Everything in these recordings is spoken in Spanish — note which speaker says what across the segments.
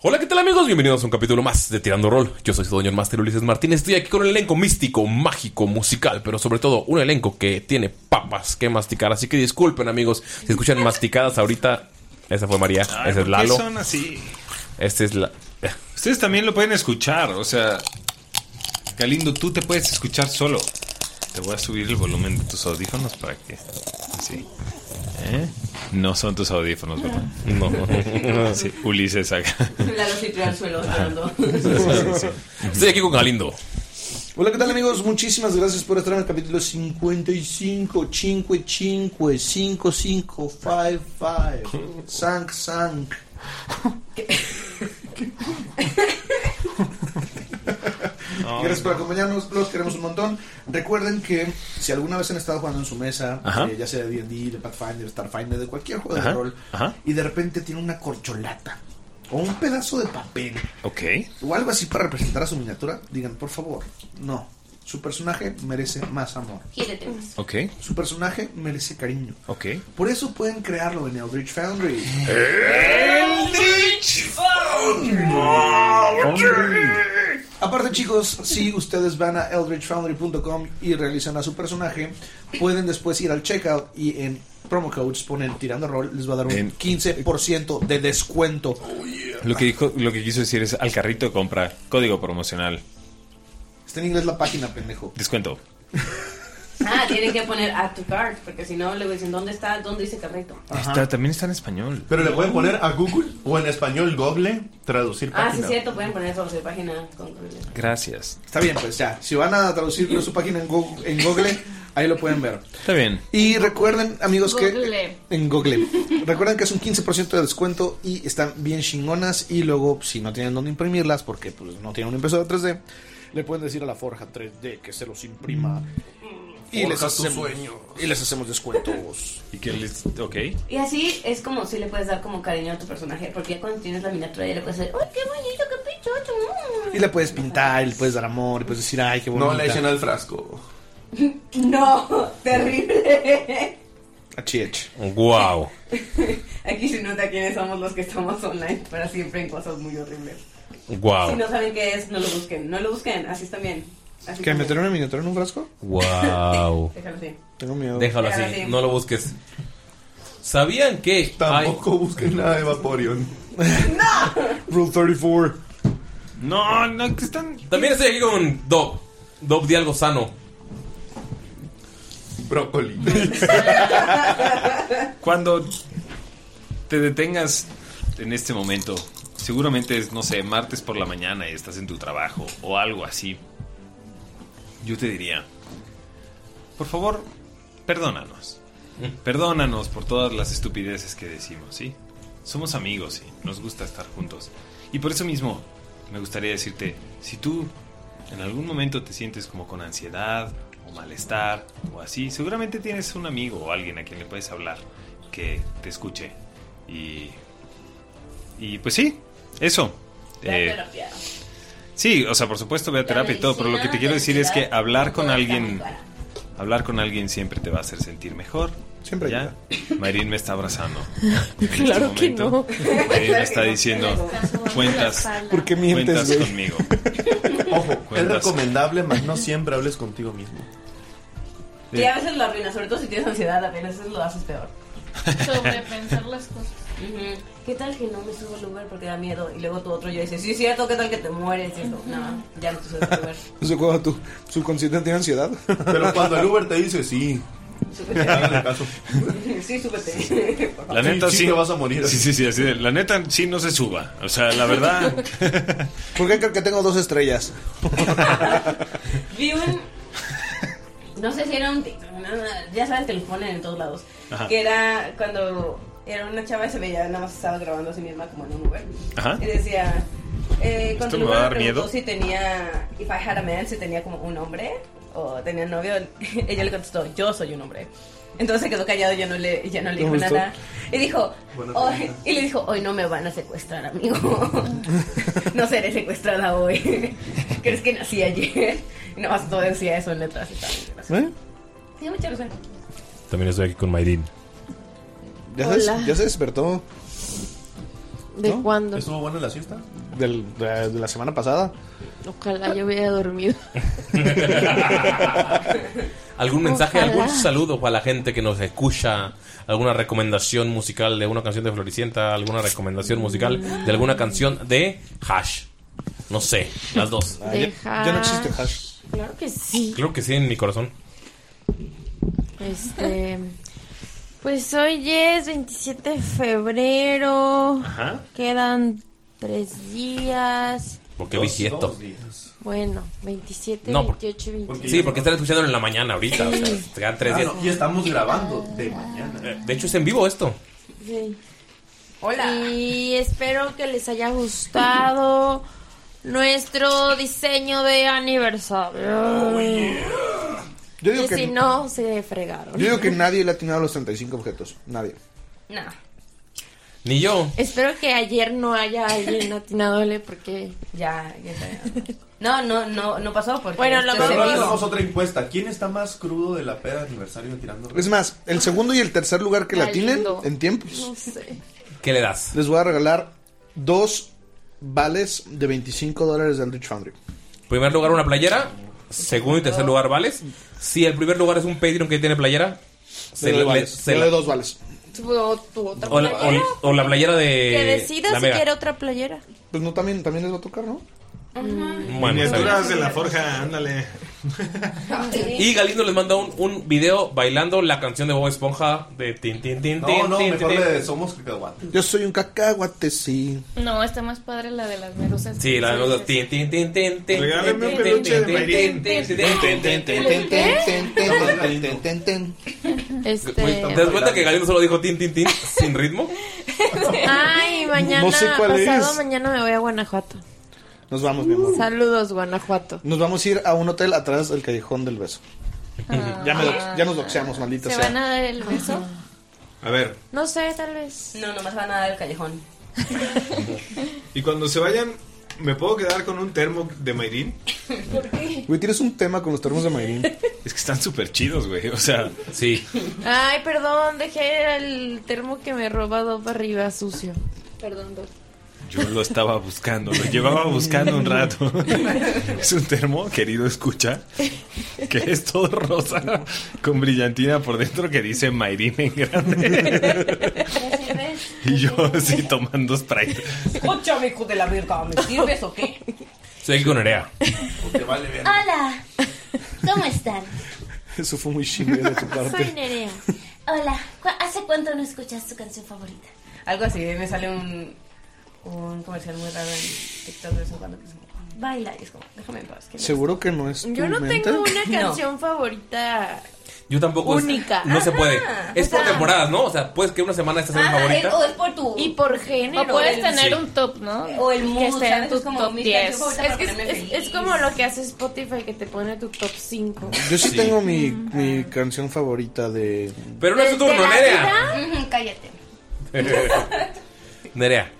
Speaker 1: Hola, ¿qué tal amigos? Bienvenidos a un capítulo más de Tirando Rol. Yo soy su Doña Master Ulises Martínez. Estoy aquí con un elenco místico, mágico, musical, pero sobre todo un elenco que tiene papas que masticar. Así que disculpen amigos, si escuchan masticadas ahorita. Esa fue María, ese
Speaker 2: Ay,
Speaker 1: es
Speaker 2: ¿por qué
Speaker 1: Lalo,
Speaker 2: son así?
Speaker 1: este es la...
Speaker 2: Ustedes también lo pueden escuchar, o sea, Galindo, tú te puedes escuchar solo. Te voy a subir el volumen de tus audífonos para que sí. ¿Eh? No son tus audífonos, ¿verdad?
Speaker 1: No.
Speaker 2: Sí, Ulises acá.
Speaker 3: Lalo sí tira al suelo llorando.
Speaker 1: Estoy aquí con Galindo.
Speaker 4: Hola, ¿qué tal amigos? Muchísimas gracias por estar en el capítulo 55, 5, 5, 5, 5, 5, 5, Sank, Sank. Gracias por acompañarnos, los queremos un montón. Recuerden que si alguna vez han estado jugando en su mesa,
Speaker 2: Ajá.
Speaker 4: eh, ya sea de D&D, de Pathfinder, Starfinder, de cualquier juego
Speaker 2: Ajá,
Speaker 4: de rol,
Speaker 2: ajá.
Speaker 4: y de repente tiene una corcholata o un pedazo de papel
Speaker 2: Ok.
Speaker 4: o algo así para representar a su miniatura, digan, por favor, no. Su personaje merece más amor.
Speaker 3: Gírate más.
Speaker 2: Ok.
Speaker 4: Su personaje merece cariño.
Speaker 2: Ok.
Speaker 4: Por eso pueden crearlo en Eldritch Foundry. Aparte, chicos, si ustedes van a eldritchfoundry.com y realizan a su personaje, pueden después ir al checkout y en promo codes ponen tirando rol, les va a dar
Speaker 2: En-
Speaker 4: un 15% de descuento.
Speaker 2: Lo que dijo, lo que quiso decir es al carrito de compra, código promocional,
Speaker 4: Está en inglés la página, pendejo.
Speaker 2: descuento.
Speaker 3: Ah, tienen que poner add to cart, porque si no le dicen dónde está, dónde dice carrito.
Speaker 2: Está- también está en español.
Speaker 5: Pero le pueden poner a Google o en español Google traducir
Speaker 3: Ah, sí,
Speaker 5: página.
Speaker 3: es cierto, pueden poner eso de página con
Speaker 2: Gracias.
Speaker 4: Está bien, pues ya. Si van a traducir su página en Google, en Google, ahí lo pueden ver.
Speaker 2: Está bien.
Speaker 4: Y recuerden, amigos,
Speaker 3: Google.
Speaker 4: que. En este Google. Recuerden que es un 15% de descuento y están bien chingonas. Y luego, si no tienen dónde imprimirlas, porque pues no tienen una impresora 3D, le pueden decir a la Forja 3D que se los imprima. Y les, hacemos, y les hacemos descuentos.
Speaker 2: ¿Y qué les- Ok.
Speaker 3: Y así es como si le puedes dar como cariño a tu personaje, porque ya cuando tienes la miniatura ya le puedes decir, ¡ay, qué bonito, qué pichocho! mm".
Speaker 4: Y le puedes pintar, y le puedes dar amor, y puedes decir, ay, qué bonito.
Speaker 5: No le echen al frasco.
Speaker 3: No, terrible.
Speaker 1: Wow.
Speaker 3: Aquí se nota quiénes somos los que estamos online para siempre en cosas muy horribles. Si
Speaker 1: Wow.
Speaker 3: no saben qué es, no lo busquen. No lo busquen, así están bien. Así
Speaker 4: ¿Que
Speaker 3: están
Speaker 4: meter
Speaker 3: bien.
Speaker 4: una miniatura en un frasco?
Speaker 1: Wow.
Speaker 3: Déjalo así.
Speaker 4: Tengo miedo.
Speaker 1: Déjalo
Speaker 3: Déjalo
Speaker 1: así,
Speaker 3: así.
Speaker 1: no lo busques. ¿Sabían que hay-
Speaker 5: Tampoco busquen nada de Vaporeon.
Speaker 4: Rule 34.
Speaker 2: No, no, que están.
Speaker 1: También estoy aquí con Dob. Dob de algo sano.
Speaker 5: Brócoli.
Speaker 2: Cuando te detengas en este momento, seguramente es, no sé, martes por la mañana y estás en tu trabajo o algo así. Yo te diría, por favor, perdónanos. Perdónanos por todas las estupideces que decimos, ¿sí? Somos amigos y nos gusta estar juntos. Y por eso mismo, me gustaría decirte, si tú en algún momento te sientes como con ansiedad o malestar o así, seguramente tienes un amigo o alguien a quien le puedes hablar que te escuche. Y... Y pues sí, eso. Eh,
Speaker 3: terapia.
Speaker 2: Sí, o sea, por supuesto, ve a terapia y todo, pero lo que te quiero decir es que hablar con alguien, hablar con alguien siempre te va a hacer sentir mejor.
Speaker 4: Siempre
Speaker 2: ¿Ya? Marín me está abrazando.
Speaker 6: Claro que no.
Speaker 4: eh,
Speaker 2: Marín me está
Speaker 3: que no.
Speaker 2: diciendo,
Speaker 3: Estás jugando
Speaker 2: cuentas,
Speaker 3: la espalda.
Speaker 4: ¿Por qué mientes,
Speaker 2: cuentas
Speaker 4: güey?
Speaker 2: conmigo.
Speaker 5: Ojo, es
Speaker 2: Cuentas.
Speaker 5: recomendable, más no siempre hables contigo mismo.
Speaker 3: Y a veces lo arruinas, sobre todo si tienes ansiedad, a veces lo haces peor.
Speaker 6: Sobrepensar las cosas.
Speaker 3: Ujú. ¿Qué tal que no me subo al lugar porque da miedo? Y luego tu otro yo dice, sí, es cierto, ¿qué tal que te mueres? Y eso, no, ya no te subes al lugar.
Speaker 4: No sé cuándo tu subconsciente tiene ansiedad.
Speaker 5: Pero cuando el Uber te dice, sí, háganle caso.
Speaker 3: Sí, súbete.
Speaker 2: La neta
Speaker 5: Sí,
Speaker 2: sí,
Speaker 5: sí te vas a morir.
Speaker 2: Sí, sí, sí, así de, la neta sí no se suba. O sea, la verdad,
Speaker 4: ¿Por qué creo que tengo dos estrellas?
Speaker 3: Vi un... No sé si era un TikTok, no, no, ya sabes que lo ponen en todos lados. Que era cuando era una chava y se veía, nada más estaba grabando a sí misma como en un Uber.
Speaker 2: Ajá.
Speaker 3: Y decía, eh, cuando
Speaker 2: me
Speaker 3: luego
Speaker 2: va a
Speaker 3: le
Speaker 2: dar
Speaker 3: preguntó
Speaker 2: miedo.
Speaker 3: si tenía, if I had a man, si tenía como un hombre o tenía novio, ella le contestó, yo soy un hombre. Entonces se quedó callado y ya no le, y ya no le dijo
Speaker 4: gustó.
Speaker 3: nada. Y dijo, hoy, y le dijo, hoy no me van a secuestrar, amigo. no seré secuestrada hoy. ¿Crees que nací ayer? Y nada más todo decía eso en letras y tal.
Speaker 4: ¿Eh?
Speaker 3: Sí, mucha razón.
Speaker 1: También estoy aquí con Mayrin.
Speaker 4: ¿Ya, se-
Speaker 6: Hola.
Speaker 4: ya se despertó
Speaker 6: ¿De
Speaker 4: ¿No?
Speaker 6: cuándo?
Speaker 5: ¿Estuvo buena la siesta?
Speaker 4: del- de, de la semana pasada.
Speaker 6: Ojalá yo hubiera dormido.
Speaker 1: ¿Algún mensaje,
Speaker 6: Ojalá.
Speaker 1: algún saludo para la gente que nos escucha? ¿Alguna recomendación musical de una canción de Floricienta? ¿Alguna recomendación musical de alguna canción de Hash? No sé, las dos.
Speaker 4: Ah,
Speaker 6: De
Speaker 4: ya, ya no existe
Speaker 6: hash.
Speaker 4: hash.
Speaker 6: Claro que sí.
Speaker 1: Creo que sí, en mi corazón.
Speaker 6: Este. Pues hoy es 27 de febrero.
Speaker 2: Ajá.
Speaker 6: Quedan tres días.
Speaker 1: ¿Por qué dije esto?
Speaker 5: Dos días.
Speaker 6: Bueno, 27,
Speaker 1: No, por-
Speaker 6: 28, 29.
Speaker 1: Sí, porque están escuchándolo en la mañana ahorita. O sea, te quedan tres
Speaker 5: Ah,
Speaker 1: días. Eh,
Speaker 5: no, y estamos grabando de mañana.
Speaker 1: De hecho, es en vivo esto.
Speaker 6: Sí.
Speaker 3: Hola.
Speaker 6: Y espero que les haya gustado nuestro diseño de aniversario.
Speaker 4: Yo digo,
Speaker 6: Y
Speaker 4: que,
Speaker 6: si no, se fregaron.
Speaker 4: yo digo que nadie le ha atinado los 35 objetos. Nadie.
Speaker 3: No.
Speaker 1: Ni yo.
Speaker 6: Espero que ayer no haya alguien atinadole porque...
Speaker 3: Ya, ya está. No, no, no, no pasó porque... este
Speaker 6: Bueno, lo
Speaker 3: esto es
Speaker 6: más-
Speaker 3: en
Speaker 5: Ahora
Speaker 6: digo.
Speaker 5: hacemos otra encuesta. ¿Quién está más crudo de la peda de aniversario de tirando?
Speaker 4: Es más, el segundo y el tercer lugar que la tienen
Speaker 6: Cayendo.
Speaker 4: en tiempos,
Speaker 6: No sé.
Speaker 1: ¿Qué le das?
Speaker 4: les voy a regalar dos vales de 25 dólares del Rich Foundry.
Speaker 1: Primer lugar, una playera. Segundo y tercer lugar, vales. Si el primer lugar es un Patreon que tiene playera, se
Speaker 4: Yo
Speaker 1: le-
Speaker 4: doy
Speaker 1: le-
Speaker 4: vales.
Speaker 1: se
Speaker 4: Yo
Speaker 1: la-
Speaker 4: doy dos vales.
Speaker 6: Tu, tu otra
Speaker 1: o, la, o
Speaker 6: playera.
Speaker 1: la- o la playera de.
Speaker 6: que decida
Speaker 1: la
Speaker 6: si
Speaker 1: Mega.
Speaker 6: quiere otra playera.
Speaker 4: Pues no, también, también les va a tocar, ¿no?
Speaker 1: Bueno, está bien.
Speaker 2: de la forja, ándale.
Speaker 1: Y Galindo les manda un, un video bailando la canción de Bob Esponja de Tin Tin Tin
Speaker 5: No,
Speaker 1: tin,
Speaker 5: no,
Speaker 1: tin,
Speaker 5: mejor
Speaker 1: tin,
Speaker 5: le
Speaker 1: tin.
Speaker 5: de somos cacahuate.
Speaker 4: Yo soy un cacahuate, sí.
Speaker 6: No, está más padre la de las medusas.
Speaker 1: Sí, la de Tin Tin Tin Tin Tin.
Speaker 2: Regálame un
Speaker 1: tin,
Speaker 2: peluche
Speaker 1: tin,
Speaker 2: de
Speaker 1: tin,
Speaker 2: Mayrin.
Speaker 1: tin, tin, tin, tin, tin, tin.
Speaker 4: Ten,
Speaker 6: ¿Eh?
Speaker 4: ten, ten, ten, ten, ten, ten, ten.
Speaker 6: Este...
Speaker 1: ¿Te das cuenta que Galindo solo dijo Tin Tin Tin sin ritmo?
Speaker 6: Ay, mañana,
Speaker 4: No sé cuál
Speaker 6: pasado
Speaker 4: es.
Speaker 6: mañana me voy a Guanajuato.
Speaker 4: Nos vamos, mi
Speaker 6: Mm,
Speaker 4: amor.
Speaker 6: Saludos, Guanajuato.
Speaker 4: Nos vamos a ir a un hotel atrás del Callejón del Beso. Ya, me dox- ya nos doxeamos, maldita
Speaker 6: Ah. ¿Se
Speaker 4: sea.
Speaker 6: van a dar el beso?
Speaker 2: A ver,
Speaker 6: No sé, tal vez.
Speaker 3: No, nomás van a dar el callejón.
Speaker 2: y cuando se vayan, ¿me puedo quedar con un termo de Mayrin?
Speaker 4: Güey, tienes un tema con los termos de Mayrin.
Speaker 2: Es que están súper chidos, güey. O sea,
Speaker 1: Sí.
Speaker 6: Ay, perdón, dejé el termo que me he robado para arriba sucio. Perdón, Doc.
Speaker 2: Yo lo estaba buscando, lo llevaba buscando un rato. Es un termo, querido escucha, que es todo rosa con brillantina por dentro que dice Mayrin en grande. Y yo así tomando Sprite.
Speaker 3: Escúchame, hijo de la verga, ¿me sirves o qué?
Speaker 1: Estoy aquí con Nerea.
Speaker 7: Hola, ¿cómo están?
Speaker 4: Eso fue muy chingón de tu
Speaker 7: Soy
Speaker 4: parte.
Speaker 7: Nerea. Hola, ¿cu- ¿hace cuánto no escuchas tu canción favorita?
Speaker 3: Algo así, Eh, me sale un, un comercial muy raro en TikTok de vez en cuando que es como, baila y es como, déjame en paz. que no
Speaker 4: ¿Seguro que no es tu
Speaker 6: Yo no
Speaker 4: mente?
Speaker 6: tengo una
Speaker 3: No.
Speaker 6: canción favorita.
Speaker 1: Yo tampoco. es-
Speaker 6: Única.
Speaker 1: no se
Speaker 6: Ajá.
Speaker 1: puede. Es
Speaker 6: O
Speaker 1: por
Speaker 6: sea- Ah,
Speaker 1: temporadas, ¿no? O sea, puedes que una semana esta sea mi
Speaker 3: Ajá,
Speaker 1: favorita.
Speaker 3: Ah, es- o es por tu.
Speaker 6: Y por género.
Speaker 3: O puedes tener
Speaker 1: Sí.
Speaker 6: un top, ¿no?
Speaker 3: O el mood,
Speaker 6: que esté
Speaker 3: ¿sabes?
Speaker 6: en tu
Speaker 3: Es como
Speaker 6: top
Speaker 3: mi
Speaker 6: 10.
Speaker 3: canción favorita
Speaker 6: Es,
Speaker 3: para
Speaker 6: que es,
Speaker 3: ponerme
Speaker 6: es-
Speaker 3: feliz.
Speaker 6: es como lo que hace Spotify que te pone tu top 5.
Speaker 4: Yo sí, tengo mi,
Speaker 6: Mm.
Speaker 4: mi canción favorita de...
Speaker 1: Pero no es tu turno,
Speaker 6: la
Speaker 1: Nerea.
Speaker 7: Ujú, cállate.
Speaker 1: Nerea.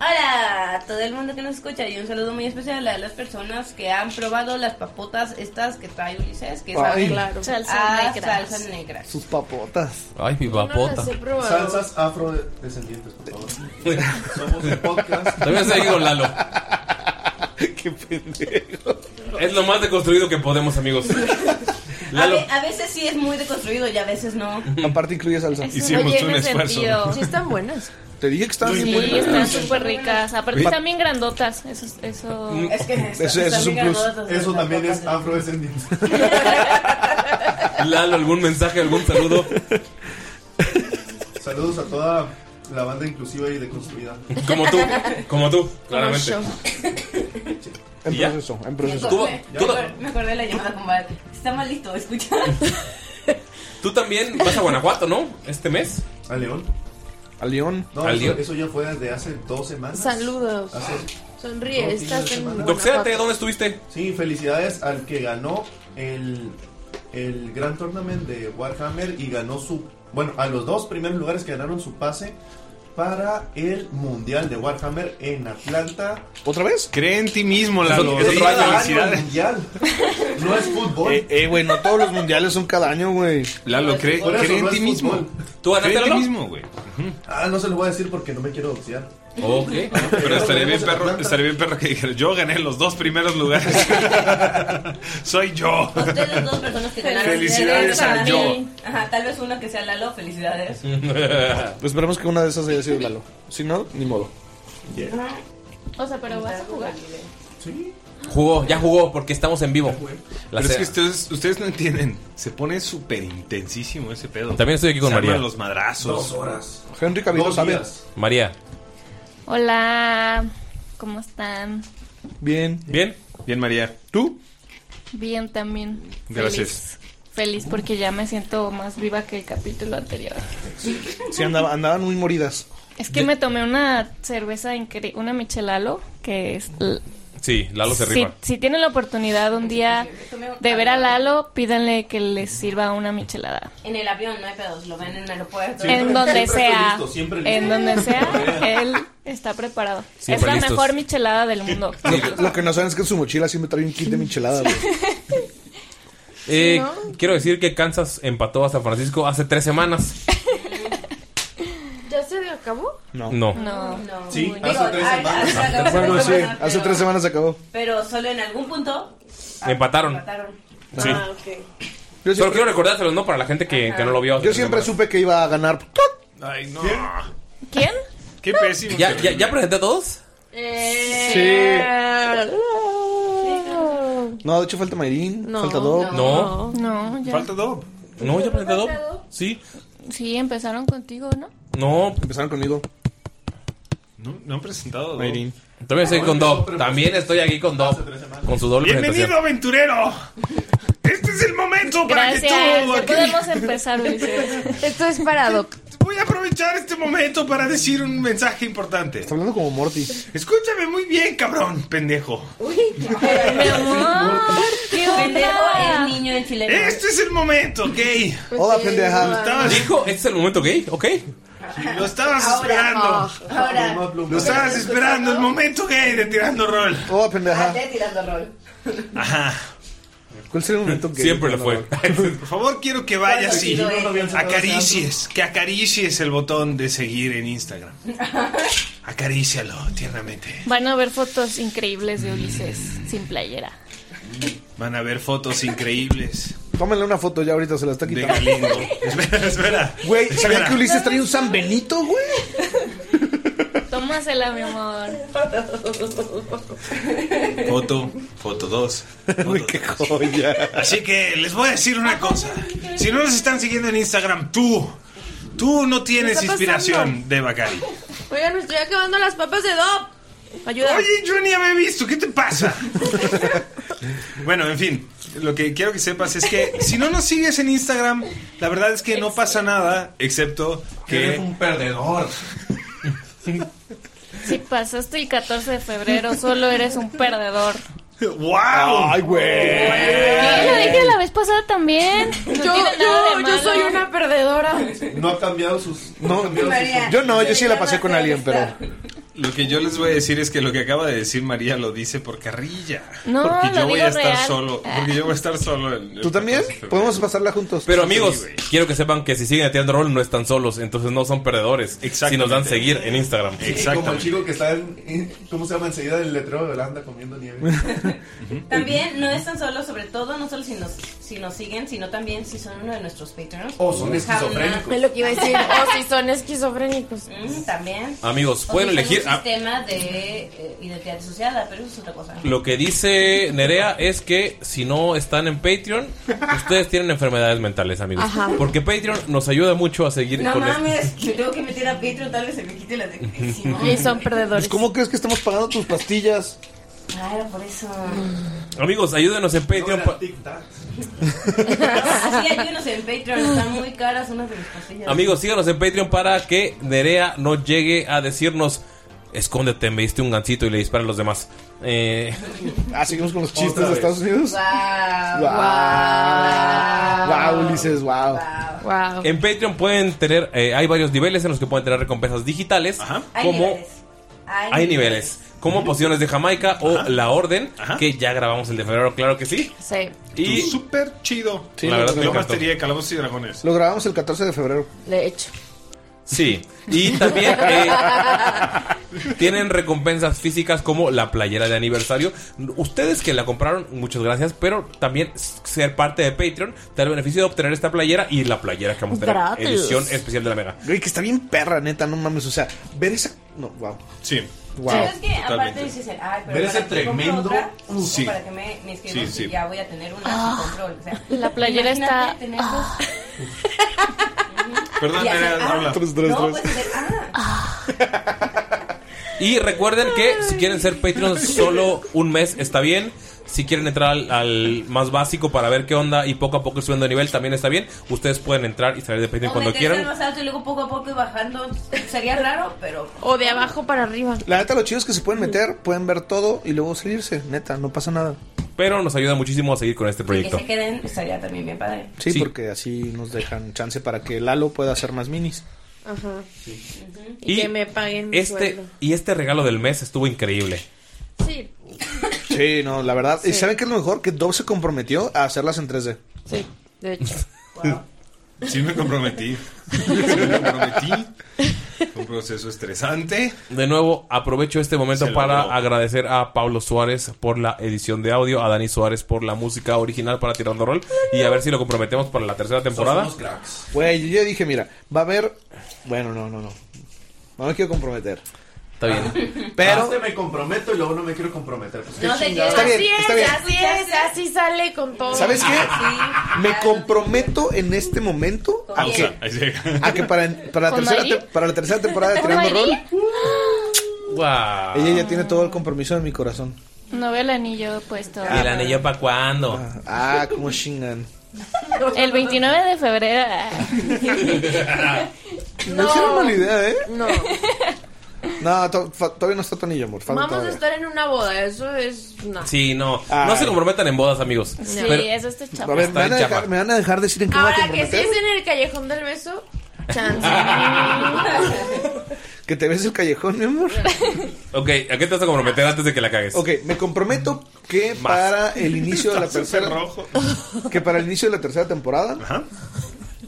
Speaker 3: Hola a todo el mundo que nos escucha y un saludo muy especial a las personas que han probado las papotas estas que trae Ulises, que
Speaker 4: Ay.
Speaker 3: saben
Speaker 6: Claro.
Speaker 3: a ah, salsa negra.
Speaker 4: Sus papotas.
Speaker 1: Ay, mi
Speaker 6: No
Speaker 1: papota.
Speaker 6: las he probado.
Speaker 5: Salsas afrodescendientes, por favor. Somos un podcast.
Speaker 1: También estoy aquí con Lalo.
Speaker 4: Qué pendejo.
Speaker 1: Es lo más deconstruido que podemos, amigos.
Speaker 3: A,
Speaker 1: Lalo.
Speaker 3: ve- a veces sí es muy deconstruido y a veces no.
Speaker 4: Aparte incluye salsa.
Speaker 2: Hicimos
Speaker 6: Oye,
Speaker 2: un
Speaker 6: no he
Speaker 2: esfuerzo.
Speaker 6: sentido. Sí están buenas.
Speaker 4: Te dije que estaba bien
Speaker 6: Sí,
Speaker 4: buena.
Speaker 6: están súper ricas. Aparte
Speaker 4: Pa-
Speaker 6: están bien grandotas. Eso, eso...
Speaker 3: Es que
Speaker 4: eso es un plus.
Speaker 5: Eso también es afrodescendiente.
Speaker 1: Lalo, ¿algún mensaje, algún saludo?
Speaker 5: Saludos a toda la banda inclusiva y deconstruida.
Speaker 1: Como tú. Como tú, claramente.
Speaker 6: Ocho.
Speaker 4: En
Speaker 1: ¿Y ya?
Speaker 4: proceso, en proceso.
Speaker 1: Tú-
Speaker 3: me,
Speaker 1: tú-
Speaker 3: acor- me acordé de la llamada con Val. Está mal listo, escucha.
Speaker 1: Tú también vas a Guanajuato, ¿no? Este mes.
Speaker 5: ¿A León?
Speaker 4: A León.
Speaker 5: No,
Speaker 1: Al
Speaker 5: eso,
Speaker 1: León.
Speaker 5: eso ya fue desde hace dos semanas.
Speaker 6: Saludos.
Speaker 5: Hace-
Speaker 6: Sonríe,
Speaker 5: Ah, Dos
Speaker 6: estás
Speaker 5: fines de
Speaker 6: en
Speaker 5: semana.
Speaker 1: Doxéate, ¿dónde estuviste?
Speaker 5: sí, felicidades al que ganó el, el Gran Tournament de Warhammer y ganó su... Bueno, a los dos primeros lugares que ganaron su pase para el Mundial de Warhammer en Atlanta.
Speaker 4: ¿Otra vez?
Speaker 2: Cree en ti mismo, Lalo.
Speaker 1: Es otro
Speaker 2: Sí,
Speaker 1: año,
Speaker 5: Cada año
Speaker 2: felicidades.
Speaker 5: el mundial. No es fútbol.
Speaker 4: Eh, eh, güey, no todos los mundiales son cada año, güey.
Speaker 2: Lalo, cree,
Speaker 5: Por eso
Speaker 2: cree
Speaker 5: no
Speaker 2: en
Speaker 5: es
Speaker 2: ti mismo.
Speaker 5: fútbol.
Speaker 1: ¿Tú
Speaker 2: Cree
Speaker 1: ganaste,
Speaker 2: en ti
Speaker 1: Lalo?
Speaker 2: mismo, güey.
Speaker 5: Ah, no se lo voy a decir porque no me quiero boxear.
Speaker 1: Ok.
Speaker 2: Oh, Pero estaría bien,
Speaker 5: Tenemos en
Speaker 2: perro,
Speaker 5: Atlanta.
Speaker 2: estaría bien perro que dijera, yo gané los dos primeros lugares. Soy yo.
Speaker 3: Ustedes dos personas que ganaron.
Speaker 2: Felicidades a
Speaker 3: Ajá,
Speaker 2: yo.
Speaker 3: Ajá, tal vez uno que sea Lalo, felicidades.
Speaker 4: Pues esperemos que una de esas haya sido Lalo. Si no, ni modo.
Speaker 6: O sea, pero vas a jugar.
Speaker 1: Jugó, ya jugó, porque estamos en vivo. La
Speaker 2: Pero es
Speaker 1: cena.
Speaker 2: que ustedes, ustedes no entienden. Se pone súper intensísimo ese pedo.
Speaker 1: También estoy aquí con
Speaker 2: Se arman
Speaker 1: María.
Speaker 2: los madrazos.
Speaker 5: Dos horas.
Speaker 4: Henry Cavill
Speaker 5: Dos
Speaker 4: sabe.
Speaker 5: días.
Speaker 1: María,
Speaker 7: Hola, ¿cómo están?
Speaker 4: Bien.
Speaker 1: ¿bien?
Speaker 2: Bien, María.
Speaker 4: ¿Tú?
Speaker 6: Bien también.
Speaker 2: Gracias.
Speaker 6: Feliz porque ya me siento más viva que el capítulo anterior.
Speaker 4: Sí, andaba- andaban muy moridas.
Speaker 6: Es que me tomé una cerveza increíble, una michelalo, que es... l-
Speaker 1: Sí, Lalo se
Speaker 6: Si,
Speaker 1: rifa.
Speaker 6: si tienen la oportunidad un día de ver a Lalo, pídanle que les sirva una michelada.
Speaker 3: En el avión no hay pedos, lo ven en el aeropuerto.
Speaker 6: en donde
Speaker 5: siempre estoy
Speaker 6: sea,
Speaker 5: listo, siempre listo.
Speaker 6: en donde sea, él está preparado.
Speaker 1: Siempre
Speaker 6: es la
Speaker 1: listos.
Speaker 6: mejor michelada del mundo.
Speaker 4: Lo que no saben es que en su mochila siempre trae un kit de michelada, güey.
Speaker 1: Eh, Quiero decir que Kansas empató a San Francisco hace tres semanas.
Speaker 6: ¿Ya se acabó?
Speaker 4: No.
Speaker 1: No.
Speaker 6: No.
Speaker 3: No.
Speaker 5: Sí,
Speaker 3: Digo,
Speaker 5: hace tres
Speaker 3: hay-
Speaker 5: semanas.
Speaker 3: hace algunas
Speaker 4: Bueno, sí,
Speaker 3: semanas,
Speaker 4: hace
Speaker 3: pero-
Speaker 4: tres semanas se acabó.
Speaker 3: Pero solo en algún punto ah,
Speaker 1: Empataron.
Speaker 3: empataron. Ah,
Speaker 1: Sí.
Speaker 4: Yo
Speaker 1: Solo
Speaker 4: siempre,
Speaker 1: quiero recordárselos, ¿no? Para la gente que, que no lo vio. hace
Speaker 4: yo
Speaker 1: tres
Speaker 4: siempre
Speaker 1: semanas.
Speaker 4: supe que iba a ganar.
Speaker 2: Ay, no.
Speaker 6: ¿Quién?
Speaker 2: Qué pésimo.
Speaker 1: ¿Ya, ya, ya presenté a todos?
Speaker 4: No, de hecho falta Mayrin, falta Doc.
Speaker 1: No.
Speaker 6: No, ya.
Speaker 2: Falta Dob.
Speaker 1: No, ya presenté a todos. Sí.
Speaker 6: Sí, empezaron contigo, ¿no?
Speaker 1: No,
Speaker 4: Empezaron conmigo.
Speaker 2: No, no han presentado a
Speaker 5: Oh.
Speaker 2: Dob.
Speaker 4: Mayrin.
Speaker 1: también estoy con Dob. También estoy aquí con Dob. Con su doble
Speaker 2: Bienvenido,
Speaker 1: presentación.
Speaker 2: aventurero. Este es el momento para que
Speaker 6: Gracias.
Speaker 2: tú.
Speaker 6: Ya
Speaker 2: aquí-
Speaker 6: podemos empezar, Ulises. Esto es para Doc.
Speaker 2: Pues Voy a aprovechar este momento para decir un mensaje importante.
Speaker 4: Está hablando como Morty.
Speaker 2: Escúchame muy bien, cabrón, pendejo.
Speaker 6: Mi amor, ¿qué
Speaker 3: Pendejo es
Speaker 6: onda?
Speaker 3: niño en chileno.
Speaker 2: Este es el momento, ¿ok?
Speaker 3: Pues
Speaker 4: Hola, pendeja.
Speaker 2: Estabas-
Speaker 1: Dijo, este es el momento gay, ¿ok?
Speaker 2: lo estabas esperando.
Speaker 3: ah, Ahora,
Speaker 2: Lo estabas esperando, el momento gay de tirando rol.
Speaker 4: Hola, Oh, pendeja.
Speaker 3: esté tirando rol.
Speaker 2: Ajá.
Speaker 4: ¿Cuál sería el momento que.?
Speaker 1: Siempre lo fue.
Speaker 2: Por favor, quiero que vayas y
Speaker 3: Bueno, sí, lo
Speaker 2: acaricies, que acaricies el botón de seguir en Instagram. Acarícialo tiernamente.
Speaker 6: Van a ver fotos increíbles de Ulises sin playera.
Speaker 2: Van a ver fotos increíbles
Speaker 4: Tómenle una foto ya ahorita, se la está
Speaker 2: de
Speaker 4: quitando.
Speaker 2: Galindo. espera, espera.
Speaker 4: Güey, ¿sabían
Speaker 2: Espera.
Speaker 4: que Ulises traía un San Benito, güey?
Speaker 6: Tómasela, mi amor.
Speaker 2: Foto, foto 2.
Speaker 4: Uy, qué joya.
Speaker 2: Así que les voy a decir una cosa. Si no nos están siguiendo en Instagram, tú, tú no tienes
Speaker 3: está
Speaker 2: inspiración de Bacari.
Speaker 3: Oigan, me estoy acabando las papas de Dop. Ayuda.
Speaker 2: Oye, yo ni había visto, ¿qué te pasa? bueno, en fin, lo que quiero que sepas es que si no nos sigues en Instagram, la verdad es que no pasa nada, excepto
Speaker 5: Eres
Speaker 2: que...
Speaker 5: un perdedor.
Speaker 6: Si pasaste el 14 de febrero, solo eres un perdedor.
Speaker 2: ¡Wow!
Speaker 4: Ay, güey.
Speaker 6: Yo lo dije la vez pasada también. No
Speaker 3: Yo,
Speaker 6: tiene nada
Speaker 3: yo,
Speaker 6: de
Speaker 3: yo
Speaker 6: malo.
Speaker 3: soy una perdedora.
Speaker 5: No ha cambiado sus. No, ha cambiado sus-
Speaker 3: María.
Speaker 4: Yo no, yo sí la pasé con alguien, pero.
Speaker 2: Lo que yo les voy a decir es que lo que acaba de decir María lo dice por carrilla.
Speaker 6: No,
Speaker 2: porque yo
Speaker 6: lo
Speaker 2: voy
Speaker 6: digo
Speaker 2: a estar
Speaker 6: real.
Speaker 2: solo. Porque yo voy a estar solo. el- el
Speaker 4: ¿Tú también?
Speaker 2: 14 de febrero.
Speaker 4: Podemos pasarla juntos.
Speaker 1: Pero amigos,
Speaker 2: güey.
Speaker 1: quiero que sepan que si siguen a Tirando Rol no están solos, entonces no son perdedores. Si nos dan
Speaker 2: Exactamente.
Speaker 1: seguir en Instagram.
Speaker 2: Exactamente.
Speaker 5: Como el chico que está en, en- ¿Cómo se llama? Enseguida del letrero de Holanda comiendo nieve.
Speaker 3: También no es tan solo, sobre todo, no solo si nos, si nos siguen, sino también si son uno de nuestros patrons.
Speaker 5: O son esquizofrénicos.
Speaker 3: Jamás-
Speaker 8: Es lo que iba a decir.
Speaker 6: Oh,
Speaker 8: O si son esquizofrénicos.
Speaker 3: Mm, también.
Speaker 1: Amigos,
Speaker 3: O
Speaker 1: pueden
Speaker 3: si son
Speaker 1: elegir.
Speaker 3: Un
Speaker 1: ah,
Speaker 3: sistema de eh, identidad asociada, pero eso es otra cosa.
Speaker 1: lo que dice Nerea es que si no están en Patreon, ustedes tienen enfermedades mentales, amigos.
Speaker 8: Ajá.
Speaker 1: Porque Patreon nos ayuda mucho a seguir
Speaker 3: No
Speaker 1: con este. esto.
Speaker 3: mames, me tengo que meter a Patreon, tal vez se me quite la depresión.
Speaker 8: Y son perdedores.
Speaker 4: Pues, ¿Cómo crees que estamos pagando tus pastillas?
Speaker 3: Claro, por eso.
Speaker 1: Amigos, ayúdenos en
Speaker 5: No,
Speaker 1: Patreon.
Speaker 5: era
Speaker 1: pa-
Speaker 5: tic-tac.
Speaker 3: Sí, ayúdenos en Patreon, están muy caras unas de mis pastillas.
Speaker 1: Amigos, síganos en Patreon para que Nerea no llegue a decirnos: Escóndete, me diste un gancito y le disparan los demás. Eh,
Speaker 4: Ah, seguimos con los chistes
Speaker 5: Otra
Speaker 4: de
Speaker 5: vez.
Speaker 4: Estados Unidos.
Speaker 3: Wow.
Speaker 4: Wow. Wow, Ulises, wow.
Speaker 8: Wow.
Speaker 1: en Patreon pueden tener, eh, hay varios niveles en los que pueden tener recompensas digitales.
Speaker 2: Ajá.
Speaker 3: Hay
Speaker 1: Como
Speaker 3: niveles. Hay,
Speaker 1: Hay niveles. Como Pociones de Jamaica o La Orden,
Speaker 2: Ajá.
Speaker 1: que ya grabamos el de febrero, claro que sí.
Speaker 8: Sí,
Speaker 1: Y
Speaker 2: Y súper chido.
Speaker 4: Sí,
Speaker 1: la verdad
Speaker 4: lo
Speaker 1: me
Speaker 2: Yo
Speaker 1: encantó.
Speaker 2: mastería de calabozos y dragones.
Speaker 4: Lo grabamos el 14 de febrero.
Speaker 8: de hecho.
Speaker 1: Sí. Y también eh, tienen recompensas físicas como la playera de aniversario. Ustedes que la compraron, muchas gracias. Pero también s- ser parte de Patreon te da el beneficio de obtener esta playera y la playera que vamos a tener.
Speaker 8: Gratis.
Speaker 1: Edición especial de la mega.
Speaker 4: Güey, que está bien perra, neta, no mames. O sea, ver esa. No, wow.
Speaker 2: Sí.
Speaker 4: Wow.
Speaker 3: Pero es que aparte
Speaker 2: Totalmente.
Speaker 3: dices, ay, pero
Speaker 5: Ver
Speaker 3: para
Speaker 5: ese
Speaker 3: que compro
Speaker 5: tremendo-
Speaker 3: otra, o
Speaker 2: Sí.
Speaker 3: para que me, me inscribo
Speaker 2: Sí,
Speaker 3: si
Speaker 2: sí.
Speaker 3: ya voy a tener una sin control. O sea,
Speaker 6: Ah. La playera
Speaker 3: imagínate
Speaker 6: está- Ah.
Speaker 3: tener dos
Speaker 2: Perdón,
Speaker 3: y hacer,
Speaker 2: Nerea,
Speaker 3: ah,
Speaker 2: habla.
Speaker 4: Tres, tres,
Speaker 3: no,
Speaker 4: tres.
Speaker 3: puedes
Speaker 7: pues,
Speaker 3: hacer, ah,
Speaker 1: Y recuerden que si quieren ser Patreon solo un mes está bien. Si quieren entrar al, al más básico para ver qué onda y poco a poco ir subiendo de nivel también está bien. Ustedes pueden entrar y salir de Patreon
Speaker 3: o
Speaker 1: cuando
Speaker 3: meterse al
Speaker 1: quieran.
Speaker 3: más alto y luego poco a poco ir bajando. Sería raro, pero
Speaker 8: O de abajo para arriba.
Speaker 4: La neta, lo chido es que se pueden meter, pueden ver todo y luego salirse. Neta, no pasa nada.
Speaker 1: Pero nos ayuda muchísimo a seguir con este
Speaker 3: que
Speaker 1: proyecto.
Speaker 3: se queden estaría también bien padre.
Speaker 4: Sí,
Speaker 1: Sí.
Speaker 4: porque así nos dejan chance para que Lalo pueda hacer más minis.
Speaker 8: Ajá. Y,
Speaker 1: Y
Speaker 8: que me paguen mi
Speaker 1: Este,
Speaker 8: sueldo.
Speaker 1: y este regalo del mes estuvo increíble.
Speaker 8: Sí.
Speaker 4: Sí, no, la verdad. ¿Y saben qué es lo mejor? Que Dove se comprometió a hacerlas en 3D.
Speaker 8: Sí, de hecho.
Speaker 2: Sí me comprometí. Sí me comprometí. Fue Un proceso estresante.
Speaker 1: De nuevo, aprovecho este momento
Speaker 2: Se logró.
Speaker 1: para agradecer a Pablo Suárez por la edición de audio, a Dani Suárez por la música original para Tirando Rol y a ver si lo comprometemos para la tercera temporada.
Speaker 5: Somos cracks.
Speaker 4: Güey, yo ya dije, mira, va a haber. Bueno, no, no, no. No me quiero comprometer.
Speaker 1: Está bien.
Speaker 4: Pero.
Speaker 5: Este me comprometo y luego no me quiero comprometer. Pues,
Speaker 3: No te
Speaker 4: Está bien, está bien.
Speaker 8: Así es, así sale con todo.
Speaker 4: ¿Sabes qué?
Speaker 3: Sí.
Speaker 4: Me comprometo en este momento a
Speaker 2: O sea,
Speaker 4: que,
Speaker 2: ahí llega.
Speaker 4: a que para, para, la
Speaker 6: ¿Con
Speaker 4: tercera
Speaker 6: Mayri?
Speaker 4: te- para la tercera temporada de
Speaker 6: ¿Con
Speaker 4: Tirando Rol,
Speaker 6: Mayri?
Speaker 1: Guau.
Speaker 4: ella ya tiene todo el compromiso de mi corazón.
Speaker 6: No veo el anillo puesto.
Speaker 1: ¿Y el anillo para cuándo?
Speaker 4: Ah, como chingan.
Speaker 6: El 29 de febrero.
Speaker 4: No, hicieron mala idea, ¿eh?
Speaker 8: No,
Speaker 4: No, to- fa- todavía no está tu anillo, amor. Falta
Speaker 8: vamos a
Speaker 4: todavía.
Speaker 8: estar en una boda, eso es... No.
Speaker 1: Sí, no. No
Speaker 4: Ay.
Speaker 1: se comprometan en bodas, amigos.
Speaker 6: Sí,
Speaker 1: Pero-
Speaker 6: eso está chapa.
Speaker 4: A ver,
Speaker 1: Está
Speaker 4: ¿me van a,
Speaker 1: en
Speaker 4: dejar,
Speaker 1: chapa.
Speaker 4: me van a dejar decir en qué me voy a
Speaker 8: Ahora que si
Speaker 4: comprometer?
Speaker 8: es en el Callejón del Beso, chance.
Speaker 4: Que te ves el callejón, mi amor.
Speaker 1: Pues, ok, ¿a qué te vas a comprometer antes de que la cagues?
Speaker 4: Ok, me comprometo que
Speaker 1: Más.
Speaker 4: para el inicio de la tercera
Speaker 2: rojo.
Speaker 4: que para el inicio de la tercera temporada,
Speaker 2: Ajá.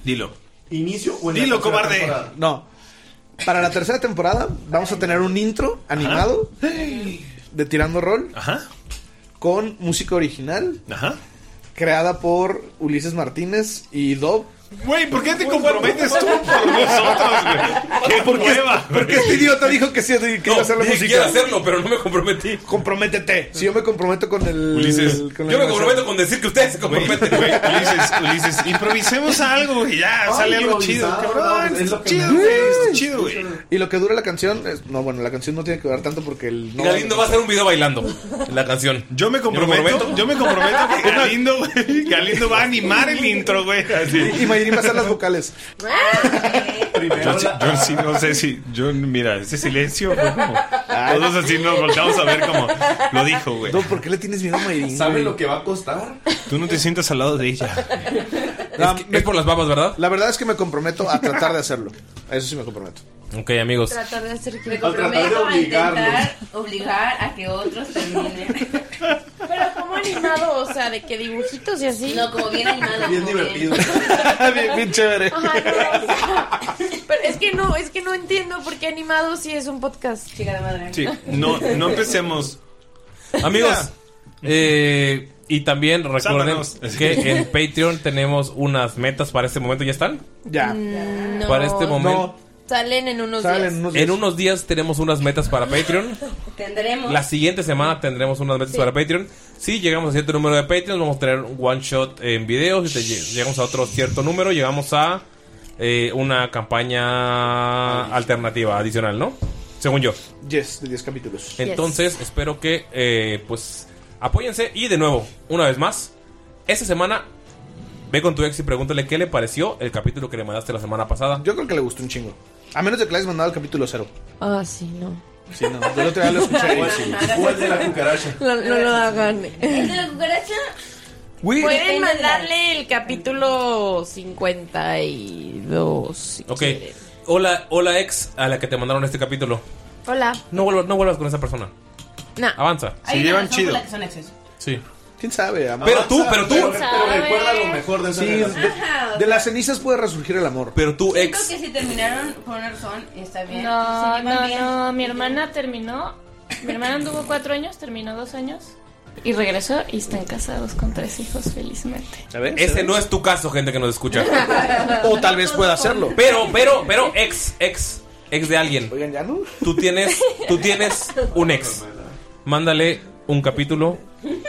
Speaker 2: Dilo.
Speaker 5: Inicio o en la
Speaker 2: Dilo,
Speaker 5: tercera
Speaker 2: cobarde.
Speaker 5: temporada.
Speaker 4: no, Para la tercera temporada vamos a tener un intro animado de Tirando Rol con música original creada por Ulises Martínez y Dob.
Speaker 2: Güey, ¿por qué te comprometes tú por nosotros,
Speaker 1: Ah,
Speaker 2: güey? ¡Qué prueba!
Speaker 4: Porque este idiota dijo que sí, que iba a hacer la
Speaker 1: dije que
Speaker 4: música.
Speaker 1: iba a hacerlo, pero no me comprometí.
Speaker 4: Comprométete. Si yo me comprometo con el.
Speaker 1: Ulises,
Speaker 4: con la
Speaker 1: yo me
Speaker 4: animación.
Speaker 1: comprometo con decir que ustedes se comprometen.
Speaker 2: Ulises, Ulises, improvisemos algo, güey. Ya,
Speaker 4: Ay,
Speaker 2: sale algo chido,
Speaker 4: improvisado,
Speaker 2: cabrón.
Speaker 4: no, es lo
Speaker 2: Está
Speaker 4: que
Speaker 2: chido,
Speaker 4: me-
Speaker 2: güey. Está chido, güey.
Speaker 4: Y lo que dura la canción, es- no, bueno, la canción no tiene que durar tanto porque el. No,
Speaker 1: Galindo va a hacer un video bailando la canción.
Speaker 2: Yo me comprometo, yo me comprometo que Galindo, güey, Galindo va a animar el intro, güey.
Speaker 4: Y Mayrin va a hacer las vocales.
Speaker 2: Yo, sí- yo sí no sé si. Yo, mira, ese silencio fue como. Todos así nos volteamos a ver como. Lo dijo, güey.
Speaker 4: No, ¿por qué le tienes miedo a Mayrin?
Speaker 5: ¿Saben
Speaker 4: güey?
Speaker 5: lo que va a costar?
Speaker 2: Tú no te sientas al lado de ella.
Speaker 4: No, me-
Speaker 1: por las babas, ¿verdad?
Speaker 4: la verdad es que me comprometo a tratar de hacerlo. A eso sí me comprometo.
Speaker 1: Ok, amigos.
Speaker 8: Tratar de hacer que
Speaker 3: Me
Speaker 5: Al tratar de
Speaker 3: comprometo a
Speaker 5: obligarlos.
Speaker 3: intentar obligar a que otros terminen.
Speaker 8: Pero como animado, o sea, de que dibujitos y así.
Speaker 3: No, como bien animada.
Speaker 5: Bien
Speaker 3: como
Speaker 5: divertido.
Speaker 4: bien, bien chévere.
Speaker 8: Ajá, no, o sea, pero es que no, es que no entiendo por qué animado sí es un podcast.
Speaker 3: Chica de madre.
Speaker 2: Sí, no, no empecemos.
Speaker 1: Amigos, eh, y también recuerden
Speaker 2: Sálvanos.
Speaker 1: que en Patreon tenemos unas metas para este momento. ¿Ya están?
Speaker 4: Ya.
Speaker 8: Mm, No.
Speaker 1: Para este momento.
Speaker 8: Salen en unos
Speaker 4: Salen
Speaker 8: días.
Speaker 4: unos días.
Speaker 1: En unos días tenemos unas metas para Patreon.
Speaker 3: Tendremos.
Speaker 1: La siguiente semana tendremos unas metas para Patreon. Si llegamos a cierto número de Patreons, vamos a tener un one shot en videos. Si te lle- llegamos a otro cierto número, llegamos a eh, una campaña alternativa, adicional, ¿no? Según yo.
Speaker 4: Yes, de 10 capítulos.
Speaker 1: Entonces, espero que, eh, pues, apóyense. Y de nuevo, una vez más, esta semana, ve con tu ex y pregúntale qué le pareció el capítulo que le mandaste la semana pasada.
Speaker 4: Yo creo que le gustó un chingo. A menos de que le hayas mandado el capítulo cero.
Speaker 8: Ah, sí, no.
Speaker 4: Sí, no. Del otro día lo escuché. y sí.
Speaker 5: O el de la cucaracha.
Speaker 8: No, no lo hagan.
Speaker 3: El de la cucaracha,
Speaker 4: Güey,
Speaker 8: Pueden mandarle el capítulo 52. si
Speaker 1: Ok.
Speaker 8: quieren.
Speaker 1: Hola, hola ex a la que te mandaron este capítulo.
Speaker 8: Hola.
Speaker 1: No vuelvas, no vuelvas con esa persona.
Speaker 8: No.
Speaker 1: Avanza.
Speaker 3: hay una
Speaker 2: llevan
Speaker 3: razón
Speaker 2: chido.
Speaker 3: por la que son exes.
Speaker 1: Sí.
Speaker 4: ¿Quién sabe? amor?
Speaker 1: Pero tú, pero tú,
Speaker 5: Pero, pero recuerda lo mejor de esa
Speaker 4: Sí,
Speaker 5: relación.
Speaker 4: de, de las cenizas puede resurgir el amor.
Speaker 1: pero tú
Speaker 3: Siento
Speaker 1: ex.
Speaker 3: que si terminaron por una razón, está bien.
Speaker 6: No,
Speaker 3: Se llevan
Speaker 6: no,
Speaker 3: bien.
Speaker 6: no. Mi hermana terminó. Mi hermana anduvo cuatro años, terminó dos años. Y regresó y están casados con tres hijos, felizmente.
Speaker 1: Ese no es tu caso, gente que nos escucha.
Speaker 4: O tal vez pueda hacerlo.
Speaker 1: Pero, pero, pero, ex, ex, ex de alguien.
Speaker 4: Oigan, ya no.
Speaker 1: Tú tienes, tú tienes un ex. Mándale un capítulo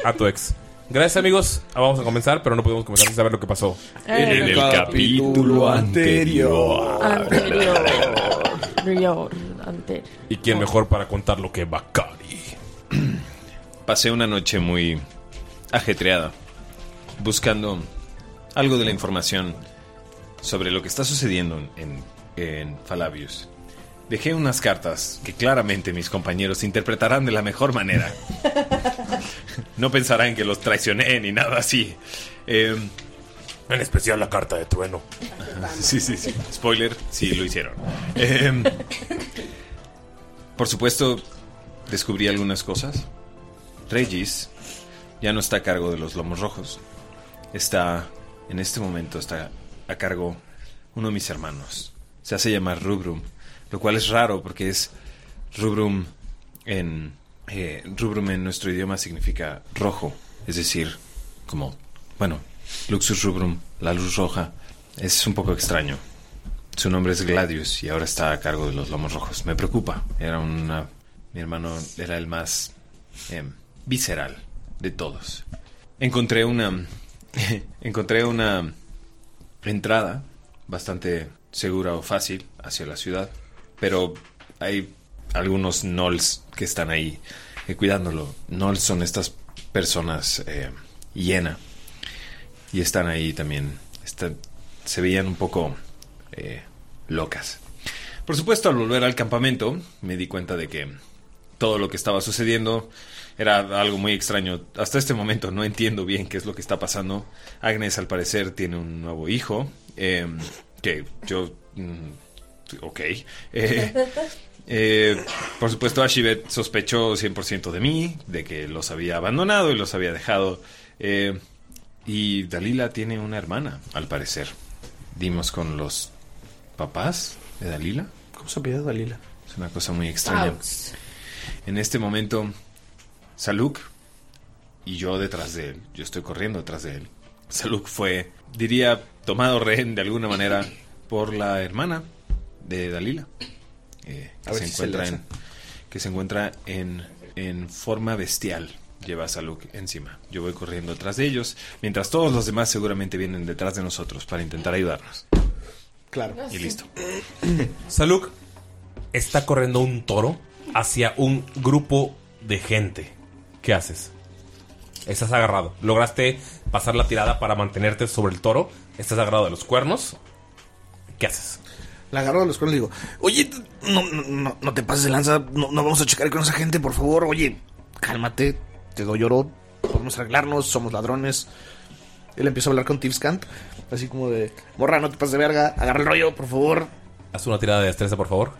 Speaker 1: a tu ex. Gracias amigos. Ah, Vamos a comenzar, pero no podemos comenzar sin saber lo que pasó.
Speaker 2: En el capítulo anterior.
Speaker 8: Anterior. Anterior. Anterior.
Speaker 1: Y quién mejor para contar lo que Bakari.
Speaker 2: Pasé una noche muy ajetreada buscando algo de la información sobre lo que está sucediendo en, en Falabius. Dejé unas cartas que claramente mis compañeros interpretarán de la mejor manera. No pensarán que los traicioné ni nada así. Em,
Speaker 1: En especial la carta de trueno.
Speaker 2: Sí, sí, sí. Spoiler, sí lo hicieron. Em, por supuesto, descubrí algunas cosas. Regis ya no está a cargo de los lomos rojos. Está, en este momento, está a cargo uno de mis hermanos. Se hace llamar Rubrum, lo cual es raro porque es Rubrum en eh, Rubrum en nuestro idioma significa rojo, es decir, como bueno, Luxus Rubrum, la luz roja, es un poco extraño. Su nombre es Gladius y ahora está a cargo de los lomos rojos. Me preocupa. Era una mi hermano era el más em, visceral de todos. Encontré una encontré una entrada bastante segura o fácil hacia la ciudad, pero hay algunos Nols que están ahí eh, cuidándolo. Nols son estas personas eh, hiena y están ahí también. Está- se veían un poco eh, locas. Por supuesto, al volver al campamento, me di cuenta de que todo lo que estaba sucediendo era algo muy extraño. Hasta este momento no entiendo bien qué es lo que está pasando. Agnes, al parecer, tiene un nuevo hijo. eh, que yo. mm, ok. Eh, eh, por supuesto, Ashibet sospechó 100% de mí, de que los había abandonado y los había dejado. eh, y Dalila tiene una hermana, al parecer. Dimos con los papás de Dalila,
Speaker 4: ¿Cómo se apellida Dalila?
Speaker 2: Es una cosa muy extraña. En este momento, Saluk y yo detrás de él. Yo estoy corriendo detrás de él. Saluk fue, diría, tomado rehén de alguna manera por la hermana de Dalila. eh,
Speaker 4: A
Speaker 2: que,
Speaker 4: ver
Speaker 2: se
Speaker 4: si se
Speaker 2: encuentra
Speaker 4: lanza.
Speaker 2: en, que se encuentra en, en forma bestial. Lleva a Saluk encima. Yo voy corriendo detrás de ellos, mientras todos los demás seguramente vienen detrás de nosotros para intentar ayudarnos.
Speaker 4: Claro.
Speaker 2: Y listo.
Speaker 1: Saluk está corriendo un toro hacia un grupo de gente. ¿Qué haces? Estás agarrado. Lograste pasar la tirada para mantenerte sobre el toro. Estás agarrado de los cuernos. ¿Qué haces?
Speaker 4: La agarro de los cuernos y digo, oye, no, no, no, no te pases de lanza, no, no vamos a checar con esa gente, por favor, oye, cálmate, te doy oro, podemos arreglarnos, somos ladrones. Él empieza a hablar con Tivskant, así como de, morra, no te pases de verga, agarra el rollo, por favor.
Speaker 1: Haz una tirada de destreza, por favor.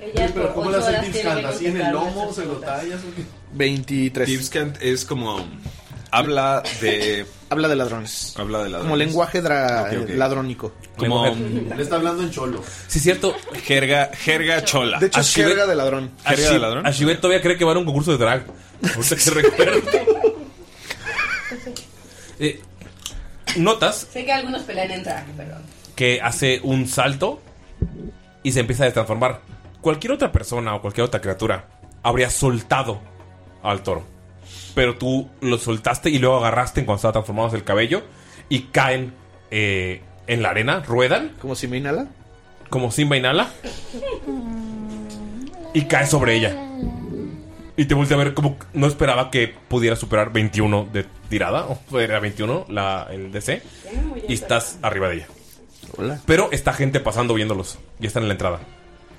Speaker 3: Ella
Speaker 5: Pero
Speaker 3: por
Speaker 5: ¿cómo
Speaker 3: ocho
Speaker 5: la hace
Speaker 3: horas tiene que
Speaker 5: Tivskant? ¿Así en
Speaker 3: contar
Speaker 5: el lomo?
Speaker 3: nuestras
Speaker 5: ¿Se lo
Speaker 3: frutas.
Speaker 5: tallas? o qué?
Speaker 4: 23.
Speaker 2: Tipscant es como. Habla de.
Speaker 4: Habla de ladrones.
Speaker 2: Habla de ladrones.
Speaker 4: Como lenguaje
Speaker 5: Ah,
Speaker 4: dra-
Speaker 2: Ok, ok.
Speaker 4: ladrónico.
Speaker 2: Como.
Speaker 5: Le está hablando en cholo.
Speaker 1: Sí, cierto.
Speaker 2: Jerga, jerga chola.
Speaker 4: De hecho, es
Speaker 1: Ashibet-
Speaker 4: jerga de ladrón.
Speaker 2: ¿Jerga de ladrón?
Speaker 1: Ashibet todavía cree que va a ir a un concurso de drag. Ahorita que recuerdo. Eh, notas
Speaker 3: Sé que algunos pelean en drag, pero.
Speaker 1: que hace un salto y se empieza a transformar. Cualquier otra persona o cualquier otra criatura habría soltado al toro. Pero tú lo soltaste y luego agarraste en cuando estaba transformado hacia el cabello y caen eh, en la arena, ruedan.
Speaker 4: ¿Como Simba Inhala?
Speaker 1: Como Simba Inhala. Y cae sobre ella. Y te voltea a ver como no esperaba que pudiera superar 21 de tirada. O era 21 la, el DC. Y estás arriba de ella.
Speaker 4: Hola.
Speaker 1: Pero está gente pasando viéndolos. Y están en la entrada.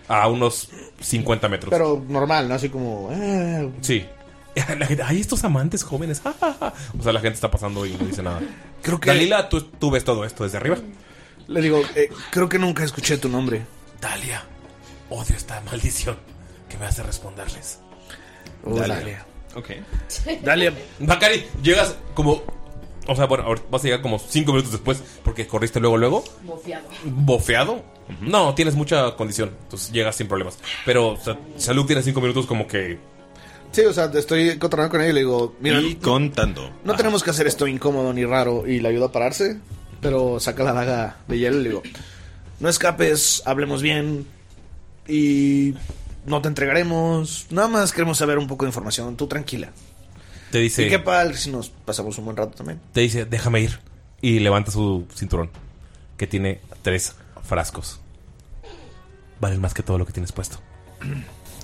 Speaker 1: A unos 50 metros.
Speaker 4: Pero normal, ¿no? Así como... eh,
Speaker 1: Sí. La gente, ay, estos amantes jóvenes. ja, ja, ja". O sea, la gente está pasando y no dice nada.
Speaker 4: Creo que-
Speaker 1: Dalila, tú, tú ves todo esto desde arriba.
Speaker 4: Le digo, eh, creo que nunca escuché tu nombre.
Speaker 1: Dalia, odio esta maldición que me hace responderles.
Speaker 4: Oh,
Speaker 1: Dalia.
Speaker 4: Dalia.
Speaker 2: Ok.
Speaker 4: Dalia.
Speaker 1: Bacari, llegas como. O sea, bueno, ahorita vas a llegar como 5 minutos después porque corriste luego, luego.
Speaker 3: Bofiado.
Speaker 1: bofeado. No, tienes mucha condición. Entonces llegas sin problemas. Pero o sea, Salud tiene 5 minutos como que.
Speaker 4: Sí, o sea, estoy contando con ella y le digo, mira,
Speaker 2: Y contando.
Speaker 4: no tenemos que hacer esto incómodo ni raro. Y le ayuda a pararse, pero saca la daga de hielo y le digo, no escapes, hablemos bien y no te entregaremos. Nada más queremos saber un poco de información, tú tranquila.
Speaker 1: Te dice.
Speaker 4: Y qué padre si nos pasamos un buen rato también.
Speaker 1: Te dice, déjame ir. Y levanta su cinturón. Que tiene tres frascos. Valen más que todo lo que tienes puesto.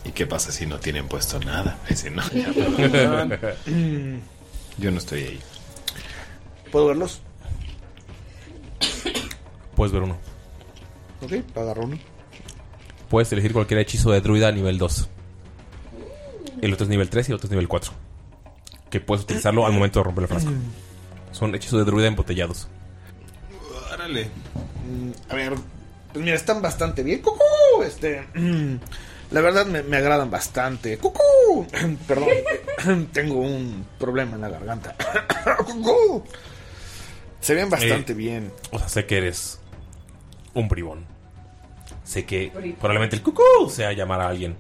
Speaker 2: ¿Y qué pasa si no tienen puesto nada? Dice, no, ya, yo no estoy ahí.
Speaker 4: Mm, ¿Puedo verlos?
Speaker 1: Puedes ver uno.
Speaker 4: Ok, agarro uno.
Speaker 1: Puedes elegir cualquier hechizo de druida a nivel 2. El otro es nivel 3 y el otro es nivel 4. Que puedes utilizarlo al momento de romper el frasco. Son hechizos de druida embotellados.
Speaker 2: Órale.
Speaker 4: Mm, A ver, pues mira, están bastante bien. ¡Cucú! Este. mm, La verdad me, me agradan bastante. ¡Cucú! Perdón, tengo un problema en la garganta. ¡Cucú! Se ven bastante
Speaker 1: Eh.
Speaker 4: bien.
Speaker 1: O sea, sé que eres un bribón. Sé que probablemente el cucú sea llamar a alguien.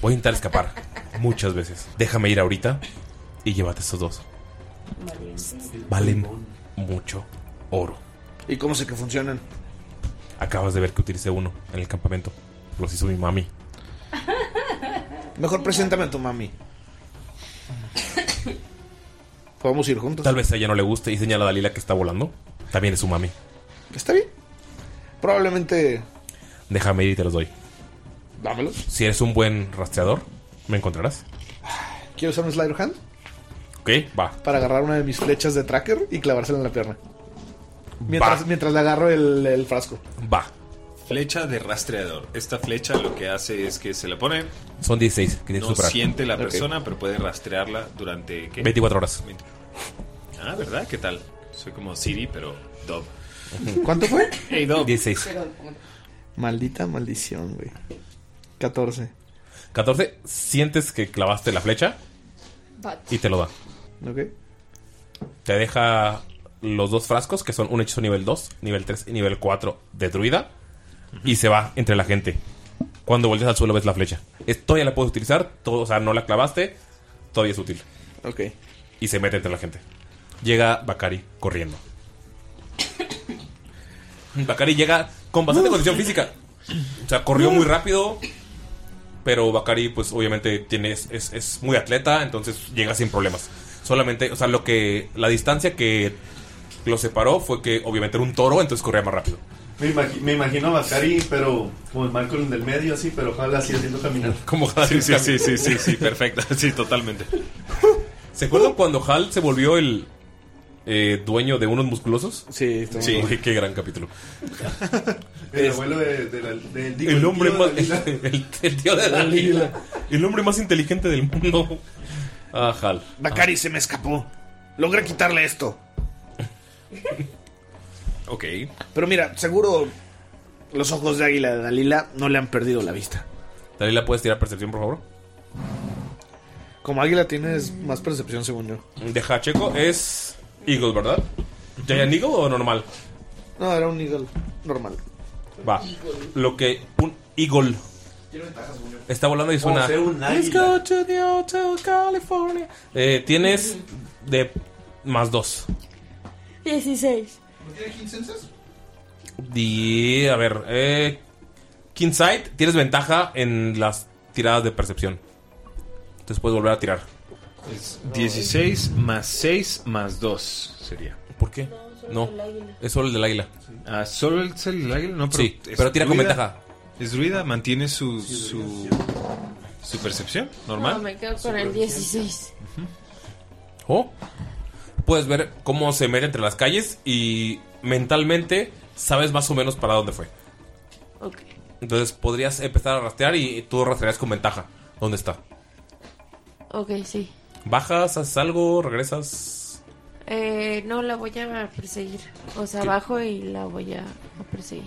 Speaker 1: Voy a intentar escapar muchas veces. Déjame ir ahorita y llévate estos dos. Valen mucho oro.
Speaker 4: ¿Y cómo sé que funcionan?
Speaker 1: Acabas de ver que utilicé uno en el campamento. Los hizo mi mami.
Speaker 4: Mejor preséntame a tu mami. Podemos ir juntos.
Speaker 1: Tal vez a ella no le guste y señala a Dalila que está volando. También es su mami.
Speaker 4: Está bien. Probablemente.
Speaker 1: Déjame ir y te los doy.
Speaker 4: Dámelos.
Speaker 1: Si eres un buen rastreador, me encontrarás.
Speaker 4: Quiero usar un slider hand
Speaker 1: Ok, va.
Speaker 4: para agarrar una de mis flechas de tracker y clavársela en la pierna. Mientras,
Speaker 1: Va.
Speaker 4: mientras le agarro el- el frasco.
Speaker 1: Va.
Speaker 2: Flecha de rastreador. Esta flecha lo que hace es que se la pone,
Speaker 1: Son 16 que tienes que
Speaker 2: no
Speaker 1: superar.
Speaker 2: siente la
Speaker 4: Ok.
Speaker 2: persona, pero puede rastrearla durante ¿qué?
Speaker 1: 24 horas.
Speaker 2: 20. Ah, ¿verdad? ¿Qué tal? Soy como Siri, pero Dob.
Speaker 4: ¿Cuánto fue?
Speaker 2: Hey, Dob.
Speaker 1: 16.
Speaker 4: Maldita maldición, güey. 14.
Speaker 1: 14, sientes que clavaste la flecha y te lo da.
Speaker 4: ¿Ok?
Speaker 1: Te deja los dos frascos, que son un hechizo nivel 2, nivel 3 y nivel 4 de druida. y se va entre la gente. Cuando volteas al suelo ves la flecha. Es- todavía la puedes utilizar, todo, o sea, no la clavaste, todavía es útil.
Speaker 4: Ok.
Speaker 1: Y se mete entre la gente. Llega Bakari corriendo. Bakari llega con bastante condición física. O sea, corrió muy rápido. Pero Bakari, pues obviamente tiene, es, es- es muy atleta, entonces llega sin problemas. Solamente, o sea, lo que. La distancia que lo separó fue que obviamente era un toro, entonces corría más rápido.
Speaker 5: Me, imagi- me imagino a Bakari, pero como el Malcolm del medio, así, pero ojalá así haciendo caminar.
Speaker 1: Como
Speaker 2: Sí, sí, sí, sí, sí, sí, perfecto. Sí, totalmente.
Speaker 1: ¿Se acuerdan cuando Hal se volvió el eh, dueño de unos musculosos?
Speaker 4: Sí,
Speaker 1: sí.
Speaker 2: bien.
Speaker 1: qué gran capítulo.
Speaker 5: El abuelo de, de la- del- digo,
Speaker 1: el hombre
Speaker 5: tío de
Speaker 1: más.
Speaker 5: la lila.
Speaker 1: El, el tío de la
Speaker 5: La lila.
Speaker 1: lila. El hombre más inteligente del mundo. Ah, Hal.
Speaker 4: Bakari se me escapó. Logré quitarle esto.
Speaker 2: ok.
Speaker 4: Pero mira, seguro los ojos de águila de Dalila no le han perdido la vista.
Speaker 1: Dalila, ¿puedes tirar percepción, por favor?
Speaker 4: Como águila tienes más percepción, según yo.
Speaker 1: Deja Checo, es Eagle, ¿verdad? ¿Giant Eagle o normal?
Speaker 4: No, era un eagle normal.
Speaker 1: Va. Lo que. Un Eagle. Está volando y suena.
Speaker 4: O sea, un
Speaker 1: Let's
Speaker 4: águila.
Speaker 1: go to the Hotel California. Eh, tienes de más dos.
Speaker 9: 16.
Speaker 1: Y a ver, eh, Kinsight, tienes ventaja en las tiradas de percepción. Entonces puedes volver a tirar.
Speaker 2: Es 16 más 6 más 2 sería.
Speaker 1: ¿Por qué? No, es solo el del águila.
Speaker 2: Ah, solo el, es el águila, no, pero.
Speaker 1: Sí,
Speaker 2: es
Speaker 1: pero tira con
Speaker 2: druida.
Speaker 1: ventaja.
Speaker 2: ¿Es druida? ¿Mantiene su, su, su percepción
Speaker 8: No,
Speaker 2: normal?
Speaker 8: me quedo con el 16.
Speaker 1: Oh. Puedes ver cómo se mete entre las calles y mentalmente sabes más o menos para dónde fue.
Speaker 8: Ok.
Speaker 1: Entonces podrías empezar a rastrear y tú rastrearás con ventaja. ¿Dónde está?
Speaker 8: Ok, sí.
Speaker 1: ¿Bajas, haces algo, regresas?
Speaker 8: Eh, no, la voy a perseguir. O sea,
Speaker 1: ¿Qué?
Speaker 8: bajo y la voy a, a perseguir.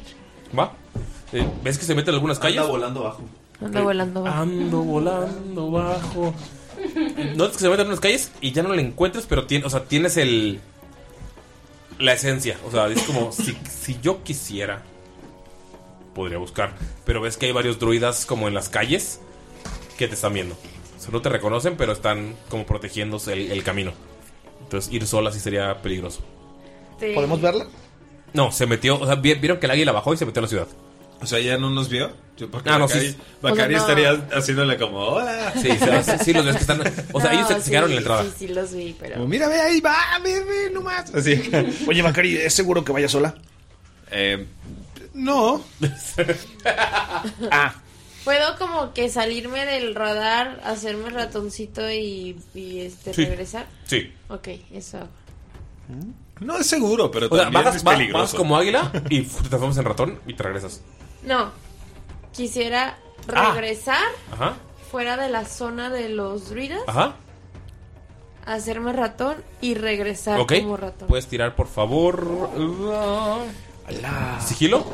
Speaker 1: ¿Va? Eh, ¿Ves que se mete en algunas calles? Anda
Speaker 5: volando bajo.
Speaker 8: Ando volando bajo.
Speaker 1: Ando volando bajo. Notas que se meten en unas calles y ya no la encuentras, pero tiene, o sea, tienes el. La esencia. O sea, es como si, si yo quisiera. Podría buscar. Pero ves que hay varios druidas como en las calles que te están viendo. O sea, no te reconocen, pero están como protegiéndose el, el camino. Entonces, ir sola sí sería peligroso.
Speaker 8: Te-
Speaker 4: ¿Podemos verla?
Speaker 1: No, se metió. O sea, vi- vieron que el águila bajó y se metió a la ciudad.
Speaker 2: O sea, ya no nos vio. Yo, porque
Speaker 1: Ah, no,
Speaker 2: Bacari,
Speaker 1: sí.
Speaker 2: Bacari
Speaker 8: O sea, no.
Speaker 2: estaría haciéndole como, "Oh, ah". hola.
Speaker 1: Sí, o sea, sí los ves que están. O sea,
Speaker 8: No,
Speaker 1: ellos se
Speaker 8: sí,
Speaker 1: fijaron en la entrada.
Speaker 8: Sí, sí, los vi, pero.
Speaker 4: Pues
Speaker 2: Como, mira, ve ahí, va, Ah, ve, ve, nomás. Así.
Speaker 4: Oye, Bakari, ¿es seguro que vaya sola?
Speaker 2: Eh, no.
Speaker 4: Ah,
Speaker 8: Puedo como que salirme del radar, hacerme ratoncito y, y, este
Speaker 1: Sí.
Speaker 8: regresar.
Speaker 1: Sí.
Speaker 8: Ok, eso hago.
Speaker 2: Mm. No es seguro, pero
Speaker 1: O sea,
Speaker 2: también es
Speaker 1: bajas, ba-
Speaker 2: peligroso.
Speaker 1: bajas como águila y fu- te transformas en ratón y te regresas.
Speaker 8: No, quisiera
Speaker 1: Ah.
Speaker 8: regresar
Speaker 1: Ajá,
Speaker 8: fuera de la zona de los druidas,
Speaker 1: ajá.
Speaker 8: hacerme ratón y regresar
Speaker 1: Ok.
Speaker 8: como ratón.
Speaker 1: Puedes tirar, por favor. ¿Sigilo?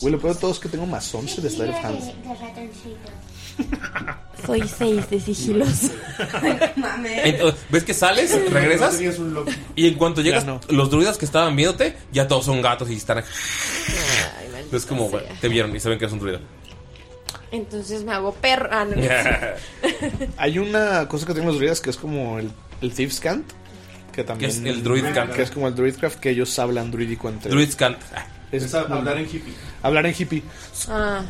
Speaker 4: güey, lo peor de todo es que tengo más 11 de Slide of Hands.
Speaker 9: Soy 6 de sigilos.
Speaker 1: Entonces, ¿Ves que sales, regresas? Y en cuanto llegas, los druidas que estaban viéndote, ya todos son gatos y están. Entonces, como bueno, te vieron y saben que eres un druida.
Speaker 8: Entonces me hago perro. Ah, no, no.
Speaker 4: Hay una cosa que tienen los druidas que es como el, el Thieves Cant. Que también.
Speaker 1: es el Druidcant.
Speaker 4: Que es como el Druidcraft, que ellos hablan druídico entre
Speaker 1: Druids can't.
Speaker 4: Es, hablar en hippie. Hablar en hippie.
Speaker 8: Ah,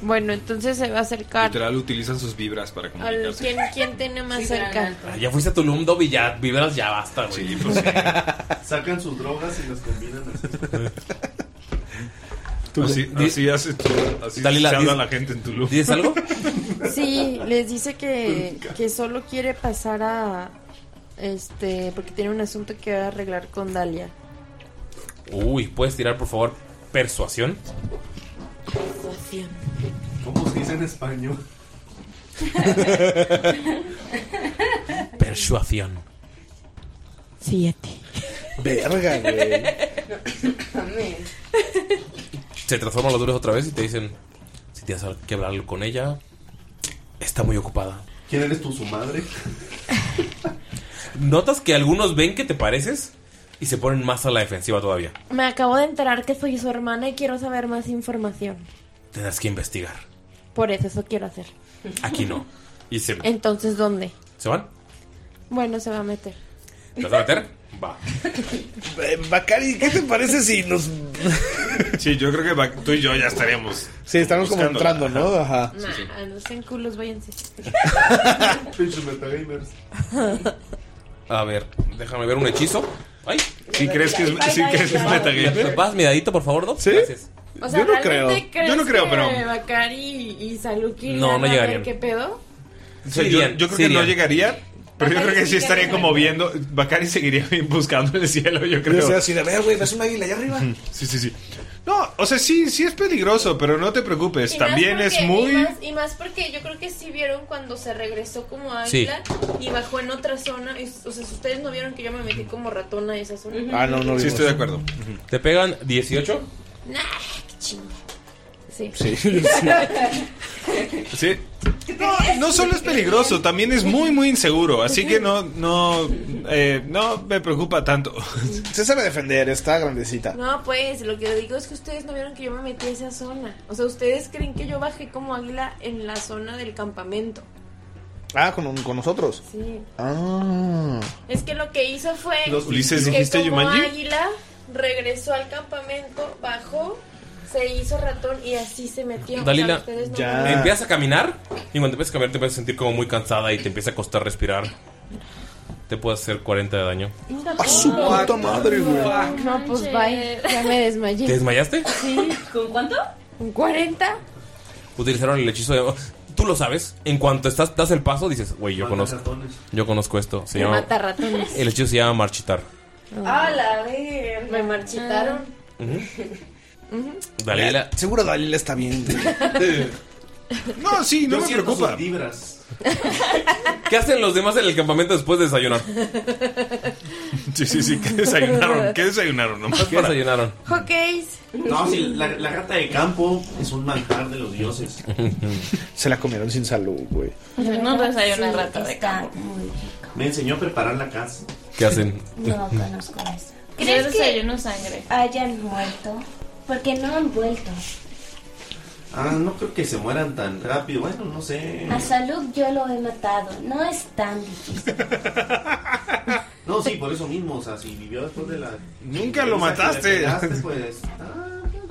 Speaker 8: bueno, entonces se va a acercar.
Speaker 2: Literal, utilizan sus vibras para
Speaker 8: al-
Speaker 2: comunicarse.
Speaker 8: ¿quién, quién tiene más cerca?
Speaker 1: Ah, ya fuiste a Tulum, Dobby, ya vibras, ya basta, güey.
Speaker 2: pues
Speaker 5: Sacan sus drogas y las combinan así.
Speaker 2: Así,
Speaker 1: Di-
Speaker 2: así hace tu, así
Speaker 1: Dalila,
Speaker 2: se habla
Speaker 1: di-
Speaker 2: la gente en Tulum.
Speaker 1: ¿Dices algo?
Speaker 8: Sí, les dice que, que solo quiere pasar a. Este, porque tiene un asunto que arreglar con Dalia.
Speaker 1: Uy, ¿puedes tirar, por favor, persuasión?
Speaker 5: ¿Cómo se dice en español?
Speaker 1: Persuasión.
Speaker 9: Siete.
Speaker 4: Verga, güey.
Speaker 1: se transforman los duros otra vez y te dicen si tienes que hablar con ella está muy ocupada
Speaker 5: ¿Quién eres tú, su madre?
Speaker 1: notas que algunos ven que te pareces y se ponen más a la defensiva todavía.
Speaker 9: Me acabo de enterar que soy su hermana y quiero saber más información.
Speaker 1: Tendrás que investigar.
Speaker 9: Por eso eso quiero hacer.
Speaker 1: Aquí no. Y se,
Speaker 9: Entonces, ¿dónde?
Speaker 1: ¿se van.
Speaker 9: Bueno, se va a meter.
Speaker 1: ¿Te vas a meter? Va.
Speaker 4: Eh, Bacari, ¿qué te parece si nos.
Speaker 2: Sí, yo creo que va- tú y yo ya estaríamos.
Speaker 4: Sí, estamos como
Speaker 2: buscándola.
Speaker 4: entrando, ¿no? Ajá.
Speaker 9: Nah, no sean culos, váyanse.
Speaker 5: Pinches metagamers.
Speaker 1: A ver, déjame ver un hechizo. Ay.
Speaker 2: ¿Sí crees que es- Bye, sí bye, crees que es bye. metagame?
Speaker 1: ¿Vas mi dadito, por favor, no? ¿Sí? Gracias.
Speaker 8: O sea, ¿realmente crees que Mm. Bakari y, y Saluki van
Speaker 1: No, no
Speaker 8: a ver
Speaker 1: llegarían.
Speaker 8: ¿Qué pedo?
Speaker 2: O sea,
Speaker 1: Sí
Speaker 2: yo,
Speaker 1: irían,
Speaker 2: yo creo
Speaker 1: sí
Speaker 2: que no
Speaker 1: irían.
Speaker 2: llegaría, pero yo creo que
Speaker 8: sí
Speaker 2: sí estaría
Speaker 8: quedaría.
Speaker 2: como viendo. Bacari seguiría buscando el cielo, yo creo.
Speaker 4: Yo soy así de, a ver, güey, ves un águila allá arriba.
Speaker 2: Sí, sí, sí. No, o sea, sí, sí es peligroso, pero no te preocupes.
Speaker 8: Y más
Speaker 2: También es
Speaker 8: porque-
Speaker 2: muy.
Speaker 8: Y más, y más porque yo creo que sí vieron cuando se regresó como águila y bajó en otra zona. y- o sea, si ustedes no vieron que yo me metí como ratona a esa zona.
Speaker 2: Ah,
Speaker 1: Sí, estoy de acuerdo. ¿Te pegan 18?
Speaker 8: Nah, qué chinga. Sí.
Speaker 1: Sí,
Speaker 2: sí. Sí. No, no solo es peligroso, también es muy, muy inseguro. Así que no, no, eh, no me preocupa tanto.
Speaker 4: Se sabe defender, está grandecita.
Speaker 8: No, pues lo que digo es que ustedes no vieron que yo me metí a esa zona. O sea, ustedes creen que yo bajé como águila en la zona del campamento.
Speaker 4: Ah, con, con nosotros.
Speaker 8: Sí.
Speaker 4: Ah.
Speaker 8: Es que lo que hizo fue
Speaker 4: Los Ulises,
Speaker 8: que
Speaker 4: ¿dijiste
Speaker 8: como
Speaker 4: Jumanji?
Speaker 8: águila regresó al campamento, bajó, se hizo ratón y así se metió. O sea,
Speaker 1: Dalila,
Speaker 8: ustedes no
Speaker 1: ya. empiezas a caminar y cuando empiezas a caminar te empiezas a sentir como muy cansada y te empieza a costar respirar. Te puede hacer 40 de daño.
Speaker 8: ¡A
Speaker 4: su puta madre, güey!
Speaker 8: No, pues bye. Ya me desmayé.
Speaker 1: ¿Te desmayaste?
Speaker 8: Sí. ¿Con cuánto? ¿Con 40?
Speaker 1: Utilizaron el hechizo de... Tú lo sabes. En cuanto estás, das el paso, dices, güey, yo
Speaker 5: Mata
Speaker 1: conozco.
Speaker 5: ratones.
Speaker 1: Yo conozco esto. Se
Speaker 8: Me
Speaker 1: llama-
Speaker 8: mata ratones.
Speaker 1: El hechizo se llama marchitar.
Speaker 8: ¡Ah, la verga! Me marchitaron.
Speaker 1: Ujú. Dalila.
Speaker 4: Seguro Dalila está bien.
Speaker 2: No, sí, no
Speaker 1: Yo
Speaker 2: me
Speaker 1: siento
Speaker 2: preocupa.
Speaker 1: sus ¿Qué hacen los demás en el campamento después de desayunar?
Speaker 2: Sí, sí, sí. ¿Qué desayunaron? ¿Qué desayunaron? Nomás
Speaker 1: ¿Qué desayunaron?
Speaker 8: Hockeys.
Speaker 5: No, sí, la, la rata de campo es un manjar de los dioses.
Speaker 4: Se la comieron sin salud, güey.
Speaker 6: Yo no desayuno
Speaker 7: Sí,
Speaker 6: rata de campo.
Speaker 5: Me enseñó a preparar la casa.
Speaker 1: ¿Qué hacen?
Speaker 7: No conozco eso.
Speaker 6: ¿Crees
Speaker 7: Yo
Speaker 6: que desayuno sangre?
Speaker 7: hayan muerto? Porque no han vuelto.
Speaker 5: Ah, no creo que se mueran tan rápido. Bueno, no sé.
Speaker 7: A Salud yo lo he matado. No es tan difícil.
Speaker 5: No, sí, por eso mismo. O sea, si vivió después de la.
Speaker 2: Nunca lo
Speaker 5: esa que le
Speaker 2: mataste.
Speaker 5: pegaste, pues.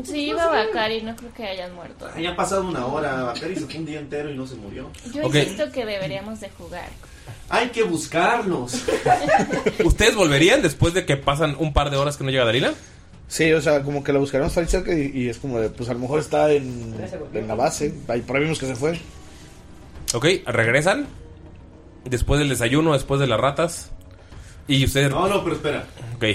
Speaker 6: Sí, iba a Bacari, no creo que hayan muerto.
Speaker 5: Ya ha pasado una hora. Bacari se fue un día entero y no se murió.
Speaker 6: Yo
Speaker 1: Ok.
Speaker 6: insisto que deberíamos de jugar.
Speaker 5: Hay que buscarlos.
Speaker 1: ¿Ustedes volverían después de que pasan un par de horas que no llega Dalila?
Speaker 4: Sí, o sea, como que la buscaron hasta ahí cerca y, y es como de, pues a lo mejor está en, en la base. Ahí por ahí vimos que se fue.
Speaker 1: Ok, regresan. Después del desayuno, después de las ratas. Y ustedes.
Speaker 5: No, no, pero espera.
Speaker 1: Ok.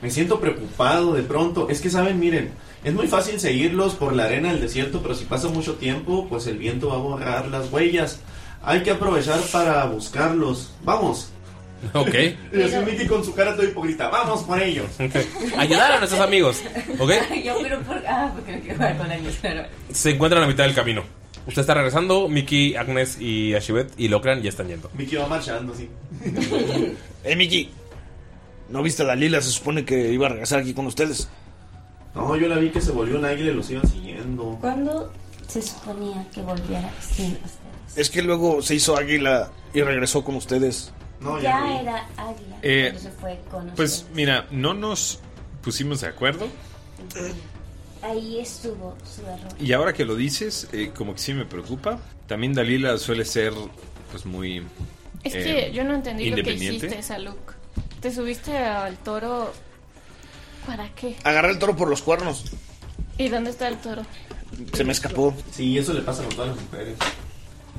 Speaker 5: Me siento preocupado de pronto. Es que saben, miren, es muy fácil seguirlos por la arena del desierto, pero si pasa mucho tiempo, pues el viento va a borrar las huellas. Hay que aprovechar para buscarlos. Vamos.
Speaker 1: Ok.
Speaker 5: Y así Mickey con su cara todo hipócrita. Vamos por ellos.
Speaker 1: Ayudar a nuestros amigos. Ok.
Speaker 3: Yo, pero por. Ah, porque me quiero jugar con ellos, claro.
Speaker 1: Se encuentran a la mitad del camino. Usted está regresando. Mickey, Agnes y Ashibet y Locran ya están yendo.
Speaker 5: Mickey va marchando así.
Speaker 4: Eh, Miki. ¿No viste a Dalila? Se supone que iba a regresar aquí con ustedes.
Speaker 5: No, yo la vi que se volvió un águila y los iban siguiendo.
Speaker 7: ¿Cuándo se suponía que volviera sin usted?
Speaker 4: Es que luego se hizo águila y regresó con ustedes.
Speaker 7: ya era águila.
Speaker 2: Eh,
Speaker 7: cuando se fue con
Speaker 2: Pues
Speaker 7: usted.
Speaker 2: mira, no nos pusimos de acuerdo.
Speaker 7: Ahí estuvo su error.
Speaker 2: eh. Y ahora que lo dices, eh, como que sí me preocupa. También Dalila suele ser, pues muy.
Speaker 6: Es
Speaker 2: eh,
Speaker 6: que yo no entendí lo que
Speaker 2: independiente.
Speaker 6: hiciste, Saluk. Te subiste al toro. ¿Para qué?
Speaker 4: Agarré el toro por los cuernos.
Speaker 6: ¿Y dónde está el toro?
Speaker 4: Se me escapó.
Speaker 5: Sí, eso le pasa a todas las mujeres.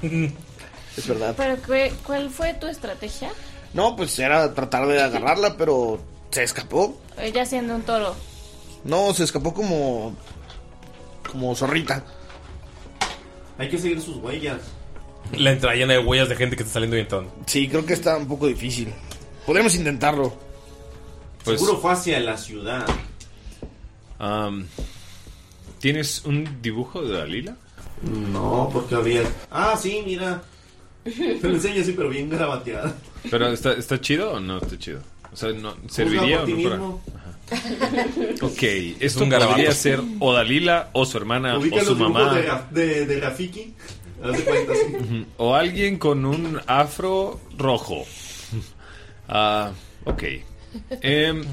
Speaker 4: Es verdad.
Speaker 6: ¿Pero qué- cuál fue tu estrategia?
Speaker 4: No, pues era tratar de agarrarla, pero se escapó.
Speaker 6: Ella Eh, siendo un toro.
Speaker 4: No, se escapó como. como zorrita.
Speaker 5: Hay que seguir sus huellas.
Speaker 1: La entrada llena de huellas de gente que está saliendo y entrando.
Speaker 4: Sí, creo que está un poco difícil. Podríamos intentarlo.
Speaker 2: Pues-
Speaker 5: Seguro fue hacia la ciudad.
Speaker 2: am, ¿Tienes un dibujo de Dalila?
Speaker 5: No, porque había. Ah, sí, mira. Te lo enseño así, pero bien grabateada.
Speaker 2: ¿Pero está, está chido o no está chido? O sea, no,
Speaker 5: Juzga
Speaker 2: ¿serviría
Speaker 5: por
Speaker 2: o
Speaker 5: ti
Speaker 2: no fuera?
Speaker 5: mismo.
Speaker 2: Ok, esto
Speaker 1: un garabato.
Speaker 2: podría ser o Dalila o su hermana
Speaker 5: Ubica
Speaker 2: o su
Speaker 5: los dibujos
Speaker 2: mamá.
Speaker 5: de, Ra- de, de Rafiki. Haz de cuenta, sí.
Speaker 2: Ujú. O alguien con un afro rojo. Ah, ok. Em,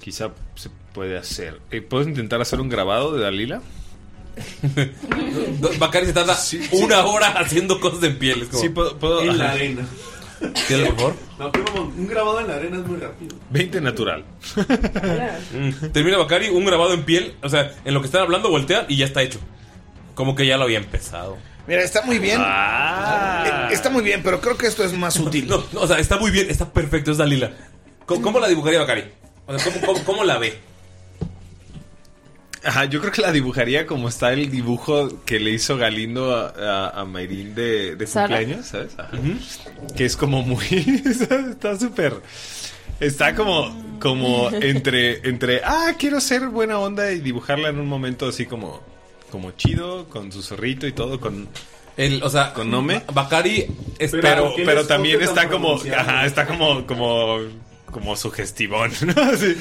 Speaker 2: quizá se puede hacer. Eh, ¿Puedes intentar hacer un grabado de Dalila?
Speaker 1: Bacari se tarda una hora haciendo cosas en piel.
Speaker 2: Sí, puedo- puedo-
Speaker 5: En la
Speaker 2: ajá.
Speaker 5: arena.
Speaker 1: ¿Tienes por favor?
Speaker 5: No, pero como un grabado en la arena es muy rápido.
Speaker 2: 20 natural.
Speaker 1: Mm. Termina Bacari, un grabado en piel. O sea, en lo que están hablando, voltea y ya está hecho. Como que ya lo había empezado.
Speaker 4: Mira, está muy bien.
Speaker 1: Ah.
Speaker 4: Eh, Está muy bien, pero creo que esto es más útil.
Speaker 1: No, no, o sea, está muy bien, está perfecto, es Dalila. ¿Cómo, cómo la dibujaría Bacari? O sea, ¿cómo, cómo, cómo la ve?
Speaker 2: Ajá, yo creo que la dibujaría como está el dibujo que le hizo Galindo a, a- a Mayrín de, de
Speaker 8: ¿Sara?
Speaker 2: cumpleaños, ¿sabes? Ajá. Que es como muy... está súper... Está como, como entre, entre, ah, quiero ser buena onda y dibujarla en un momento así como, como chido, con su zorrito y todo, con...
Speaker 1: El, o sea,
Speaker 2: con Nome.
Speaker 1: Bacari es-
Speaker 2: pero,
Speaker 1: pero-
Speaker 2: pero,
Speaker 1: ¿qué les
Speaker 2: también
Speaker 1: toca tan
Speaker 2: está como,
Speaker 1: pronunciado?
Speaker 2: ajá, está como, como, como sugestivón, ¿no? Sí.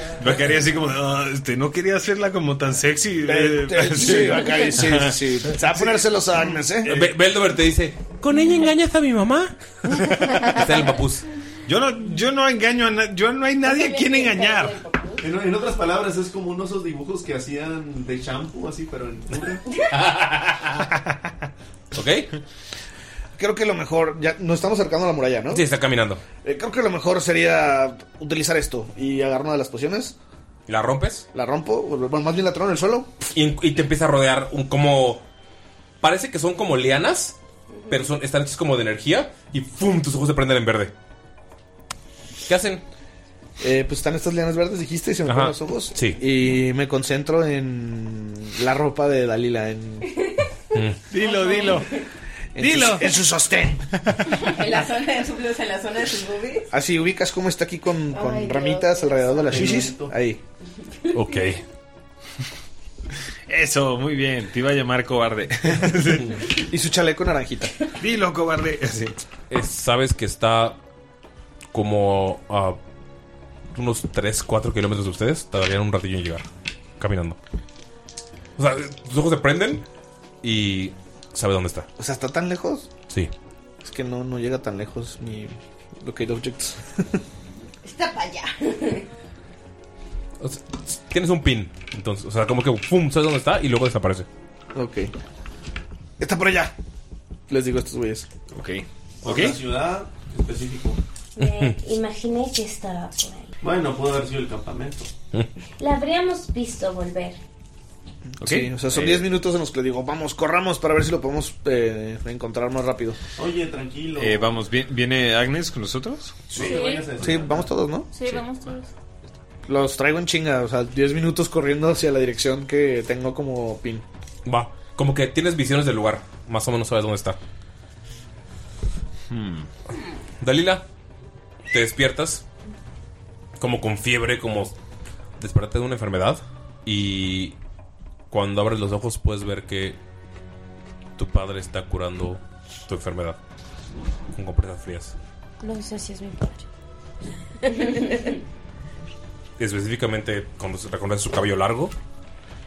Speaker 2: Bacari así como, "Ah, este, no quería hacerla como tan sexy. eh,
Speaker 4: eh,
Speaker 2: así.
Speaker 4: sí, Bacari, sí, sí, sí. Se va a ponérselos a Agnes, ¿eh?
Speaker 1: Be- Beldover te dice: ¿Con ella engañas a mi mamá? Está en el papús.
Speaker 2: Yo no, yo no engaño a nadie, yo no hay nadie a quien engañar.
Speaker 5: En, en otras palabras, es como unos esos dibujos que hacían de shampoo, así, pero en pura.
Speaker 1: ¿Ok?
Speaker 4: Creo que lo mejor, ya nos estamos acercando a la muralla, ¿no?
Speaker 1: Sí, está caminando.
Speaker 4: Eh, creo que lo mejor sería utilizar esto y agarrar una de las pociones.
Speaker 1: ¿La rompes?
Speaker 4: La rompo, bueno, más bien la trono en el suelo.
Speaker 1: Y, en- y te empieza a rodear un como. Parece que son como lianas, pero son, están hechas como de energía. Y ¡fum! Tus ojos se prenden en verde. ¿Qué hacen?
Speaker 4: Eh, pues están estas lianas verdes, dijiste, y se me
Speaker 1: Ajá.
Speaker 4: ponen los ojos.
Speaker 1: Sí.
Speaker 4: Y me concentro en la ropa de Dalila, en,
Speaker 2: Dilo, dilo.
Speaker 4: en
Speaker 2: Dilo.
Speaker 4: su- en su sostén.
Speaker 3: En la zona de su blusa, en la zona de sus boobies.
Speaker 4: Así ubicas cómo está aquí con, con
Speaker 3: Ay, Dios.
Speaker 4: ramitas alrededor de las shishis. Ahí.
Speaker 1: Ok.
Speaker 2: Eso, muy bien. Te iba a llamar cobarde.
Speaker 4: Y su chaleco naranjita.
Speaker 2: Dilo, cobarde. Sí.
Speaker 1: Eh, Sabes que está como a unos 3, 4 kilómetros de ustedes. Tardarían un ratillo en llegar. Caminando. O sea, tus ojos se prenden y sabe dónde está.
Speaker 4: O sea, está tan lejos.
Speaker 1: Sí.
Speaker 4: Es que no, no llega tan lejos mi locate objects.
Speaker 3: Está para allá.
Speaker 1: O sea, tienes un pin. Entonces, o sea, como que ¡fum! ¿Sabes dónde está? Y luego desaparece.
Speaker 4: Ok. Está por allá. Les digo a estos güeyes.
Speaker 2: Ok.
Speaker 5: Por
Speaker 2: Ok.
Speaker 5: la ciudad específico.
Speaker 7: Me
Speaker 2: pues
Speaker 7: imaginé que estaba por ahí.
Speaker 5: Bueno, pudo haber sido el campamento.
Speaker 7: La habríamos visto volver.
Speaker 4: Sí, o sea,
Speaker 2: Eh,
Speaker 4: son 10 minutos en los que le digo, vamos, corramos para ver si lo podemos eh, encontrar más rápido.
Speaker 5: Oye, tranquilo.
Speaker 2: Eh, vamos, ¿vie- ¿viene Agnes con nosotros?
Speaker 5: No te vayas a decir
Speaker 4: Sí,
Speaker 5: nada.
Speaker 4: vamos todos, ¿no?
Speaker 6: Sí, vamos todos.
Speaker 4: Los traigo en chinga, o sea, 10 minutos corriendo hacia la dirección que tengo como pin.
Speaker 1: Va. Como que tienes visiones del lugar. Más o menos sabes dónde está.
Speaker 2: Hmm.
Speaker 1: Dalila, te despiertas. Como con fiebre, como despertaste de una enfermedad. Y cuando abres los ojos puedes ver que tu padre está curando tu enfermedad. Con compresas frías.
Speaker 9: No sé si es mi padre.
Speaker 1: específicamente cuando se reconoce su cabello largo.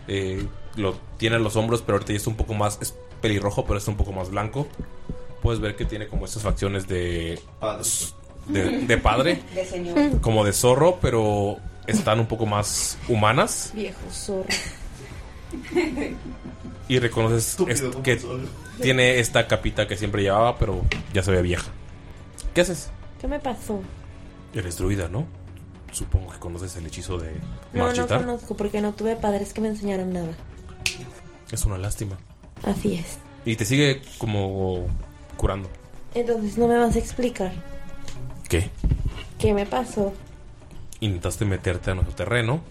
Speaker 1: eh, lo tiene en los hombros, pero ahorita ya está un poco más. Es pelirrojo, pero está un poco más blanco. Puedes ver que tiene como estas facciones de.
Speaker 5: Padre.
Speaker 1: De, de padre.
Speaker 3: De señor.
Speaker 1: Como de zorro, pero están un poco más humanas.
Speaker 9: Viejo zorro.
Speaker 1: Y reconoces es-
Speaker 5: Estúpido como
Speaker 1: que
Speaker 5: soy.
Speaker 1: tiene esta capita que siempre llevaba, pero ya se ve vieja. ¿Qué haces?
Speaker 9: ¿Qué me pasó?
Speaker 1: Eres druida, ¿no? Supongo que conoces el hechizo de
Speaker 9: No, no
Speaker 1: marchitar.
Speaker 9: conozco porque no tuve padres que me enseñaron nada.
Speaker 1: Es una lástima.
Speaker 9: Así es.
Speaker 1: Y te sigue como curando.
Speaker 9: Entonces no me vas a explicar
Speaker 1: ¿Qué?
Speaker 9: qué me pasó.
Speaker 1: Intentaste meterte a nuestro terreno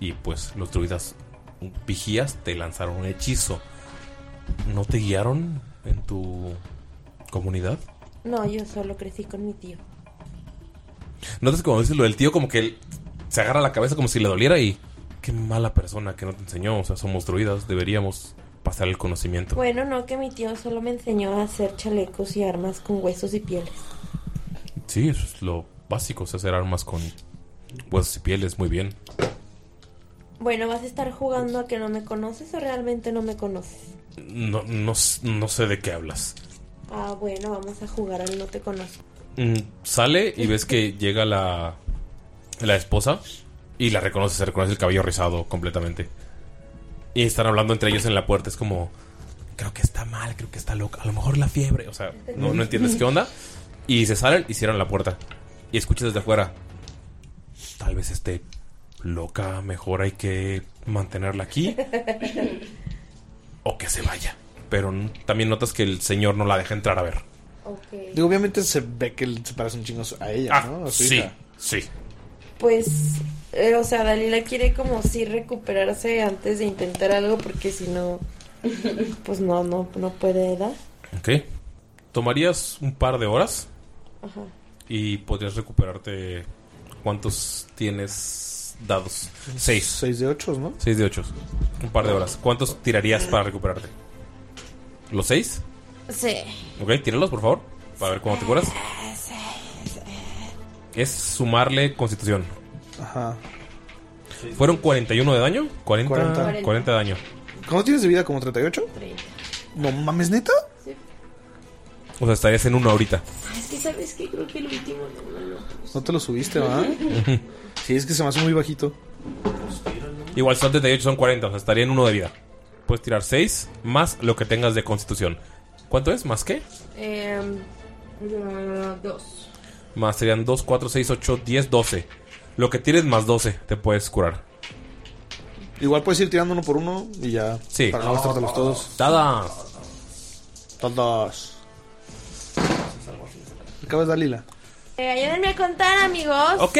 Speaker 1: y pues los druidas vigías te lanzaron un hechizo. ¿No te guiaron en tu comunidad?
Speaker 9: No, yo solo crecí con mi tío.
Speaker 1: Notas que cuando dices lo del tío como que él se agarra la cabeza como si le doliera y qué mala persona que no te enseñó. O sea, somos druidas, deberíamos pasar el conocimiento.
Speaker 9: Bueno, no, que mi tío solo me enseñó a hacer chalecos y armas con huesos y pieles.
Speaker 1: Sí, eso es lo básicos, hacer armas con huesos y pieles, muy bien.
Speaker 9: Bueno, ¿vas a estar jugando a que no me conoces o realmente no me conoces?
Speaker 1: No, no, s- no sé de qué hablas.
Speaker 9: Ah, bueno, vamos a jugar al no te conozco.
Speaker 1: Mm, Sale y ves que llega la, la esposa y la reconoce, se reconoce el cabello rizado completamente. Y están hablando entre ellos en la puerta, es como, creo que está mal, creo que está loca, a lo mejor la fiebre, o sea, no, no entiendes qué onda. Y se salen y cierran la puerta. Y escuchas desde afuera, tal vez esté loca, mejor hay que mantenerla aquí o que se vaya. Pero n- también notas que el señor no la deja entrar a ver.
Speaker 4: Digo, obviamente se ve que él se parece un chingo a ella,
Speaker 2: Ah,
Speaker 4: ¿no? A su
Speaker 1: sí,
Speaker 4: hija.
Speaker 1: sí.
Speaker 8: Pues, eh, o sea, Dalila quiere como sí recuperarse antes de intentar algo porque si no, pues no, no, no puede, ¿verdad?
Speaker 1: Ok. ¿Tomarías un par de horas?
Speaker 8: Ajá.
Speaker 1: Y podrías recuperarte. ¿Cuántos tienes dados? Seis.
Speaker 4: Seis de ocho, ¿no?
Speaker 1: Seis de ocho. Un par de horas. ¿Cuántos tirarías para recuperarte? ¿Los seis?
Speaker 9: Sí.
Speaker 1: Ok, tíralos, por favor. Para ver cómo te curas. Es sumarle constitución.
Speaker 4: Ajá.
Speaker 1: ¿Fueron 41 de daño? 40, 40.
Speaker 4: Cuarenta.
Speaker 1: de daño.
Speaker 4: ¿Cómo tienes de vida? ¿Como 38? No mames, neta.
Speaker 1: O sea, estarías en uno ahorita.
Speaker 9: Es que sabes que creo que el último no me lo
Speaker 4: No te lo subiste, ¿verdad? sí, es que se me hace muy bajito.
Speaker 1: Igual son 38, son 40. O sea, estaría en uno de vida. Puedes tirar 6 más lo que tengas de constitución. ¿Cuánto es? ¿Más qué?
Speaker 8: Em, mm, dos.
Speaker 1: Más serían 2, 4, 6, 8, 10, 12. Lo que tires más 12 te puedes curar.
Speaker 4: Igual puedes ir tirando uno por uno y ya.
Speaker 1: Sí.
Speaker 4: Para no gastártelos todos.
Speaker 1: Dadas.
Speaker 4: Todos. Acabas Dalila.
Speaker 9: Eh, ayúdenme a contar, amigos.
Speaker 1: Ok.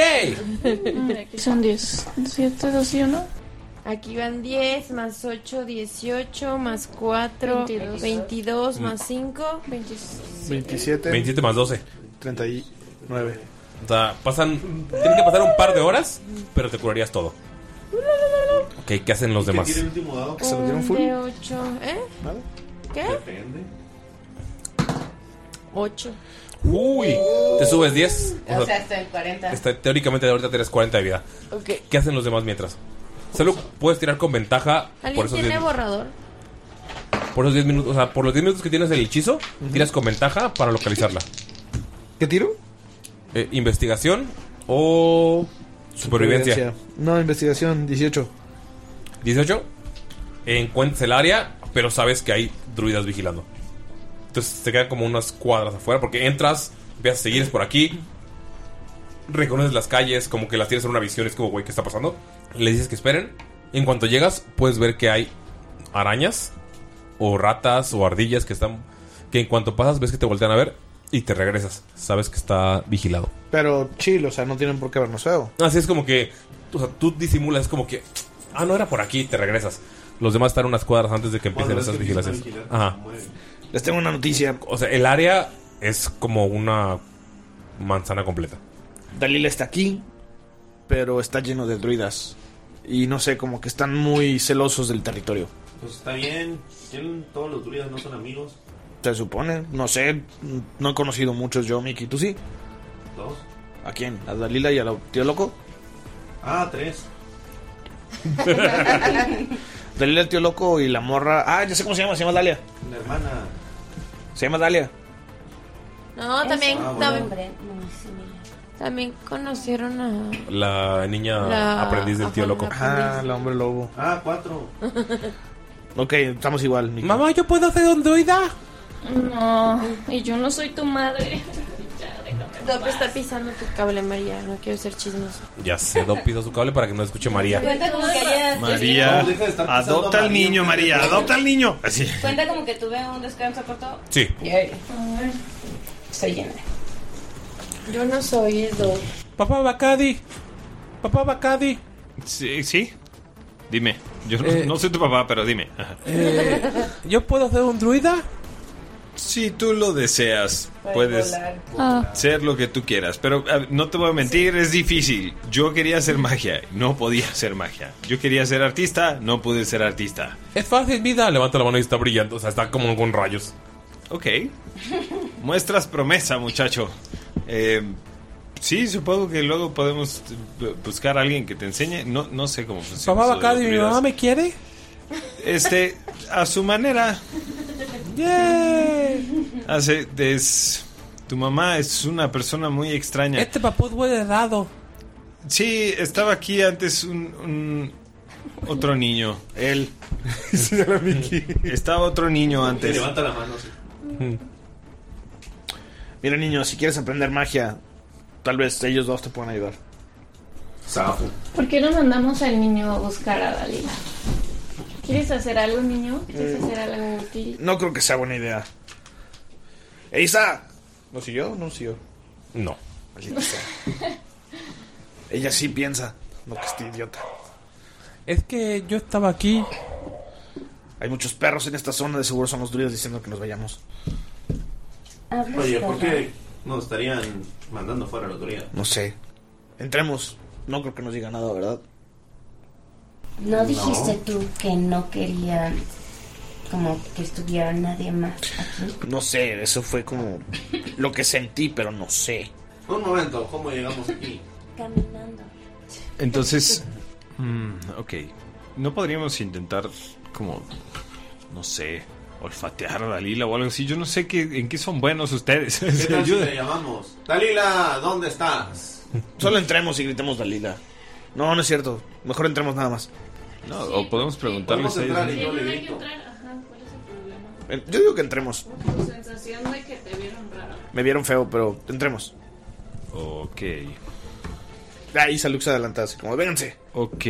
Speaker 9: Aquí son 10.
Speaker 8: 7, 2 y 1. Aquí van 10, más 8, 18, más 4, 22,
Speaker 6: 22.
Speaker 1: Mm.
Speaker 8: más 5, 26.
Speaker 4: 27.
Speaker 1: 27 más 12.
Speaker 4: 39.
Speaker 1: O sea, pasan. Tienen que pasar un par de horas, pero te curarías todo. Ok, ¿qué hacen los demás?
Speaker 5: tire el último dado?
Speaker 4: ¿Se lo dieron full?
Speaker 8: De 8, ¿eh? ¿Qué?
Speaker 5: Depende.
Speaker 8: 8.
Speaker 1: Uy, te subes 10.
Speaker 3: O sea, hasta el 40.
Speaker 1: está- teóricamente ahorita tienes 40 de vida.
Speaker 8: Ok.
Speaker 1: ¿Qué hacen los demás mientras? Salud, puedes tirar con ventaja por
Speaker 8: ¿Alguien
Speaker 1: esos
Speaker 8: tiene
Speaker 1: 10
Speaker 8: borrador?
Speaker 1: por esos 10 minutos. O sea, por los 10 minutos que tienes el hechizo, tiras con ventaja para localizarla. Eh,
Speaker 4: ¿Qué tiro?
Speaker 1: investigación o supervivencia.
Speaker 4: No, investigación, 18.
Speaker 1: 18. Encuentras el área, pero sabes que hay druidas vigilando. Entonces te quedan como unas cuadras afuera porque entras, veas a seguir es por aquí. Reconoces las calles, como que las tienes en una visión, es como, güey, ¿qué está pasando? Le dices que esperen. En cuanto llegas, puedes ver que hay arañas o ratas o ardillas que están... Que en cuanto pasas, ves que te voltean a ver y te regresas. Sabes que está vigilado.
Speaker 4: Pero chill, o sea, no tienen por qué vernos feo.
Speaker 1: Así es como que, o sea, tú disimulas, es como que, ah, no era por aquí, te regresas. Los demás están unas cuadras antes de que empiecen
Speaker 4: Bueno, es
Speaker 1: esas
Speaker 4: que empiezan a
Speaker 1: vigilancias.
Speaker 4: vigilar,
Speaker 1: Ajá.
Speaker 4: Les tengo una noticia.
Speaker 1: O sea, el área es como una manzana completa.
Speaker 4: Dalila está aquí, pero está lleno de druidas. Y no sé, como que están muy celosos del territorio.
Speaker 5: Pues está bien. Tienen todos los druidas, no son amigos.
Speaker 4: Se supone, no sé, no he conocido muchos yo, Miki. ¿Tú sí?
Speaker 5: Dos.
Speaker 4: ¿A quién? ¿A Dalila y al tío loco?
Speaker 5: Ah, tres.
Speaker 4: Dalila, el tío loco y la morra. Ah, ya sé cómo se llama, se llama Dalia.
Speaker 5: La hermana.
Speaker 4: Se llama Dalia.
Speaker 8: No, también,
Speaker 5: Ah, bueno.
Speaker 8: también, también conocieron a...
Speaker 1: La niña
Speaker 8: La-
Speaker 1: aprendiz del tío
Speaker 8: ajá,
Speaker 1: loco.
Speaker 4: Ah, el hombre lobo.
Speaker 5: Ah, cuatro.
Speaker 4: Ok, estamos igual, Miki.
Speaker 1: Mamá, "Ah, yo puedo hacer ondoida.
Speaker 6: No, y yo no soy tu madre. Ya, déjame en
Speaker 8: Dope
Speaker 6: paz.
Speaker 8: está pisando tu cable, María. No quiero ser chismoso.
Speaker 1: Ya se Dope hizo su cable para que no escuche María.
Speaker 3: Cuenta como que haya-
Speaker 2: María,
Speaker 3: No, deja de estar pisando
Speaker 2: adopta
Speaker 3: a
Speaker 2: al
Speaker 3: María.
Speaker 2: niño, María, adopta al niño. Así.
Speaker 3: Cuenta como que tuve un descanso corto.
Speaker 1: Sí.
Speaker 3: Estoy llena.
Speaker 8: Yo no soy eso.
Speaker 1: Papá Bacadi. Papá Bacadi.
Speaker 2: Sí, sí. Dime. Yo no,
Speaker 1: Eh.
Speaker 2: no soy tu papá, pero dime. Ajá.
Speaker 1: ¿Yo puedo hacer un druida?
Speaker 2: Si tú lo deseas, puedes
Speaker 6: Ah.
Speaker 2: ser lo que tú quieras. Pero a ver, no te voy a mentir, es difícil. Yo quería hacer magia, no podía hacer magia. Yo quería ser artista, no pude ser artista.
Speaker 1: Es fácil, vida. Levanta la mano y está brillando. O sea, está como con rayos.
Speaker 2: Ok. Muestras promesa, muchacho. Eh, Sí, supongo que luego podemos eh, buscar a alguien que te enseñe. No, no sé cómo funciona.
Speaker 1: Mamá
Speaker 2: eso de
Speaker 1: Bacardi,
Speaker 2: las
Speaker 1: ¿mi
Speaker 2: bebidas.
Speaker 1: mamá me quiere?
Speaker 2: Este, a su manera. Hace, es, tu mamá es una persona muy extraña.
Speaker 1: Este papá huele dado.
Speaker 2: Sí, estaba aquí antes un, un- otro niño. Él. estaba otro niño antes.
Speaker 5: Levanta la mano. sí.
Speaker 4: Mira, niño, si quieres aprender magia, tal vez ellos dos te puedan ayudar. Safu.
Speaker 6: ¿Por qué no mandamos al niño a buscar a Dalila? ¿Quieres hacer algo, niño? ¿Quieres
Speaker 4: Mm.
Speaker 6: hacer algo útil?
Speaker 4: No creo que sea buena idea. ¡Eisa! ¿No siguió? o No siguió.
Speaker 1: No.
Speaker 4: Maldita sea. Ella sí piensa. No que esté idiota.
Speaker 1: Es que yo estaba aquí.
Speaker 4: Hay muchos perros en esta zona, de seguro son los druidas diciendo que nos vayamos.
Speaker 5: Oye, ¿por qué nos estarían mandando fuera a la autoridad?
Speaker 4: No sé. Entremos. No creo que nos diga nada, ¿verdad?
Speaker 3: ¿No dijiste tú que no querían como que estuviera nadie más aquí?
Speaker 4: No sé, eso fue como lo que sentí, pero no sé.
Speaker 5: Un momento, ¿cómo llegamos aquí?
Speaker 7: Caminando.
Speaker 2: Entonces, mm, ok. ¿No podríamos intentar, como, no sé, olfatear a Dalila o algo así? Yo no sé qué, en qué son buenos ustedes.
Speaker 5: ¿Qué tal si
Speaker 2: Ayuda.
Speaker 5: te llamamos? Dalila, ¿dónde estás?
Speaker 4: Solo entremos y gritemos Dalila. No, no es cierto. Mejor entremos nada más.
Speaker 2: No, o podemos preguntarles a ellos.
Speaker 4: entrar
Speaker 6: Sí,
Speaker 4: y yo
Speaker 6: no
Speaker 4: le
Speaker 6: hay que
Speaker 4: grito.
Speaker 6: entrar. Ajá, ¿cuál es el problema?
Speaker 4: Eh, Yo digo que entremos.
Speaker 6: Tu sensación de que te vieron raro.
Speaker 4: Me vieron feo, pero entremos.
Speaker 2: Ok.
Speaker 4: Ahí Salux se adelanta, así como, vénganse.
Speaker 2: Ok.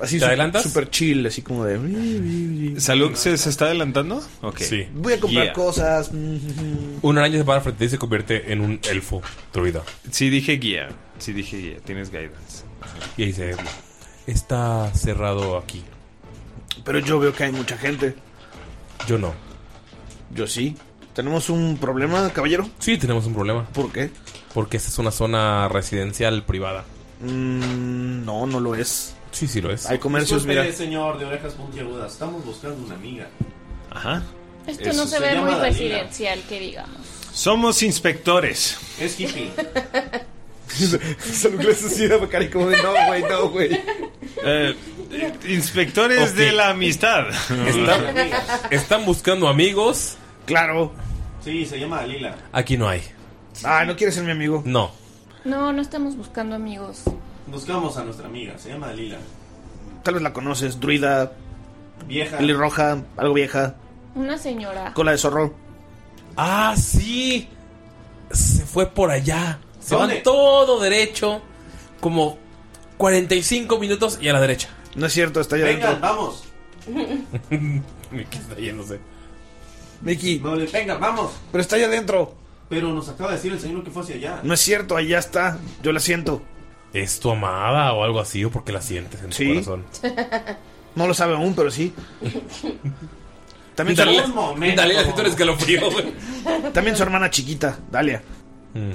Speaker 4: Así
Speaker 2: ¿Te
Speaker 4: su-
Speaker 2: adelantas?
Speaker 4: Súper chill, así como de.
Speaker 2: ¿Salud se, se está adelantando? Ok.
Speaker 1: Sí.
Speaker 4: Voy a comprar
Speaker 1: Yeah.
Speaker 4: cosas. mm,
Speaker 1: Un araña se para frente a ti y se convierte en un elfo druida.
Speaker 2: Sí, dije guía. Sí, dije guía. Tienes guidance.
Speaker 1: Y dice: Está cerrado aquí.
Speaker 4: Pero yo veo que hay mucha gente.
Speaker 1: Yo no.
Speaker 4: Yo sí. ¿Tenemos un problema, caballero?
Speaker 1: Sí, tenemos un problema.
Speaker 4: ¿Por qué?
Speaker 1: Porque esta es una zona residencial privada.
Speaker 4: Mm, no, no lo es.
Speaker 1: Sí, sí lo es.
Speaker 4: Hay comercios,
Speaker 5: Disculpe,
Speaker 4: mira.
Speaker 5: señor de orejas puntiagudas, estamos buscando una amiga.
Speaker 2: Ajá.
Speaker 6: Esto no se, ve muy residencial, que digamos.
Speaker 2: Somos inspectores.
Speaker 5: Es hippie.
Speaker 4: Salud les así de Bacari como de no, güey, no, güey.
Speaker 2: Eh, eh, inspectores
Speaker 1: Ok.
Speaker 2: de la amistad.
Speaker 1: Está- ¿Están buscando amigos?
Speaker 4: Claro.
Speaker 5: Sí, se llama Dalila.
Speaker 1: Aquí no hay.
Speaker 4: Ah, ¿no quieres ser mi amigo?
Speaker 1: No.
Speaker 6: No, no estamos buscando amigos.
Speaker 5: Buscamos a nuestra amiga, se llama Dalila.
Speaker 4: Tal vez la conoces, druida,
Speaker 5: Vieja.
Speaker 4: pelirroja, algo vieja,
Speaker 6: Una señora.
Speaker 4: cola de zorro.
Speaker 1: Ah, sí. Se fue por allá. Se
Speaker 4: ¿Dónde?
Speaker 1: van todo derecho. Como 45 minutos y a la derecha.
Speaker 4: No es cierto, está allá
Speaker 5: Venga,
Speaker 4: adentro.
Speaker 5: vamos.
Speaker 1: Mickey está yéndose.
Speaker 4: Mickey,
Speaker 5: No le- venga, vamos.
Speaker 4: pero está allá adentro.
Speaker 5: Pero nos acaba de decir el señor que fue hacia allá.
Speaker 4: No es cierto, allá está. Yo la siento.
Speaker 1: ¿Es tu amada o algo así? ¿O porque la sientes en tu
Speaker 4: Sí.
Speaker 1: corazón?
Speaker 4: No lo sabe aún, pero sí. También, su-
Speaker 1: Dale,
Speaker 5: Un momento.
Speaker 1: dale la cintura escalofrío, güey.
Speaker 4: también su hermana chiquita, Dalia.
Speaker 1: Mm.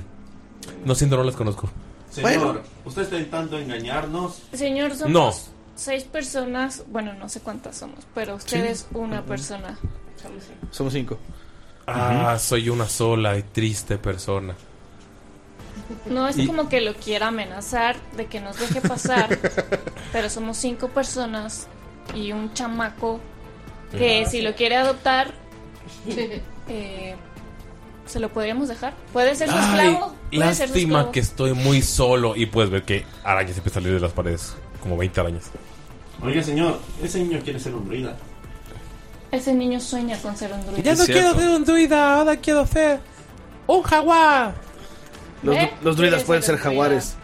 Speaker 1: No siento, no las conozco.
Speaker 5: Señor,
Speaker 4: Bueno.
Speaker 5: usted está intentando engañarnos.
Speaker 6: Señor, somos
Speaker 1: No.
Speaker 6: seis personas. Bueno, no sé cuántas somos, pero usted es una persona.
Speaker 4: Somos cinco.
Speaker 1: Ah, soy una sola y triste persona.
Speaker 6: No es
Speaker 1: Y-
Speaker 6: como que lo quiera amenazar de que nos deje pasar, pero somos cinco personas y un chamaco que si lo quiere adoptar, eh, se lo podríamos dejar. Puede ser su esclavo.
Speaker 1: Ay,
Speaker 6: puede ser su
Speaker 1: lástima
Speaker 6: esclavo.
Speaker 1: que estoy muy solo y puedes ver que arañas empiezan a salir de las paredes. Como 20 arañas.
Speaker 5: Oiga, señor, ese niño quiere ser un druida.
Speaker 6: Ese niño sueña con ser un druida.
Speaker 1: Ya no
Speaker 2: Es cierto.
Speaker 1: quiero ser un druida, ahora quiero ser un jaguar.
Speaker 4: Los,
Speaker 6: ¿Eh?
Speaker 4: los druidas
Speaker 6: Quiere
Speaker 4: pueden ser
Speaker 6: ser un
Speaker 4: jaguares.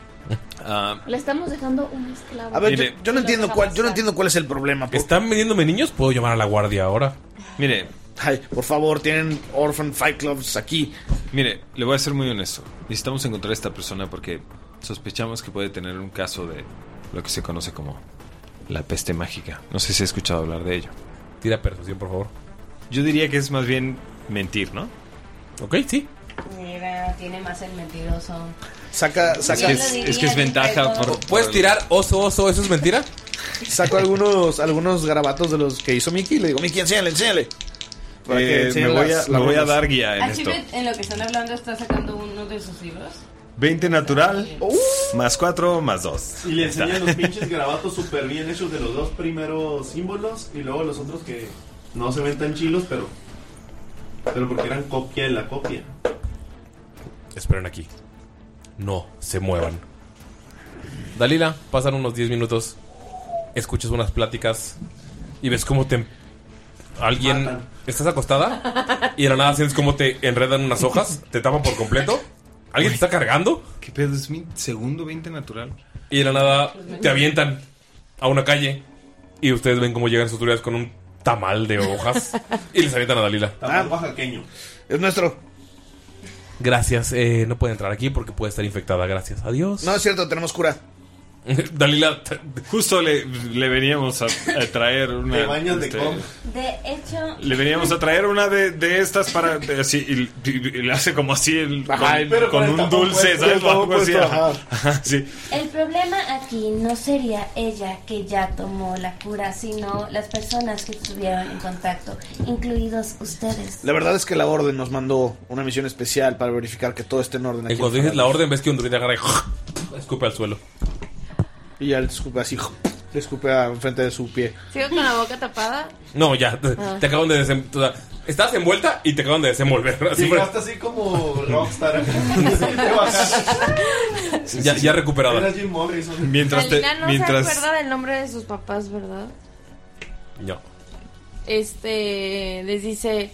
Speaker 2: Ah,
Speaker 6: Le estamos dejando un esclavo.
Speaker 4: A ver, yo,
Speaker 2: Mire.
Speaker 4: yo no entiendo
Speaker 6: deja
Speaker 4: cuál, yo no
Speaker 6: pasar.
Speaker 4: entiendo cuál es el problema. Por,
Speaker 1: ¿Están vendiéndome niños? ¿Puedo llamar a la guardia ahora?
Speaker 2: mire,
Speaker 4: Ay, por favor, tienen Orphan Fight Clubs aquí.
Speaker 2: mire, le voy a ser muy honesto. Necesitamos encontrar a esta persona porque sospechamos que puede tener un caso de lo que se conoce como la peste mágica. No sé si ha escuchado hablar de ello.
Speaker 1: Tira persuasión, por favor.
Speaker 2: Yo diría que es más bien mentir, ¿no?
Speaker 1: Ok, sí.
Speaker 3: Mira, tiene más el mentiroso.
Speaker 4: Saca,
Speaker 2: Es
Speaker 4: saca,
Speaker 2: que
Speaker 3: Yo
Speaker 2: es,
Speaker 3: lo diría,
Speaker 2: es que es
Speaker 3: yo
Speaker 2: ventaja.
Speaker 3: creo.
Speaker 2: Por,
Speaker 1: ¿Puedes
Speaker 2: por-
Speaker 1: tirar oso, oso? ¿Eso es mentira?
Speaker 4: saco algunos, algunos garabatos de los que hizo Mickey y le digo, Mickey, enséñale, enséñale. Para que
Speaker 2: Eh, me
Speaker 4: enseñe
Speaker 2: voy a,
Speaker 4: las-
Speaker 2: me
Speaker 4: las
Speaker 2: voy a
Speaker 4: runas.
Speaker 2: dar guía en esto.
Speaker 3: Achibet, en lo que están hablando, está sacando uno de sus libros.
Speaker 2: 20 natural, más 4, más 2.
Speaker 5: Y le enseñan los pinches garabatos súper bien hechos de los dos primeros símbolos y luego los otros que no se ven tan chilos, pero. Pero porque eran copia de la copia.
Speaker 1: Esperen aquí. No se muevan. Dalila, pasan unos 10 minutos. Escuchas unas pláticas y ves cómo te. em-, Alguien. Estás acostada y de la nada sientes cómo te enredan unas hojas, te tapan por completo. ¿Alguien te está cargando?
Speaker 2: ¿Qué pedo? Es mi segundo 20 natural.
Speaker 1: Y de la nada te avientan a una calle y ustedes ven cómo llegan sus autoridades con un tamal de hojas y les avientan a Dalila.
Speaker 5: Tamal
Speaker 4: Ah.
Speaker 5: oaxaqueño.
Speaker 4: Es nuestro.
Speaker 1: Gracias, eh, no puede entrar aquí porque puede estar infectada. Gracias, adiós.
Speaker 4: No es cierto, tenemos cura.
Speaker 1: Dalila.
Speaker 2: Justo le, le veníamos a, a traer una.
Speaker 5: Te bañas de
Speaker 2: este,
Speaker 5: com.
Speaker 7: De hecho,
Speaker 2: Le veníamos a traer una de, de estas para. de- así, y, y- y le hace como así el,
Speaker 7: Ajá,
Speaker 2: con,
Speaker 7: pero
Speaker 2: con
Speaker 7: con el
Speaker 2: un
Speaker 7: tapón
Speaker 2: dulce,
Speaker 7: puesto,
Speaker 2: ¿sabes?
Speaker 7: el tapón
Speaker 2: Algo así.
Speaker 7: puesto,
Speaker 2: ajá.
Speaker 7: ajá.
Speaker 2: Ajá, sí.
Speaker 7: el problema aquí no sería ella que ya tomó la cura, sino las personas que estuvieron en contacto, incluidos ustedes.
Speaker 4: La verdad es que la orden nos mandó una misión especial para verificar que todo esté en orden.
Speaker 1: En cuanto dices la orden, ves que un druida agarra y escupe al suelo.
Speaker 4: Y ya le escupe así. Le escupe a- enfrente de su pie.
Speaker 8: Sigo con la boca tapada.
Speaker 1: No, ya, te,
Speaker 8: Ah.
Speaker 1: te acaban de desem, o sea, Estás envuelta y te acaban de desenvolver. Así fue.
Speaker 5: Llegaste así como rockstar. Te bajaste.
Speaker 1: ya, ya recuperada.
Speaker 5: Eras Jim Morrison.
Speaker 1: Mientras te-
Speaker 8: Dalila no
Speaker 1: mientras-
Speaker 8: se acuerda del nombre de sus papás, ¿verdad?
Speaker 1: No.
Speaker 8: Este les dice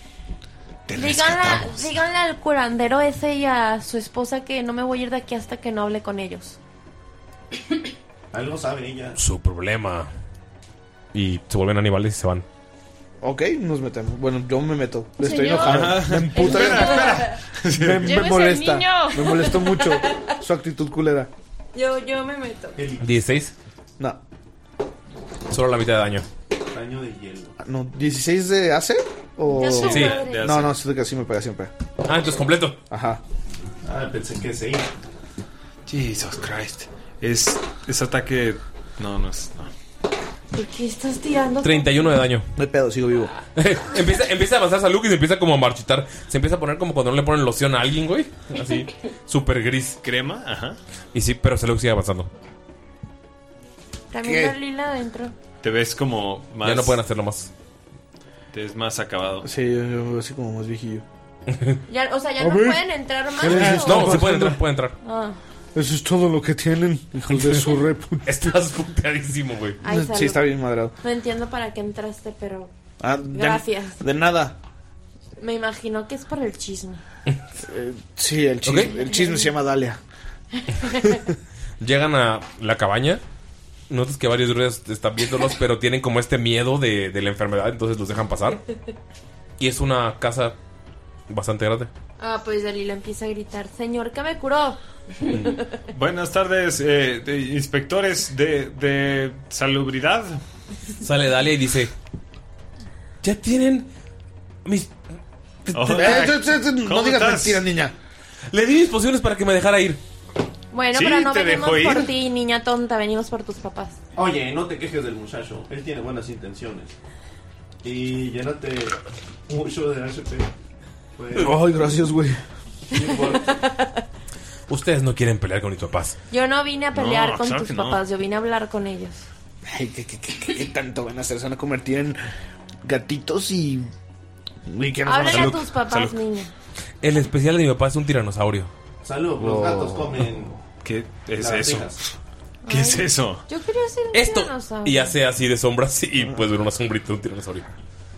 Speaker 1: Te
Speaker 8: díganle,
Speaker 1: rescatamos.
Speaker 8: díganle al curandero ese y a su esposa que no me voy a ir de aquí hasta que no hable con ellos.
Speaker 5: Algo sabe ella.
Speaker 1: Su problema. Y se vuelven animales y se van.
Speaker 4: Ok, nos metemos. Bueno, yo me meto. Le estoy
Speaker 8: Señor.
Speaker 4: enojado. Me emputa.
Speaker 8: Espera,
Speaker 4: Me, me
Speaker 8: Llévese al
Speaker 4: molesta.
Speaker 8: niño.
Speaker 4: Me molestó mucho su actitud culera.
Speaker 8: Yo, yo me meto.
Speaker 4: Eh.
Speaker 1: 16.
Speaker 4: No.
Speaker 1: Solo la mitad de daño.
Speaker 5: Daño de hielo.
Speaker 4: Ah, No, ¿16 de AC? O...
Speaker 1: De AC. Sí, de AC.
Speaker 4: No, no, siento que así me pega siempre.
Speaker 1: Ah, entonces completo.
Speaker 4: Ajá.
Speaker 5: Ah, pensé que sí.
Speaker 2: Jesus Christ. Es, es ataque. No, no es. no.
Speaker 8: ¿Por qué estás tirando?
Speaker 1: 31 de daño.
Speaker 4: No hay pedo, sigo vivo.
Speaker 1: empieza, empieza a avanzar Saluk y se empieza como a marchitar. Se empieza a poner como cuando no le ponen loción a alguien, güey. Así, súper gris.
Speaker 2: Crema, ajá.
Speaker 1: Y sí, pero Saluk sigue avanzando.
Speaker 8: También
Speaker 2: ¿Qué?
Speaker 8: Dalila adentro.
Speaker 2: Te ves como más.
Speaker 1: Ya no pueden hacerlo más.
Speaker 2: Te ves más acabado.
Speaker 4: Sí, yo me veo así como más viejillo.
Speaker 8: Ya, o sea, ya
Speaker 4: A
Speaker 8: no
Speaker 4: ver.
Speaker 8: pueden entrar más.
Speaker 4: ¿Qué les está
Speaker 1: No, se
Speaker 4: pasando?
Speaker 1: pueden entrar, pueden entrar.
Speaker 8: Ah,
Speaker 4: Eso es todo lo que tienen, hijos de su repu.
Speaker 1: Estás puteadísimo, güey.
Speaker 8: Ay, salud.
Speaker 4: Sí, está bien madrado.
Speaker 8: no entiendo para qué entraste, pero
Speaker 4: Ah,
Speaker 8: Gracias.
Speaker 4: De, de nada.
Speaker 8: me imagino que es por el chisme.
Speaker 4: Eh, sí, el chisme, el chisme se llama Dalia.
Speaker 1: Llegan a la cabaña. Notas que varios druidas están viéndolos, pero tienen como este miedo de, de la enfermedad, entonces los dejan pasar. Y es una casa bastante grande.
Speaker 8: Ah, pues Dalila empieza a gritar, señor, que me curó.
Speaker 2: Buenas tardes, eh, de- inspectores de, de salubridad.
Speaker 1: Sale Dalia y dice: Ya tienen mis.
Speaker 4: Eh,
Speaker 2: Hola.
Speaker 4: eh, eh, no
Speaker 2: Oh, ¿Cómo
Speaker 4: digas
Speaker 2: estás?
Speaker 4: mentiras, niña.
Speaker 1: Le di mis pociones para que me dejara ir.
Speaker 8: Bueno,
Speaker 5: Sí,
Speaker 8: pero no
Speaker 5: te
Speaker 8: venimos
Speaker 5: dejó ir.
Speaker 8: por ti, niña tonta, venimos por tus papás.
Speaker 5: Oye, no te quejes del muchacho. Él tiene buenas intenciones. Y llénate mucho de HP. Pues,
Speaker 4: Ay, gracias, güey.
Speaker 1: Ustedes no quieren pelear con mis papás.
Speaker 8: Yo no vine a pelear
Speaker 4: No,
Speaker 8: con
Speaker 4: claro
Speaker 8: tus
Speaker 4: que no.
Speaker 8: papás, yo vine a hablar con ellos.
Speaker 4: Ay, ¿qué, qué, qué- qué- qué tanto van a hacer? Se van a convertir en gatitos y. y que nos van
Speaker 8: Háblale a
Speaker 4: hacer?
Speaker 8: tus papás, niña.
Speaker 1: El especial de mi papá es un tiranosaurio.
Speaker 5: Salud, los
Speaker 1: Oh.
Speaker 5: gatos comen.
Speaker 2: ¿Qué es
Speaker 5: Lagartijas.
Speaker 2: eso? ¿Qué es eso?
Speaker 8: Yo quería ser un
Speaker 1: Esto
Speaker 8: tiranosaurio.
Speaker 1: Y hace así de sombras y pues ver una sombrita de un tiranosaurio.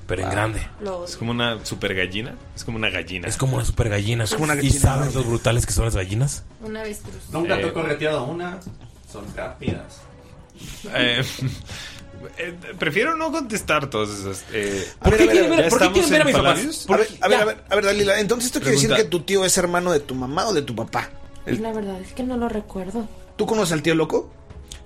Speaker 1: Pero en grande.
Speaker 8: Lo-
Speaker 2: Ah. Es como una super gallina. Es como una gallina.
Speaker 1: Es como una super gallina.
Speaker 2: Es como una
Speaker 1: ¿Y
Speaker 2: gallina
Speaker 1: sabes
Speaker 2: enorme.
Speaker 1: los brutales que son las gallinas?
Speaker 8: Una vez cruz.
Speaker 5: Nunca te
Speaker 2: Eh.
Speaker 5: he correteado una. Son rápidas.
Speaker 2: Eh, eh, prefiero no contestar todas esas. eh,
Speaker 4: A ver, a ver, a ver,
Speaker 2: ¿ya
Speaker 4: ¿por qué
Speaker 2: estamos
Speaker 4: quieren ver
Speaker 2: en
Speaker 4: a mis papás?
Speaker 2: Palladius?
Speaker 4: A ver, a ver, a ver, a ver, Dalila, entonces esto quiere decir que
Speaker 2: Pregunta.
Speaker 4: tu tío es hermano de tu mamá o de tu papá. El-
Speaker 8: La verdad es que no lo recuerdo.
Speaker 4: ¿Tú conoces al tío loco?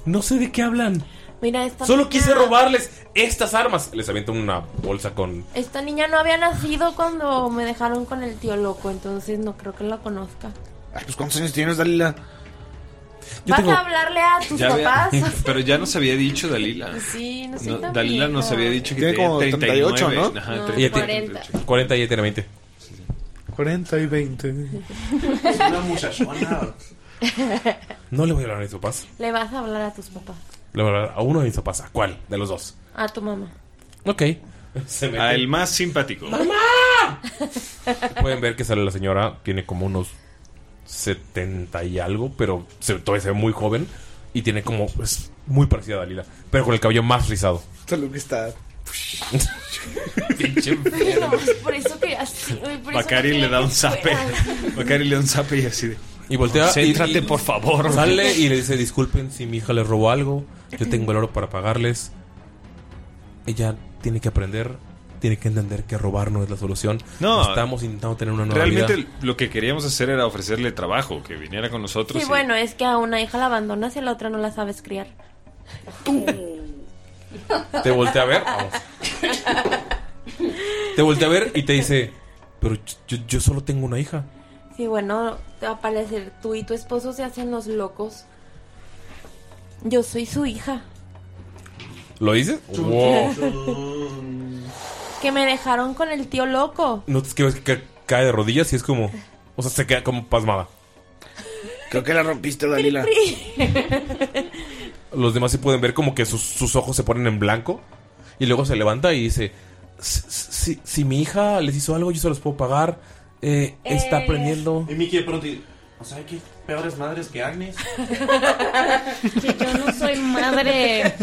Speaker 1: No sé de qué hablan.
Speaker 8: Mira, esta
Speaker 1: Solo
Speaker 8: niña-
Speaker 1: quise robarles estas armas. Les aviento una bolsa con.
Speaker 8: Esta niña no había nacido cuando me dejaron con el tío loco, entonces no creo que la conozca.
Speaker 4: Ay, pues ¿cuántos años tienes, Dalila?
Speaker 8: ¿Vas a hablarle a tus
Speaker 2: Ya había-
Speaker 8: papás?
Speaker 2: pero ya nos había dicho Dalila.
Speaker 8: Sí, no sé.
Speaker 2: No, Dalila nos había dicho que
Speaker 4: Tiene
Speaker 2: tenía
Speaker 4: como
Speaker 2: 39,
Speaker 4: 38, ¿no?
Speaker 2: ajá,
Speaker 8: No,
Speaker 2: 30.
Speaker 8: 40.
Speaker 1: 40 y ella tiene 20.
Speaker 4: 40 y 20.
Speaker 5: Es una muchachona.
Speaker 1: No le voy a hablar a mis papás.
Speaker 9: Le vas a hablar a tus papás,
Speaker 1: Le voy a hablar a uno de mis papás. ¿A cuál? De los dos.
Speaker 9: a tu mamá.
Speaker 1: Ok. Se me-
Speaker 2: A el más simpático.
Speaker 1: Pueden ver que sale la señora, tiene como unos 70 y algo, pero se, todavía se ve muy joven. Y tiene como. Es muy parecida a Dalila, pero con el cabello más rizado.
Speaker 4: Solo que está.
Speaker 1: Pinche
Speaker 9: Ay, no, es por eso que así. ay, por eso
Speaker 2: Bacari
Speaker 9: no
Speaker 2: le da un
Speaker 9: quería que
Speaker 2: zape. Bacari le da un zape y así de.
Speaker 1: Y voltea.
Speaker 2: Céntrate,
Speaker 1: y- y-
Speaker 2: por favor.
Speaker 1: Sale y le dice: Disculpen si mi hija le robó algo. Yo tengo el oro para pagarles. Ella tiene que aprender. Tiene que entender que robar no es la solución.
Speaker 2: No.
Speaker 1: Estamos intentando tener una nueva
Speaker 2: Realmente
Speaker 1: vida.
Speaker 2: lo que queríamos hacer era ofrecerle trabajo, que viniera con
Speaker 9: fuera.
Speaker 2: nosotros.
Speaker 9: Sí,
Speaker 2: y-
Speaker 9: bueno, es que a una hija la abandonas y a la otra no la sabes criar.
Speaker 1: Te voltea a ver. Vamos. Te voltea a ver y te dice: Pero yo, yo solo tengo una hija.
Speaker 9: Sí, bueno, te va a parecer tú y tu esposo se hacen los locos. Yo soy su hija.
Speaker 1: ¿Lo dices?
Speaker 9: Chum,
Speaker 1: Wow.
Speaker 9: Que me dejaron con el tío loco.
Speaker 1: Notas que ves que ca- cae de rodillas y es como. O sea, se queda como pasmada.
Speaker 4: Creo que la rompiste, Dalila.
Speaker 1: Los demás se pueden ver como que sus, sus ojos se ponen en blanco. Y luego se levanta y dice: "Si- Si, si mi hija les hizo algo, yo se los puedo pagar. Eh, Está
Speaker 5: Eh.
Speaker 1: aprendiendo.
Speaker 5: Y Mickey de pronto. y- O sea, que peores madres que Agnes.
Speaker 6: Que yo no soy madre.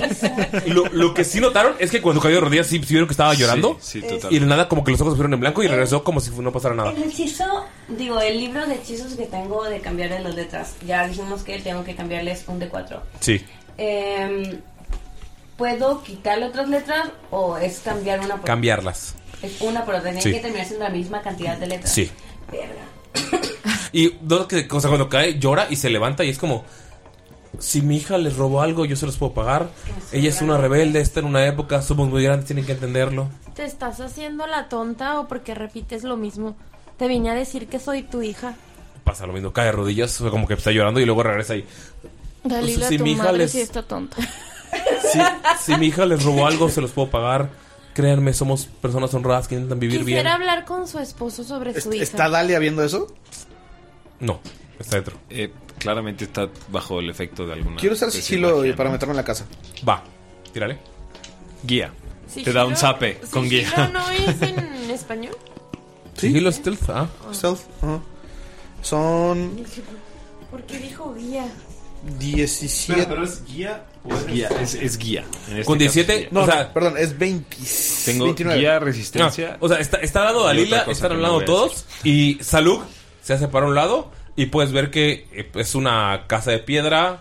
Speaker 1: Lo, lo que sí notaron es que cuando cayó de rodillas, sí, sí vieron que estaba llorando.
Speaker 2: Sí,
Speaker 7: sí, total.
Speaker 1: Y de nada, como que los ojos se fueron en blanco y regresó como si no pasara nada.
Speaker 3: El hechizo, digo, el libro de hechizos que tengo de cambiarle las letras. Ya dijimos que tengo que cambiarles un D4.
Speaker 1: Sí.
Speaker 3: Em, ¿Puedo quitarle otras letras o es cambiar una por
Speaker 1: Cambiarlas.
Speaker 3: Es una por otra. Tiene
Speaker 1: Sí.
Speaker 3: que terminar siendo la misma cantidad de letras.
Speaker 1: Sí.
Speaker 3: Verga.
Speaker 1: Y dos que, o sea, cuando cae, llora y se levanta y es como, si mi hija les robó algo, yo se los puedo pagar. Ella es una rebelde, está en una época, somos muy grandes, tienen que entenderlo.
Speaker 9: ¿Te estás haciendo la tonta o porque repites lo mismo? Te vine a decir que soy tu hija.
Speaker 1: Pasa lo mismo, cae de rodillas, o sea, como que está llorando y luego regresa ahí.
Speaker 6: Dalila,
Speaker 1: Sí,
Speaker 6: tu
Speaker 1: mi hija
Speaker 6: madre
Speaker 1: les-
Speaker 6: sí está tonta.
Speaker 1: Si mi hija les robó algo, se los puedo pagar. Créanme, somos personas honradas que intentan vivir bien.
Speaker 9: Quisiera hablar con su esposo sobre su hija.
Speaker 4: ¿Está Dalia viendo eso?
Speaker 1: No, está dentro.
Speaker 2: Eh, claramente está bajo el efecto de alguna.
Speaker 4: Quiero usar
Speaker 2: especie de
Speaker 4: sigilo
Speaker 2: magia,
Speaker 4: eh, para
Speaker 2: ¿no?
Speaker 4: meterme en la casa.
Speaker 1: Va, tírale.
Speaker 2: Guía.
Speaker 9: ¿Sigilo?
Speaker 2: Te da un zape con guía.
Speaker 9: ¿Sigilo no es en español?
Speaker 1: Sigilo stealth, ah.
Speaker 4: Stealth, ajá. Son
Speaker 9: ¿Por qué dijo guía?
Speaker 4: 17.
Speaker 5: Pero es guía.
Speaker 2: Es guía, es, es guía. En este
Speaker 1: Con
Speaker 2: caso,
Speaker 1: 17,
Speaker 2: guía.
Speaker 4: No,
Speaker 1: o sea,
Speaker 4: no, perdón, es 20.
Speaker 2: Tengo
Speaker 4: 29.
Speaker 2: guía, resistencia.
Speaker 1: o sea, está, está hablando
Speaker 2: Y
Speaker 1: Dalila,
Speaker 2: otra cosa
Speaker 1: están
Speaker 2: que
Speaker 1: hablando
Speaker 2: no voy a
Speaker 1: todos. Y Saluk se hace para un lado. Y puedes ver que eh, es una casa de piedra.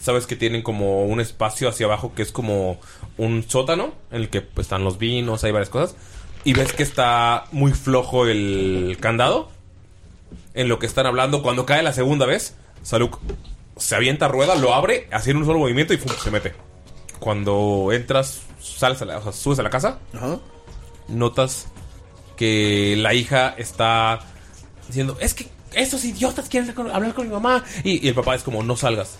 Speaker 1: Sabes que tienen como un espacio hacia abajo que es como un sótano. En el que pues, están los vinos, hay varias cosas. Y ves que está muy flojo el candado. En lo que están hablando. Cuando cae la segunda vez, Saluk se avienta a rueda, lo abre, hace un solo movimiento y ¡fum! se mete. Cuando entras, sales a la- o sea, subes a la casa notas que la hija está diciendo, es que estos idiotas quieren con- hablar con mi mamá. Y, y el papá es como, no salgas.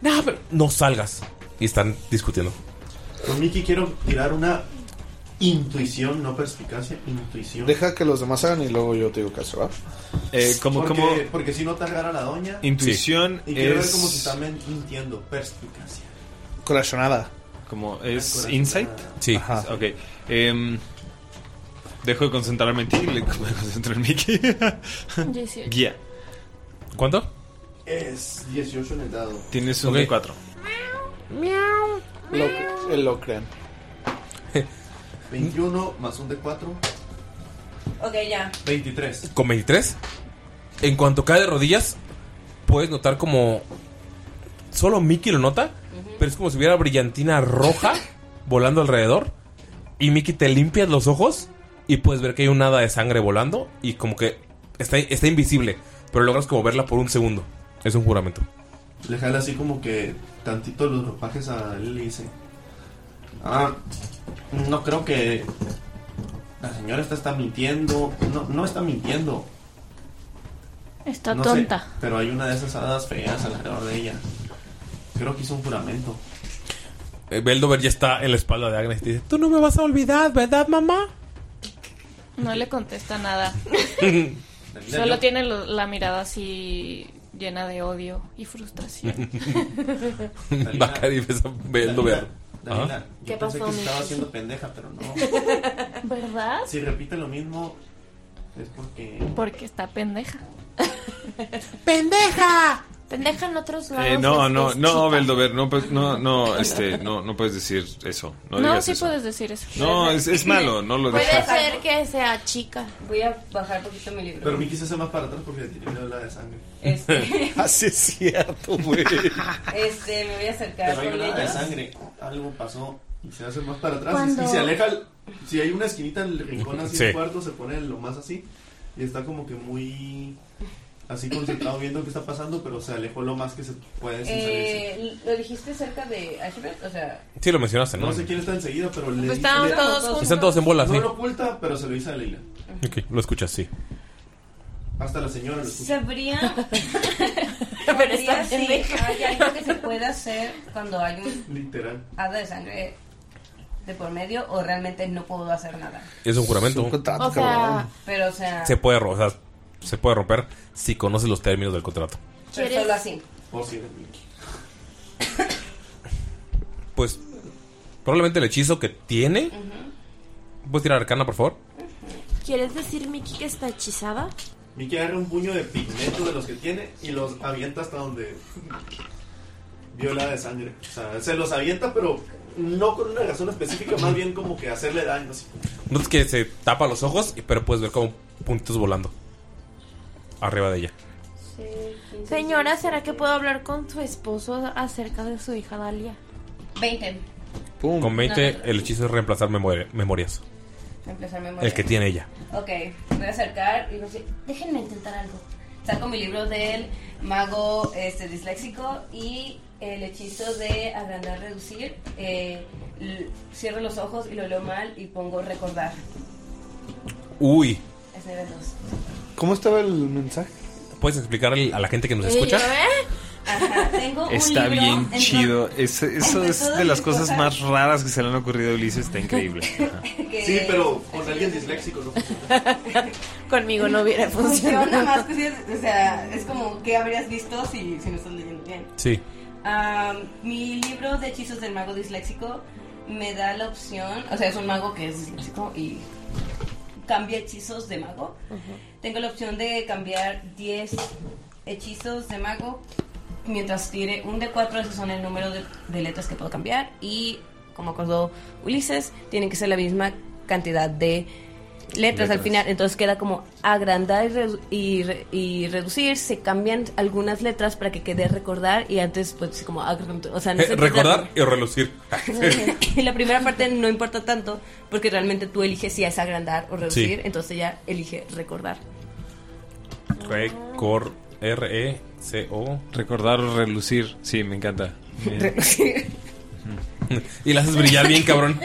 Speaker 1: No, pero no salgas. Y están discutiendo.
Speaker 5: Con Mickey quiero tirar una intuición, no perspicacia, intuición.
Speaker 4: Deja que los demás hagan y luego yo te digo caso, ¿va?
Speaker 2: Eh, como,
Speaker 5: porque,
Speaker 2: como
Speaker 5: porque si no te agarra la doña.
Speaker 2: Intuición
Speaker 5: Y quiero ver
Speaker 2: es-
Speaker 5: cómo se está men- mintiendo. Perspicacia.
Speaker 4: Corazonada. Ah,
Speaker 2: Como es insight.
Speaker 1: Sí.
Speaker 2: Ok. Em, dejo de concentrarme en ti y le- me concentro en Mickey. Guía.
Speaker 1: ¿Cuánto?
Speaker 5: Es 18 en el dado.
Speaker 2: Tienes un
Speaker 1: Ok.
Speaker 2: de 4
Speaker 4: Lo, lo crean.
Speaker 5: 21 más un de 4.
Speaker 3: Ok, ya.
Speaker 5: 23.
Speaker 1: Con 23. En cuanto cae de rodillas, puedes notar como... Solo Mickey lo nota, pero es como si hubiera brillantina roja volando alrededor. Y Mickey te limpias los ojos y puedes ver que hay un hada de sangre volando y como que está, está invisible, pero logras como verla por un segundo. Es un juramento.
Speaker 5: Le jala así como que tantito los ropajes a él y le dice: Ah, no creo que la señora esta está mintiendo. No, no está mintiendo.
Speaker 6: Está
Speaker 5: No sé,
Speaker 6: tonta.
Speaker 5: pero hay una de esas hadas feas alrededor de ella. Creo que hizo un juramento.
Speaker 1: Eh, Beldover ya está en la espalda de Agnes y te dice, tú no me vas a olvidar, ¿verdad, mamá?
Speaker 6: No le contesta nada. Solo tiene lo- la mirada así llena de odio y frustración.
Speaker 1: Bacari empieza viendo ver.
Speaker 5: Dalila,
Speaker 1: Ajá.
Speaker 5: yo
Speaker 6: ¿Qué
Speaker 5: pensé
Speaker 6: pasó,
Speaker 5: que
Speaker 6: mi?
Speaker 5: estaba haciendo pendeja, pero no.
Speaker 6: ¿Verdad?
Speaker 5: Si repite lo mismo, es porque.
Speaker 6: Porque está pendeja. ¡Pendeja!
Speaker 9: Pendeja en otros lados.
Speaker 2: Eh, no,
Speaker 9: es-
Speaker 2: no,
Speaker 9: es
Speaker 2: no,
Speaker 9: chita.
Speaker 2: Beldover, no, pues, no, no, este, no, no puedes decir eso. No,
Speaker 6: No,
Speaker 2: digas
Speaker 6: sí
Speaker 2: eso.
Speaker 6: puedes decir eso.
Speaker 2: No, es, es malo, no lo
Speaker 9: Puede
Speaker 2: dejes.
Speaker 9: ser que sea chica.
Speaker 3: Voy a bajar poquito mi libro.
Speaker 5: Pero me quise hacer más para atrás porque tiene la de sangre. Ah,
Speaker 4: Así es cierto, güey.
Speaker 3: Este, me voy a acercar
Speaker 5: Pero hay
Speaker 3: con
Speaker 5: una de
Speaker 3: ellos.
Speaker 5: sangre. Algo pasó y se hace más para atrás.
Speaker 3: Cuando-
Speaker 5: Y se aleja. el- si hay una esquinita en el rincón así
Speaker 1: Sí.
Speaker 5: del cuarto, se pone lo más así. Y está como que muy. Así concentrado viendo qué está pasando, pero se alejó lo más que se puede sin salirse.
Speaker 3: Eh, ¿Lo dijiste cerca de Ashbert? O sea,
Speaker 1: Sí, lo mencionaste, ¿no?
Speaker 5: No sé quién está enseguida, pero le.
Speaker 3: Pues estábamos
Speaker 5: le-
Speaker 3: todos juntos.
Speaker 1: Están todos en bola,
Speaker 5: No
Speaker 1: sí.
Speaker 5: lo oculta, pero se lo dice a Leila.
Speaker 1: Ok, lo escuchas, sí.
Speaker 5: Hasta la señora lo escucha.
Speaker 3: ¿sabría,
Speaker 9: Pero
Speaker 3: sabría
Speaker 9: está
Speaker 3: si
Speaker 9: pendeja.
Speaker 3: hay algo que se pueda hacer cuando hay un
Speaker 5: Literal.
Speaker 3: hada de sangre de por medio o realmente no puedo hacer nada?
Speaker 1: Es un juramento.
Speaker 3: O sea, pero o sea,
Speaker 1: Se puede, ro- o sea, se puede romper si conoces los términos del contrato.
Speaker 3: pero solo así.
Speaker 1: Pues probablemente el hechizo que tiene. ¿Puedes tirar arcana, por favor?
Speaker 9: ¿Quieres decir, Miki, que está hechizada?
Speaker 5: Miki agarra un puño de pigmento de los que tiene y los avienta hasta donde viola de sangre. O sea, se los avienta, pero no con una razón específica, más bien como que hacerle daño. Así.
Speaker 1: Notas que se tapa los ojos, y- pero puedes ver como puntitos volando. Arriba de ella.
Speaker 9: Señora, ¿será que puedo hablar con tu esposo acerca de su hija Dalia?
Speaker 3: 20.
Speaker 1: Con 20 el hechizo es reemplazar memori- memorias.
Speaker 3: Empezar memoria.
Speaker 1: El que tiene ella.
Speaker 3: Ok, me voy a acercar y voy a decir, déjenme intentar algo. Saco mi libro del mago este, disléxico y el hechizo de agrandar, reducir. Eh, l- cierro los ojos y lo leo mal y pongo recordar.
Speaker 1: Uy,
Speaker 3: Es nivel 2.
Speaker 4: ¿Cómo estaba el mensaje?
Speaker 1: ¿puedes explicarle a la gente que nos escucha?
Speaker 3: Ajá, tengo un
Speaker 2: Está
Speaker 3: libro,
Speaker 2: bien
Speaker 3: entonces-
Speaker 2: chido. Es- eso
Speaker 3: entre
Speaker 2: es
Speaker 3: todas
Speaker 2: de las
Speaker 3: mis
Speaker 2: cosas
Speaker 3: cosas.
Speaker 2: más raras que se le han ocurrido a Ulises. Está increíble. Ajá.
Speaker 3: que-
Speaker 5: Sí, pero con alguien disléxico no funciona.
Speaker 8: Conmigo no hubiera
Speaker 3: Funciona
Speaker 8: funcionado.
Speaker 3: más que si es- o sea, es como que habrías visto si, si no estás leyendo bien.
Speaker 1: Sí.
Speaker 3: Am, mi libro de hechizos del mago disléxico me da la opción, o sea, es un mago que es disléxico y cambia hechizos de mago. Tengo la opción de cambiar 10 hechizos de mago mientras tire un de 4, esos son el número de, de letras que puedo cambiar y como acordó Ulises, tienen que ser la misma cantidad de letras al
Speaker 10: Letras.
Speaker 3: final, entonces queda como agrandar y, redu- y re- y reducir, se cambian algunas letras para que quede recordar y antes pues como agrand- o sea, no
Speaker 1: Eh,
Speaker 3: se
Speaker 1: recordar y relucir.
Speaker 3: y la primera parte no importa tanto porque realmente tú eliges si es agrandar o reducir,
Speaker 1: Sí.
Speaker 3: entonces ya elige recordar.
Speaker 1: Recor R-E-C-O.
Speaker 2: Recordar E, o relucir. Sí, me encanta. Bien.
Speaker 1: Y la haces brillar bien, cabrón.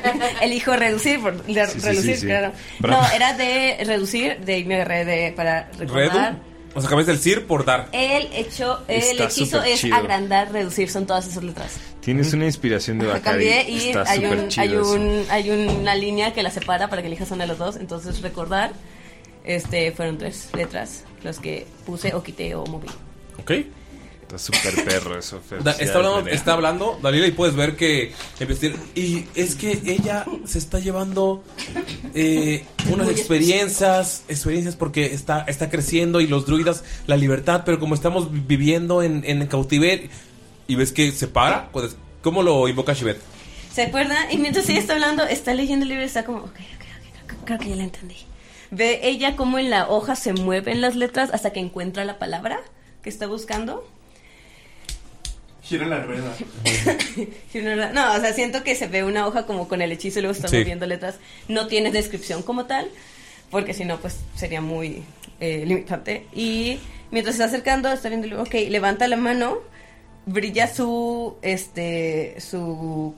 Speaker 3: Elijo reducir, por, de-
Speaker 1: Sí, sí,
Speaker 3: reducir,
Speaker 1: sí, sí.
Speaker 3: claro.
Speaker 1: Bravo.
Speaker 3: No, era de reducir, de ahí me agarré de para
Speaker 1: Redu.
Speaker 3: recordar.
Speaker 1: O sea, cambias el CIR por dar.
Speaker 3: El hecho, el
Speaker 2: Está
Speaker 3: hechizo
Speaker 2: súper
Speaker 3: es
Speaker 2: chido.
Speaker 3: agrandar, reducir, son todas esas letras.
Speaker 2: Tienes una inspiración de
Speaker 3: Me
Speaker 2: Bacari.
Speaker 3: cambié y
Speaker 2: Está
Speaker 3: hay,
Speaker 2: súper
Speaker 3: un-
Speaker 2: chido.
Speaker 3: hay,
Speaker 2: eso.
Speaker 3: un- hay una línea que la separa para que elijas una de los dos, entonces recordar, este, fueron tres letras las que puse o quité o moví.
Speaker 1: Ok.
Speaker 2: Está súper perro eso. Fer.
Speaker 1: Da- está, hablando,
Speaker 2: Felicidades,
Speaker 1: está hablando Dalila y puedes ver que empieza a decir, y es que ella se está llevando eh, unas
Speaker 2: Muy
Speaker 1: experiencias, experiencias porque está, está creciendo y los druidas, la libertad, pero como estamos vi- viviendo en, en cautiverio, y ves que se para, pues, ¿cómo lo invoca Shivet?
Speaker 3: ¿Se acuerda? Y mientras ella está hablando, está leyendo el libro y está como, ok, ok, ok, creo- creo que ya la entendí. Ve ella como en la hoja se mueven las letras hasta que encuentra la palabra que está buscando.
Speaker 5: Gira la rueda.
Speaker 3: Y uno era- No, o sea, siento que se ve una hoja como con el hechizo y luego está
Speaker 5: Sí.
Speaker 3: moviendo letras. No tiene descripción como tal, porque si no, pues sería muy eh, limitante. Y mientras se está acercando, está viendo, el libro, ok, levanta la mano, brilla su, este, su,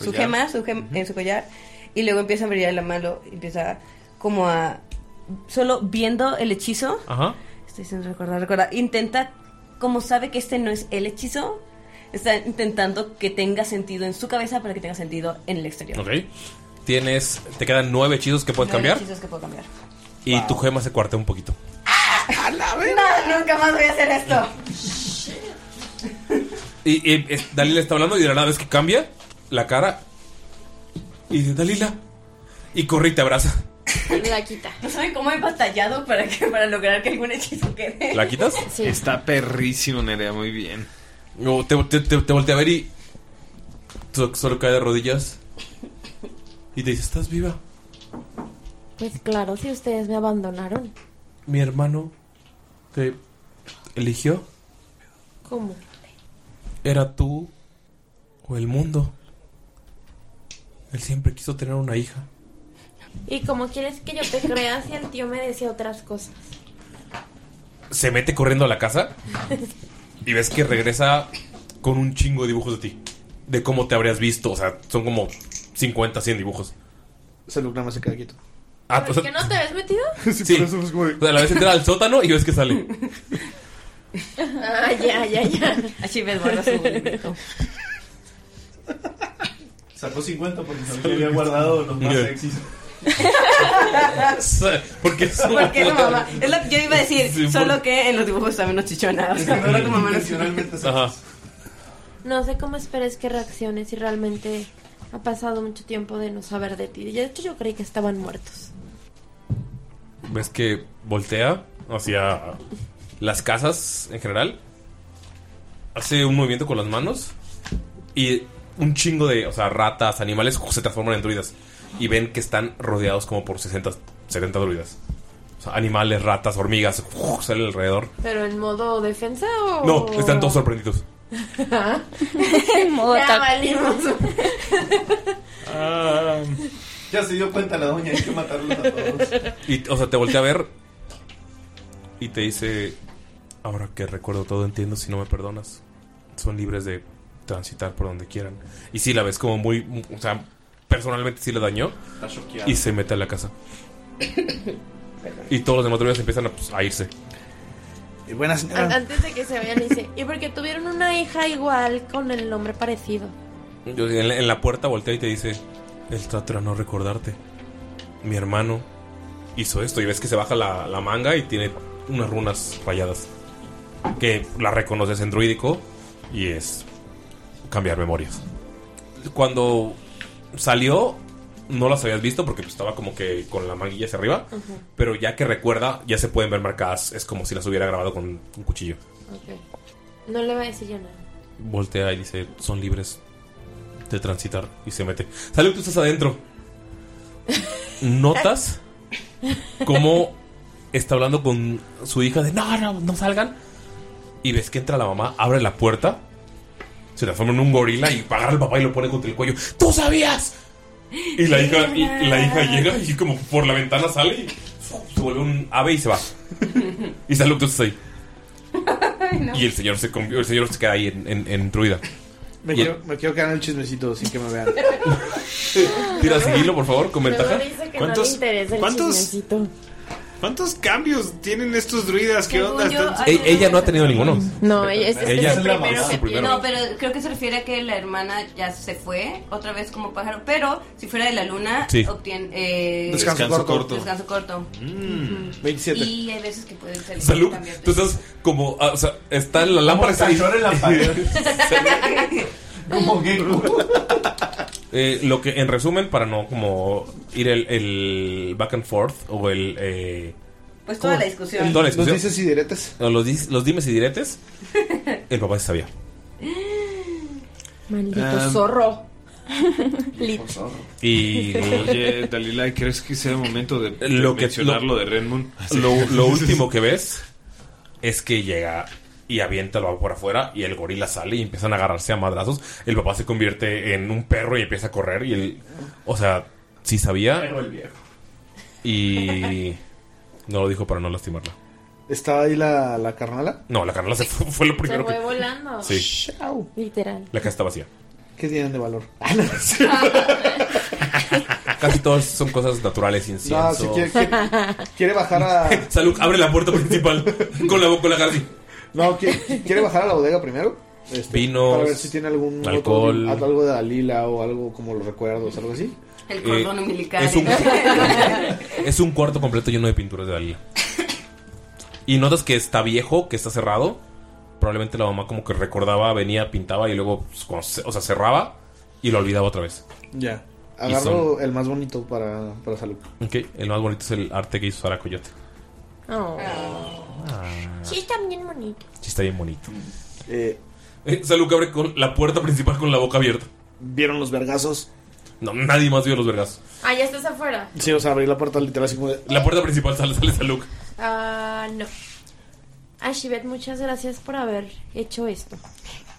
Speaker 3: su
Speaker 9: Collar.
Speaker 3: gema, su gem- en su collar, y luego empieza a brillar la mano, empieza como a, solo viendo el hechizo,
Speaker 1: Ajá.
Speaker 3: Estoy sin recordar, recordar. Intenta, como sabe que este no es el hechizo, está intentando que tenga sentido en su cabeza para que tenga sentido en el exterior.
Speaker 1: Ok. Tienes, te quedan nueve hechizos que puedes
Speaker 3: Nueve
Speaker 1: cambiar
Speaker 3: hechizos que puedo cambiar.
Speaker 1: y tu gema se cuartea un poquito.
Speaker 3: No, nunca más voy a hacer esto.
Speaker 1: Y, y, es- Dalila está hablando y de la nada es que cambia la cara. Y dice, Dalila. Y corre y te abraza.
Speaker 3: La quita. ¿No saben cómo he batallado para, que, para lograr que algún hechizo quede?
Speaker 1: ¿La quitas?
Speaker 2: Está perrísimo, Nerea, muy bien.
Speaker 1: No, te, te, te- te voltea a ver y. so- Solo cae de rodillas. Y te dice, ¿estás viva?
Speaker 8: Pues claro, si ustedes me abandonaron.
Speaker 1: Mi hermano te eligió.
Speaker 8: ¿Cómo?
Speaker 1: ¿Era tú o el mundo? Él siempre quiso tener una hija.
Speaker 9: Y como quieres que yo te crea si el tío me decía otras cosas.
Speaker 1: Se mete corriendo a la casa
Speaker 2: Ah,
Speaker 1: y ves que regresa con un chingo de dibujos de ti. De cómo te habrías visto. O sea, son como 50, 100 dibujos.
Speaker 4: Salud nada más se queda quieto.
Speaker 1: Ah,
Speaker 2: pues
Speaker 1: o sea,
Speaker 9: ¿Que no te habías metido?
Speaker 1: sí, O sea, la ves entrar al sótano y ves que sale.
Speaker 9: Ah, ya, ya, ya.
Speaker 3: Así ves, guarda su librito.
Speaker 5: Sacó 50 porque se lo había guardado los más
Speaker 1: Ya.
Speaker 5: sexys.
Speaker 1: Porque
Speaker 3: Porque es la mamá. Es la- yo iba a decir,
Speaker 1: Sí, por-
Speaker 3: solo que en los dibujos también nos chichona. O sea, no era tu mamá, no
Speaker 1: Ajá.
Speaker 9: No sé cómo esperes que reacciones si realmente ha pasado mucho tiempo de no saber de ti. De hecho, yo creí que estaban muertos.
Speaker 1: ves que voltea hacia las casas en general. Hace un movimiento con las manos. Y un chingo de, o sea, ratas, animales se transforman en druidas. Y ven que están rodeados como por 60, 70 druidas. O sea, animales, ratas, hormigas, salen alrededor.
Speaker 8: ¿Pero en modo defensa o.?
Speaker 1: No, están todos sorprendidos.
Speaker 8: en modo
Speaker 9: Ya valimos.
Speaker 5: Ya se dio cuenta la doña, hay que matarlos a todos.
Speaker 1: Y, o sea, te voltea a ver y te dice, ahora que recuerdo todo entiendo si no me perdonas. Son libres de transitar por donde quieran. Y sí, la ves como muy, mu- o sea, personalmente sí la dañó.
Speaker 5: Está choqueada.
Speaker 1: Y se mete a la casa. Y todos los demás druidas empiezan a, pues, a irse.
Speaker 4: Y buenas
Speaker 9: An- Antes de que se vayan, dice: Y porque tuvieron una hija igual con el nombre parecido.
Speaker 1: Yo- En la, en la puerta voltea y te dice, él trato era no recordarte. Mi hermano hizo esto y ves que se baja la, la manga y tiene unas runas rayadas. Que la reconoces en druídico y es cambiar memorias. Cuando salió, no las habías visto porque pues, estaba como que con la manguilla hacia arriba.
Speaker 8: Ujú.
Speaker 1: Pero ya que recuerda, ya se pueden ver marcadas. Es como si las hubiera grabado con un cuchillo.
Speaker 9: Ok. No le va a decir yo nada.
Speaker 1: Voltea y dice, son libres de transitar. Y se mete. Salud, tú estás adentro. Notas cómo está hablando con su hija de, no, no, no salgan. Y ves que entra la mamá, abre la puerta, se transforma en un gorila y agarra al papá y lo pone contra el cuello. ¡Tú sabías! Y la hija, y la hija llega y como por la ventana sale y se vuelve un ave y se va. Y Salud, tú estás ahí. Y el señor se convi- el señor se queda ahí en, en, en druida.
Speaker 4: Me,
Speaker 1: Y-
Speaker 4: quiero, me quiero quedar en el chismecito sin que me vean.
Speaker 1: Tira seguirlo, por favor, con ventaja.
Speaker 2: ¿Cuántos, cuántos, cuántos cambios tienen estos druidas? ¿Qué onda? Están-
Speaker 1: E- ella no ha tenido ninguno.
Speaker 8: No,
Speaker 3: ella
Speaker 1: es- es Ella el es la primero mamá. que Su primero.
Speaker 3: No, pero creo que se refiere a que la hermana ya se fue otra vez como pájaro. Pero si fuera de la luna,
Speaker 1: Sí.
Speaker 3: obtiene. eh,
Speaker 1: Descanso Descanso corto. corto.
Speaker 3: Descanso corto.
Speaker 1: Mm.
Speaker 3: Ujú.
Speaker 1: 27.
Speaker 3: Y hay veces que pueden salir.
Speaker 1: Salud.
Speaker 3: también.
Speaker 1: Tú estás como. ah, o sea, está la lámpara.
Speaker 5: Como cachorro en la pared. Como Goku.
Speaker 1: Eh, lo que, en resumen, para no como ir el, el back and forth o el. eh,
Speaker 3: Pues toda la discusión.
Speaker 1: toda la discusión.
Speaker 4: Los dices y diretes.
Speaker 1: No, los, dis- los dimes y diretes. El papá se sabía.
Speaker 8: Maldito
Speaker 2: Ah.
Speaker 8: zorro. Lit.
Speaker 1: Y.
Speaker 2: Oye, Dalila, ¿crees que sea el momento de, de
Speaker 1: lo que
Speaker 2: mencionar lo, de Red Moon?
Speaker 1: Lo, lo último que ves es que llega y avienta lo por afuera y el gorila sale y empiezan a agarrarse a madrazos. El papá se convierte en un perro y empieza a correr y el, o sea, sí sabía
Speaker 5: Pero el viejo.
Speaker 1: y no lo dijo para no lastimarla.
Speaker 4: ¿Está ahí la, la carnala?
Speaker 1: No, la carnala se fue, fue lo
Speaker 9: Se
Speaker 1: primero
Speaker 9: fue
Speaker 1: que
Speaker 9: volando.
Speaker 1: Sí,
Speaker 9: Literal.
Speaker 1: la casa está vacía.
Speaker 4: ¿Qué tienen de valor?
Speaker 1: Casi todas son cosas naturales, incienso.
Speaker 4: No, si quiere, quiere- quiere bajar a.
Speaker 1: Salud, abre la puerta principal con la boca con la cara así.
Speaker 4: No, quiere, quiere bajar a la bodega primero. Este,
Speaker 1: Vinos,
Speaker 4: Para ver si tiene algún. otro-
Speaker 1: alcohol.
Speaker 4: algo de Dalila o algo como los recuerdos, algo así.
Speaker 3: El
Speaker 1: Eh,
Speaker 3: cordón umbilical.
Speaker 1: es un- Es un cuarto completo lleno de pinturas de Dalila. Y notas que está viejo, que está cerrado. Probablemente la mamá como que recordaba, venía, pintaba y luego, pues, cuando se- o sea, cerraba y lo olvidaba otra vez.
Speaker 4: Ya.
Speaker 1: Y
Speaker 4: Agarro el más bonito para, para salud.
Speaker 1: Ok, el más bonito es el arte que hizo Sara Coyote.
Speaker 9: Oh. Sí, están bien bonitos.
Speaker 1: Sí, está bien bonito.
Speaker 4: Eh,
Speaker 1: Salud abre con la puerta principal con la boca abierta.
Speaker 4: ¿Vieron los vergazos?
Speaker 1: No, nadie más vio los vergazos.
Speaker 8: Ah, ya estás afuera.
Speaker 4: Sí, o sea, abrí la puerta literal así como de...
Speaker 1: La puerta principal sale, sale Saluk.
Speaker 9: Ah, no. Ashibet, muchas gracias por haber hecho esto.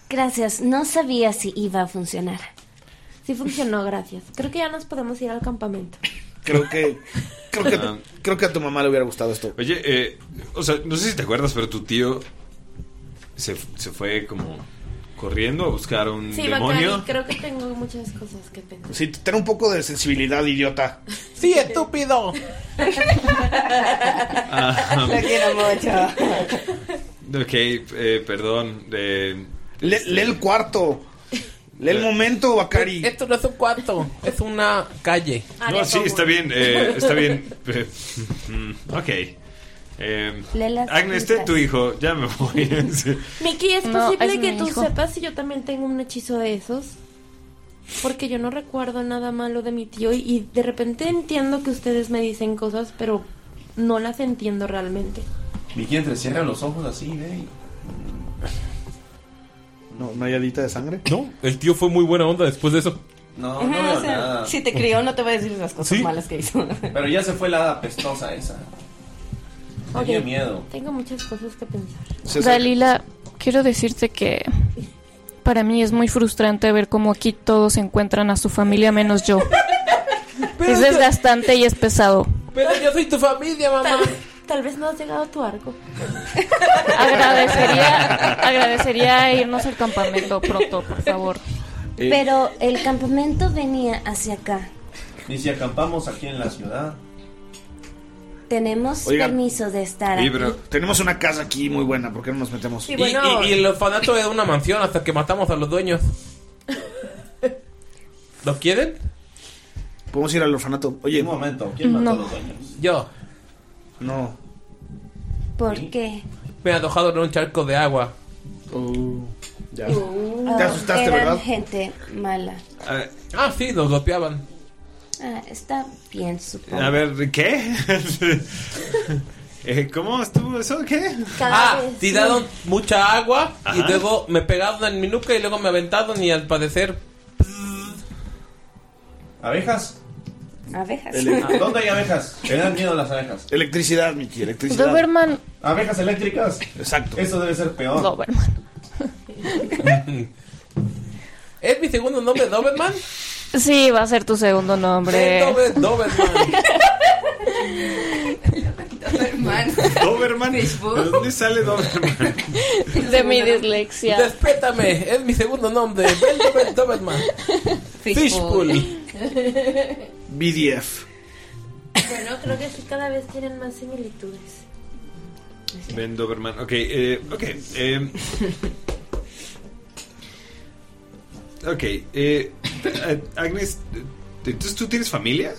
Speaker 7: Gracias, no sabía si iba a funcionar.
Speaker 9: Sí funcionó, gracias. Creo que ya nos podemos ir al campamento.
Speaker 4: Creo que... Creo que, creo que a tu mamá le hubiera gustado esto.
Speaker 2: Oye, eh, o sea, no sé si te acuerdas, pero tu tío se, se fue como corriendo a buscar un
Speaker 9: Sí,
Speaker 2: demonio.
Speaker 9: Bacari, creo que tengo muchas cosas que pensar.
Speaker 4: Sí, ten un poco de sensibilidad, idiota.
Speaker 9: ¡Sí, estúpido!
Speaker 2: Ah,
Speaker 3: Lo quiero mucho.
Speaker 2: ok, eh, perdón. eh,
Speaker 4: Le- lee el cuarto. Lee el momento, Bacari.
Speaker 1: Eh, Esto no es un cuarto, es una calle.
Speaker 3: Ah,
Speaker 9: Ah,
Speaker 2: no, sí, está bien, eh, está bien. Eh, mm, ok. Eh,
Speaker 9: Lee las
Speaker 2: Agnes, ten
Speaker 9: pistas.
Speaker 2: tu hijo, ya me voy. Sí.
Speaker 9: Miki, ¿es
Speaker 8: No,
Speaker 9: posible
Speaker 8: es
Speaker 9: que
Speaker 8: mi
Speaker 9: tú
Speaker 8: hijo.
Speaker 9: sepas si yo también tengo un hechizo de esos? Porque yo no recuerdo nada malo de mi tío y, y de repente entiendo que ustedes me dicen cosas, pero no las entiendo realmente.
Speaker 5: Vicky entrecierra los ojos así, ve.
Speaker 4: No, no hay adita de sangre.
Speaker 1: No, el tío fue muy buena onda después de eso.
Speaker 5: No, no
Speaker 3: Ajá,
Speaker 5: veo
Speaker 3: o sea,
Speaker 5: nada.
Speaker 3: si te crió, no te voy a decir las cosas
Speaker 5: Sí.
Speaker 3: malas que hizo.
Speaker 5: Pero ya se fue la hada pestosa esa. Tenía
Speaker 9: Ok,
Speaker 5: miedo.
Speaker 9: Tengo muchas cosas que pensar.
Speaker 6: Dalila, quiero decirte que para mí es muy frustrante ver cómo aquí todos encuentran a su familia menos yo. es desgastante y es pesado.
Speaker 1: Pero yo soy tu familia, mamá.
Speaker 9: Tal vez no has llegado a tu arco.
Speaker 6: Agradecería, agradecería irnos al campamento pronto, por favor.
Speaker 7: Pero el campamento venía hacia acá.
Speaker 5: Y si acampamos aquí en la ciudad.
Speaker 7: Tenemos
Speaker 4: Oigan.
Speaker 7: permiso de estar
Speaker 4: Oye,
Speaker 7: aquí.
Speaker 4: pero tenemos una casa aquí muy buena, ¿por qué no nos metemos?
Speaker 7: Y bueno-
Speaker 1: Y, y el orfanato es una mansión hasta que matamos a los dueños. ¿Los quieren?
Speaker 4: Podemos ir al orfanato. Oye, un
Speaker 5: momento,
Speaker 1: ¿quién mató
Speaker 7: No.
Speaker 1: a los dueños? Yo.
Speaker 4: No.
Speaker 7: ¿Por qué?
Speaker 1: Me he alojado en un charco de agua.
Speaker 4: ya.
Speaker 3: Uh.
Speaker 7: Oh, eran gente mala.
Speaker 1: ah, sí, los golpeaban.
Speaker 7: Ah, está bien, supongo.
Speaker 2: A ver, ¿qué? Eh, ¿Cómo estuvo eso? ¿Qué?
Speaker 7: Cada
Speaker 1: ah,
Speaker 7: vez-
Speaker 1: tiraron mucha agua y
Speaker 2: Ajá.
Speaker 1: luego me pegaron en mi nuca y luego me aventaron y al padecer...
Speaker 5: ¿Abejas?
Speaker 7: Abejas.
Speaker 5: Ele- Ah, ¿Dónde hay abejas? Me dan miedo las abejas.
Speaker 4: Electricidad, Miki, electricidad.
Speaker 6: Doberman.
Speaker 5: ¿Abejas eléctricas?
Speaker 4: Exacto.
Speaker 5: Eso debe ser peor.
Speaker 6: Doberman.
Speaker 1: ¿Es mi segundo nombre Doberman?
Speaker 6: Sí, va a ser tu segundo nombre.
Speaker 1: Sí, Dober- Doberman.
Speaker 2: Doberman. ¿De dónde sale Doberman?
Speaker 6: De mi dislexia.
Speaker 1: Respétame, es mi segundo nombre. Bel Dober- Doberman. Fishpool.
Speaker 4: BDF.
Speaker 9: Bueno, creo que sí cada vez tienen más similitudes.
Speaker 2: Ben Doberman. Ok, eh, ok. Eh, ok, eh, eh, Agnes, eh, ¿entonces tú tienes familia?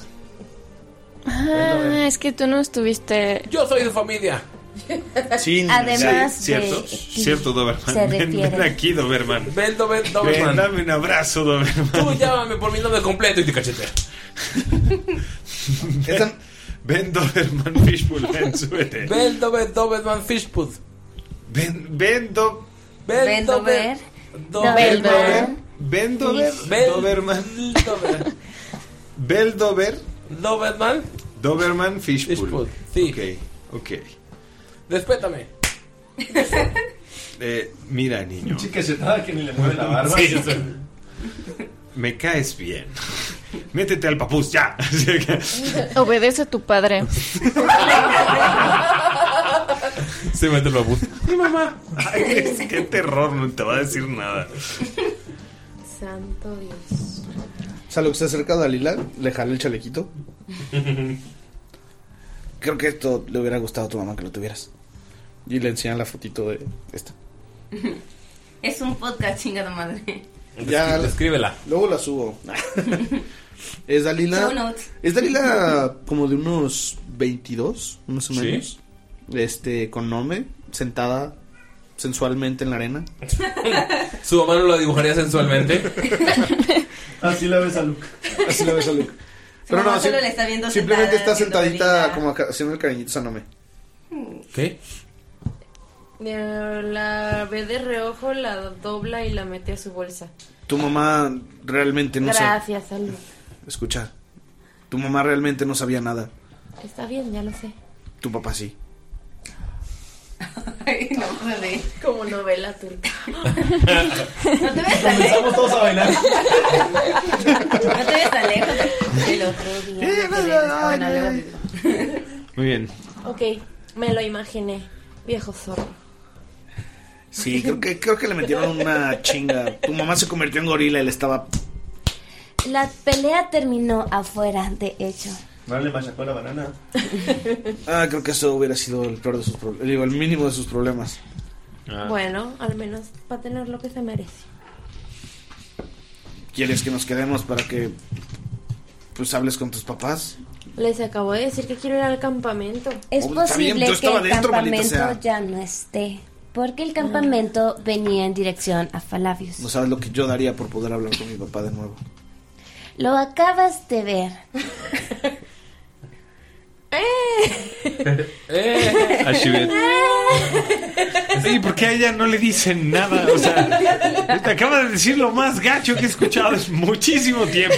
Speaker 6: Ah, es que tú no estuviste.
Speaker 1: Yo soy de familia.
Speaker 2: Sí,
Speaker 6: Además
Speaker 2: cierto,
Speaker 6: de ti
Speaker 2: cierto, Doberman.
Speaker 6: se
Speaker 2: Ven, ven
Speaker 6: refiere.
Speaker 2: aquí, Doberman.
Speaker 1: Ven,
Speaker 2: Ven,
Speaker 1: Doberman.
Speaker 2: dame un abrazo, Doberman.
Speaker 1: Tú llámame por mi nombre completo y te cachetea.
Speaker 2: Ven, ven, Doberman Fishpool, ven, súbete.
Speaker 1: Bel Dober- Doberman Fishpool.
Speaker 2: Ven, ven, do,
Speaker 1: Bel Dober-
Speaker 2: Bel Dober.
Speaker 1: Doberman.
Speaker 2: Ven, Dober.
Speaker 1: Bel-
Speaker 2: Doberman. Bel Dober.
Speaker 1: Doberman.
Speaker 2: Doberman Fishpool.
Speaker 1: sí.
Speaker 2: Ok, ok.
Speaker 1: Respétame.
Speaker 2: Eh, mira, niño.
Speaker 5: Chica chetada que ni le mueve la barba.
Speaker 2: Sí, o sea, me caes bien. Métete al papús, ya.
Speaker 6: Obedece a tu padre.
Speaker 1: Se mete el papús.
Speaker 2: Mi mamá. Ay, es- qué terror, no te va a decir nada.
Speaker 9: Santo Dios.
Speaker 4: Salud, se acerca a Dalila, le jala el chalequito. Creo que esto le hubiera gustado a tu mamá que lo tuvieras. Y le enseñan la fotito de esta.
Speaker 3: Es un podcast chingada madre.
Speaker 4: Ya,
Speaker 1: escríbela.
Speaker 4: Luego la subo. es Dalila.
Speaker 3: Show notes.
Speaker 4: Es Dalila como de unos 22, más o
Speaker 1: Sí.
Speaker 4: menos. este, con Nome, sentada sensualmente en la arena.
Speaker 1: Su mamá no la dibujaría sensualmente.
Speaker 5: Así la ves a Luke.
Speaker 4: Así la ves a Luke. Pero
Speaker 3: mamá
Speaker 4: no,
Speaker 3: solo
Speaker 4: sim-
Speaker 3: la está viendo
Speaker 4: simplemente
Speaker 3: sentada,
Speaker 4: está sentadita como acá, haciendo el cariñito a Nome.
Speaker 1: ¿Qué?
Speaker 8: Eh, La ve de reojo, la dobla y la mete a su bolsa.
Speaker 4: Tu mamá realmente no sabe.
Speaker 8: Gracias, salud.
Speaker 4: Escucha, tu mamá realmente no sabía nada.
Speaker 8: Está bien, ya lo sé.
Speaker 4: Tu papá sí.
Speaker 8: Como novela turca.
Speaker 5: Comenzamos todos a bailar.
Speaker 3: No te ves tan lejos. El otro día.
Speaker 8: Eh,
Speaker 3: me quedé-
Speaker 8: verdad,
Speaker 3: ah, bueno,
Speaker 8: ay,
Speaker 3: luego-
Speaker 2: Muy bien.
Speaker 9: Ok, me lo imaginé. Viejo zorro.
Speaker 4: Sí, creo que, creo que le metieron una chinga. Tu mamá se convirtió en gorila y le estaba.
Speaker 7: La pelea terminó afuera, de hecho.
Speaker 5: No le machacó la banana.
Speaker 4: Ah, creo que eso hubiera sido el peor de sus problemas. Digo, el mínimo de sus problemas.
Speaker 8: Ah.
Speaker 2: Ah.
Speaker 9: Bueno, al menos va a tener lo que se merece.
Speaker 4: ¿Quieres que nos quedemos para que. Pues hables con tus papás?
Speaker 9: Les acabo de decir que quiero ir al campamento.
Speaker 7: Es
Speaker 4: Oh, está bien,
Speaker 7: posible
Speaker 4: yo
Speaker 7: que
Speaker 4: estaba
Speaker 7: el
Speaker 4: dentro, maldita
Speaker 7: campamento
Speaker 4: sea.
Speaker 7: ya no esté, porque el campamento venía en dirección a Falabius.
Speaker 4: No sabes lo que yo daría por poder hablar con mi papá de nuevo.
Speaker 7: Lo acabas de ver.
Speaker 1: Eh.
Speaker 2: A Shibet. Sí, ¿por qué a ella no le dicen nada? O sea, te acaba de decir lo más gacho que he escuchado en muchísimo tiempo.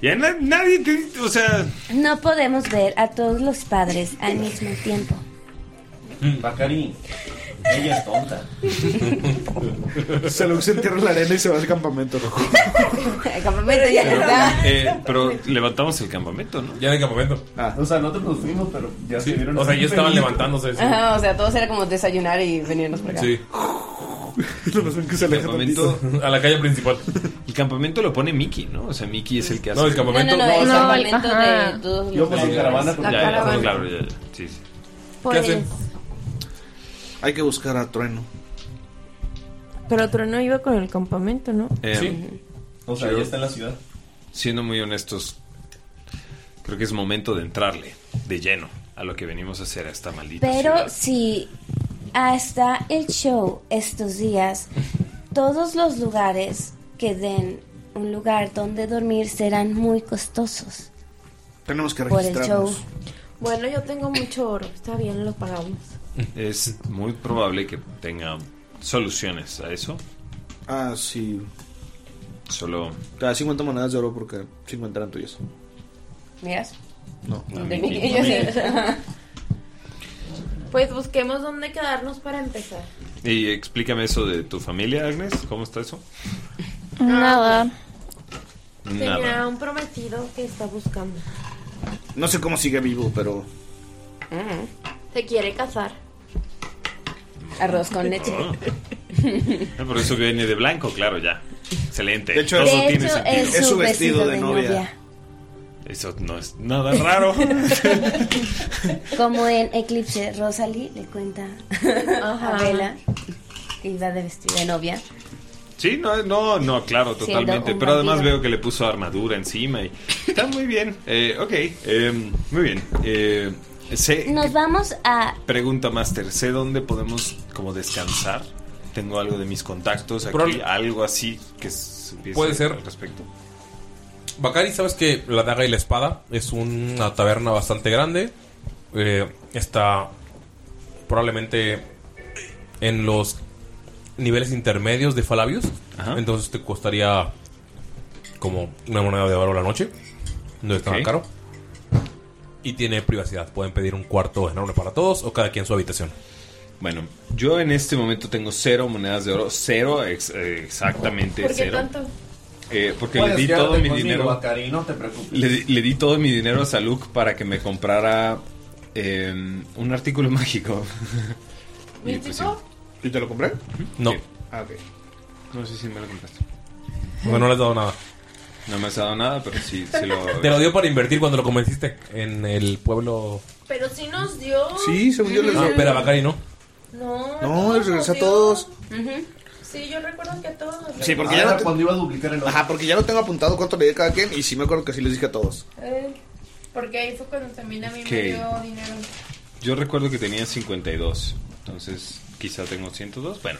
Speaker 2: Ya na- nadie te. O sea.
Speaker 7: No podemos ver a todos los padres al mismo tiempo.
Speaker 1: Mm,
Speaker 5: Bacari. Ella es tonta.
Speaker 4: Se lo se entierra en la arena y se va al campamento.
Speaker 3: El campamento ya no está.
Speaker 2: Eh, pero levantamos el campamento, ¿no?
Speaker 1: Ya en el campamento.
Speaker 5: Ah, O sea, nosotros nos fuimos, pero ya se vieron.
Speaker 1: O sea, ellos estaban levantándose. sí.
Speaker 3: Ajá, o sea, todos era como desayunar y venirnos para acá.
Speaker 1: Sí.
Speaker 2: el campamento,
Speaker 1: a la calle principal.
Speaker 2: El campamento lo pone Mickey, ¿no? O sea, Mickey es el que hace.
Speaker 1: No, el campamento- No, no, no, el
Speaker 3: No, el campamento de todos los
Speaker 2: puse
Speaker 3: caravana,
Speaker 2: Ya,
Speaker 3: pero-
Speaker 2: ya,
Speaker 3: La caravana.
Speaker 2: claro, ya, ya. Sí, sí.
Speaker 8: Pues,
Speaker 2: hacen?
Speaker 4: Hay que buscar a Trueno.
Speaker 8: Pero Trueno iba con el campamento, ¿no?
Speaker 2: Eh,
Speaker 5: O sea, ella está en la ciudad.
Speaker 2: Siendo muy honestos, creo que es momento de entrarle de lleno a lo que venimos a hacer a esta maldita
Speaker 7: Pero
Speaker 2: ciudad.
Speaker 7: si hasta el show estos días, todos los lugares que den un lugar donde dormir serán muy costosos.
Speaker 4: Tenemos que
Speaker 7: Por el
Speaker 4: registrarnos.
Speaker 7: show.
Speaker 9: Bueno, yo tengo mucho oro. Está bien, lo pagamos.
Speaker 2: Es muy probable que tenga soluciones a eso.
Speaker 4: Ah, sí.
Speaker 2: Solo.
Speaker 4: Te da 50 monedas de oro porque 50 eran tuyas.
Speaker 3: ¿Miras?
Speaker 4: No.
Speaker 1: Ah,
Speaker 3: De
Speaker 2: Mickey,
Speaker 3: Mickey,
Speaker 2: no
Speaker 3: yo sí.
Speaker 2: Mickey.
Speaker 3: Ajá.
Speaker 9: Pues busquemos dónde quedarnos para empezar.
Speaker 2: Y explícame eso de tu familia, Agnes. ¿Cómo está eso?
Speaker 9: Nada.
Speaker 2: Nada.
Speaker 9: Tenía un prometido que está buscando.
Speaker 4: No sé cómo sigue vivo, pero.
Speaker 9: Se quiere casar.
Speaker 3: Arroz con leche.
Speaker 2: Ah, por eso viene de blanco, claro, ya. Excelente.
Speaker 4: De hecho,
Speaker 2: Todo
Speaker 7: de
Speaker 2: tiene
Speaker 7: hecho,
Speaker 2: sentido.
Speaker 7: es su, vestido, de, novia.
Speaker 2: Eso no es nada raro.
Speaker 7: Como en Eclipse, Rosalie le cuenta
Speaker 9: Ajá.
Speaker 7: a Bella que iba de vestido de novia.
Speaker 2: Sí, no, no, no, claro,
Speaker 7: Siendo
Speaker 2: totalmente.
Speaker 7: un
Speaker 2: Pero además
Speaker 7: vampiro.
Speaker 2: veo que le puso armadura encima y está muy bien. Eh, ok, eh, muy bien. Eh, sé,
Speaker 7: Nos vamos a
Speaker 2: pregunta Master, sé dónde podemos como descansar. Tengo algo de mis contactos aquí,
Speaker 1: Probable-
Speaker 2: algo así que supiese
Speaker 1: Puede ser.
Speaker 2: al respecto.
Speaker 1: Bacari, sabes que la daga y la espada es una taberna bastante grande. Eh, está probablemente en los niveles intermedios de Falabius. Entonces te costaría como una moneda de oro la noche. No es tan
Speaker 2: Ok.
Speaker 1: caro. Y tiene privacidad. Pueden pedir un cuarto enorme para todos o cada quien su habitación.
Speaker 2: Bueno, yo en este momento tengo cero monedas de oro, cero, ex- eh, exactamente
Speaker 8: ¿Por qué
Speaker 2: cero.
Speaker 8: tanto?
Speaker 2: Eh, porque
Speaker 5: Puedes
Speaker 2: le di
Speaker 5: quedarte
Speaker 2: todo mi
Speaker 5: conmigo,
Speaker 2: dinero.
Speaker 5: Bacari, no te preocupes.
Speaker 2: Le, di- le di todo mi dinero a Saluk para que me comprara eh, un artículo mágico. Y pues sí.
Speaker 4: ¿Y te lo compré?
Speaker 1: No.
Speaker 4: Ah, ok.
Speaker 2: No sé si me lo compraste.
Speaker 1: Porque no le has dado nada.
Speaker 2: No me has dado nada, pero sí, sí lo.
Speaker 1: Te lo dio para invertir cuando lo convenciste en el pueblo.
Speaker 9: Pero sí nos dio.
Speaker 4: Sí, según yo le-
Speaker 1: Ah, pero a Bacari no.
Speaker 9: No.
Speaker 4: No, les regresé a todos.
Speaker 9: Sí, yo recuerdo que a todos nos
Speaker 4: Sí, porque
Speaker 5: Ah,
Speaker 4: ya
Speaker 5: era
Speaker 4: no te-
Speaker 5: cuando iba a duplicar el otro.
Speaker 4: Ajá, porque ya no tengo apuntado cuánto le di a cada quien
Speaker 9: Eh,
Speaker 4: y sí me acuerdo que sí les dije a todos.
Speaker 6: Porque ahí fue cuando también a mí
Speaker 2: Ok.
Speaker 6: me dio dinero.
Speaker 2: Yo recuerdo que tenía 52. Entonces, quizá tengo 102. Bueno.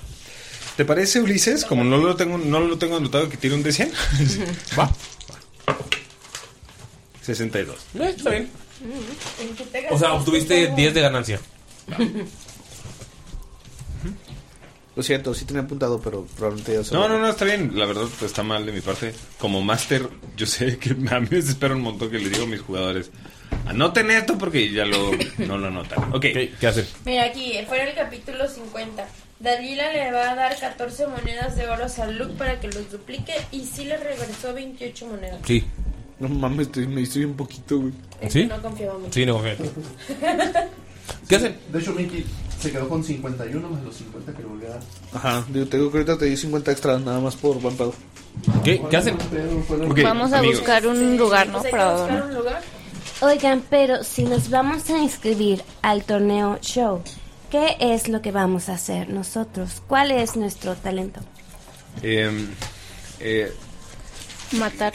Speaker 2: ¿Te parece, Ulises? Como no lo tengo, no lo tengo anotado que tiene un de 100. Va. Va. 62.
Speaker 1: No, está bien.
Speaker 3: ¿En qué
Speaker 2: Mm.
Speaker 3: te
Speaker 1: O sea,
Speaker 3: gastaste
Speaker 1: obtuviste
Speaker 3: todo?
Speaker 1: 10 de ganancia.
Speaker 4: Lo siento, sí tenía apuntado, pero probablemente ya se
Speaker 2: No, no, no, está bien. La verdad pues, está mal de mi parte. Como máster, yo sé que a mí me desespera un montón que le digo a mis jugadores, anoten esto porque ya lo, no lo anotan. Ok.
Speaker 1: ¿Qué hacen?
Speaker 8: Mira, aquí, eh, fuera el capítulo 50. Dalila le va a dar 14 monedas de oro a Luke para que los duplique y sí le regresó 28 monedas.
Speaker 1: Sí.
Speaker 4: No mames, estoy- me hice un poquito, güey.
Speaker 8: Es que
Speaker 1: ¿Sí?
Speaker 8: No confiaba mucho.
Speaker 1: Sí, no confío en ti.
Speaker 4: ¿Qué
Speaker 1: hacen?
Speaker 5: De hecho, Mickey se quedó con 51 más los 50 que le volví a dar.
Speaker 4: Ajá, digo, te digo que ahorita te di 50 extras nada más por buen pedo.
Speaker 1: ¿Qué? ¿Qué hacen?
Speaker 6: Vamos a buscar un lugar, ¿no? Para dormir.
Speaker 7: Oigan, pero si nos vamos a inscribir al torneo show, ¿qué es lo que vamos a hacer nosotros? ¿Cuál es nuestro talento?
Speaker 2: Em, eh,
Speaker 7: Matar.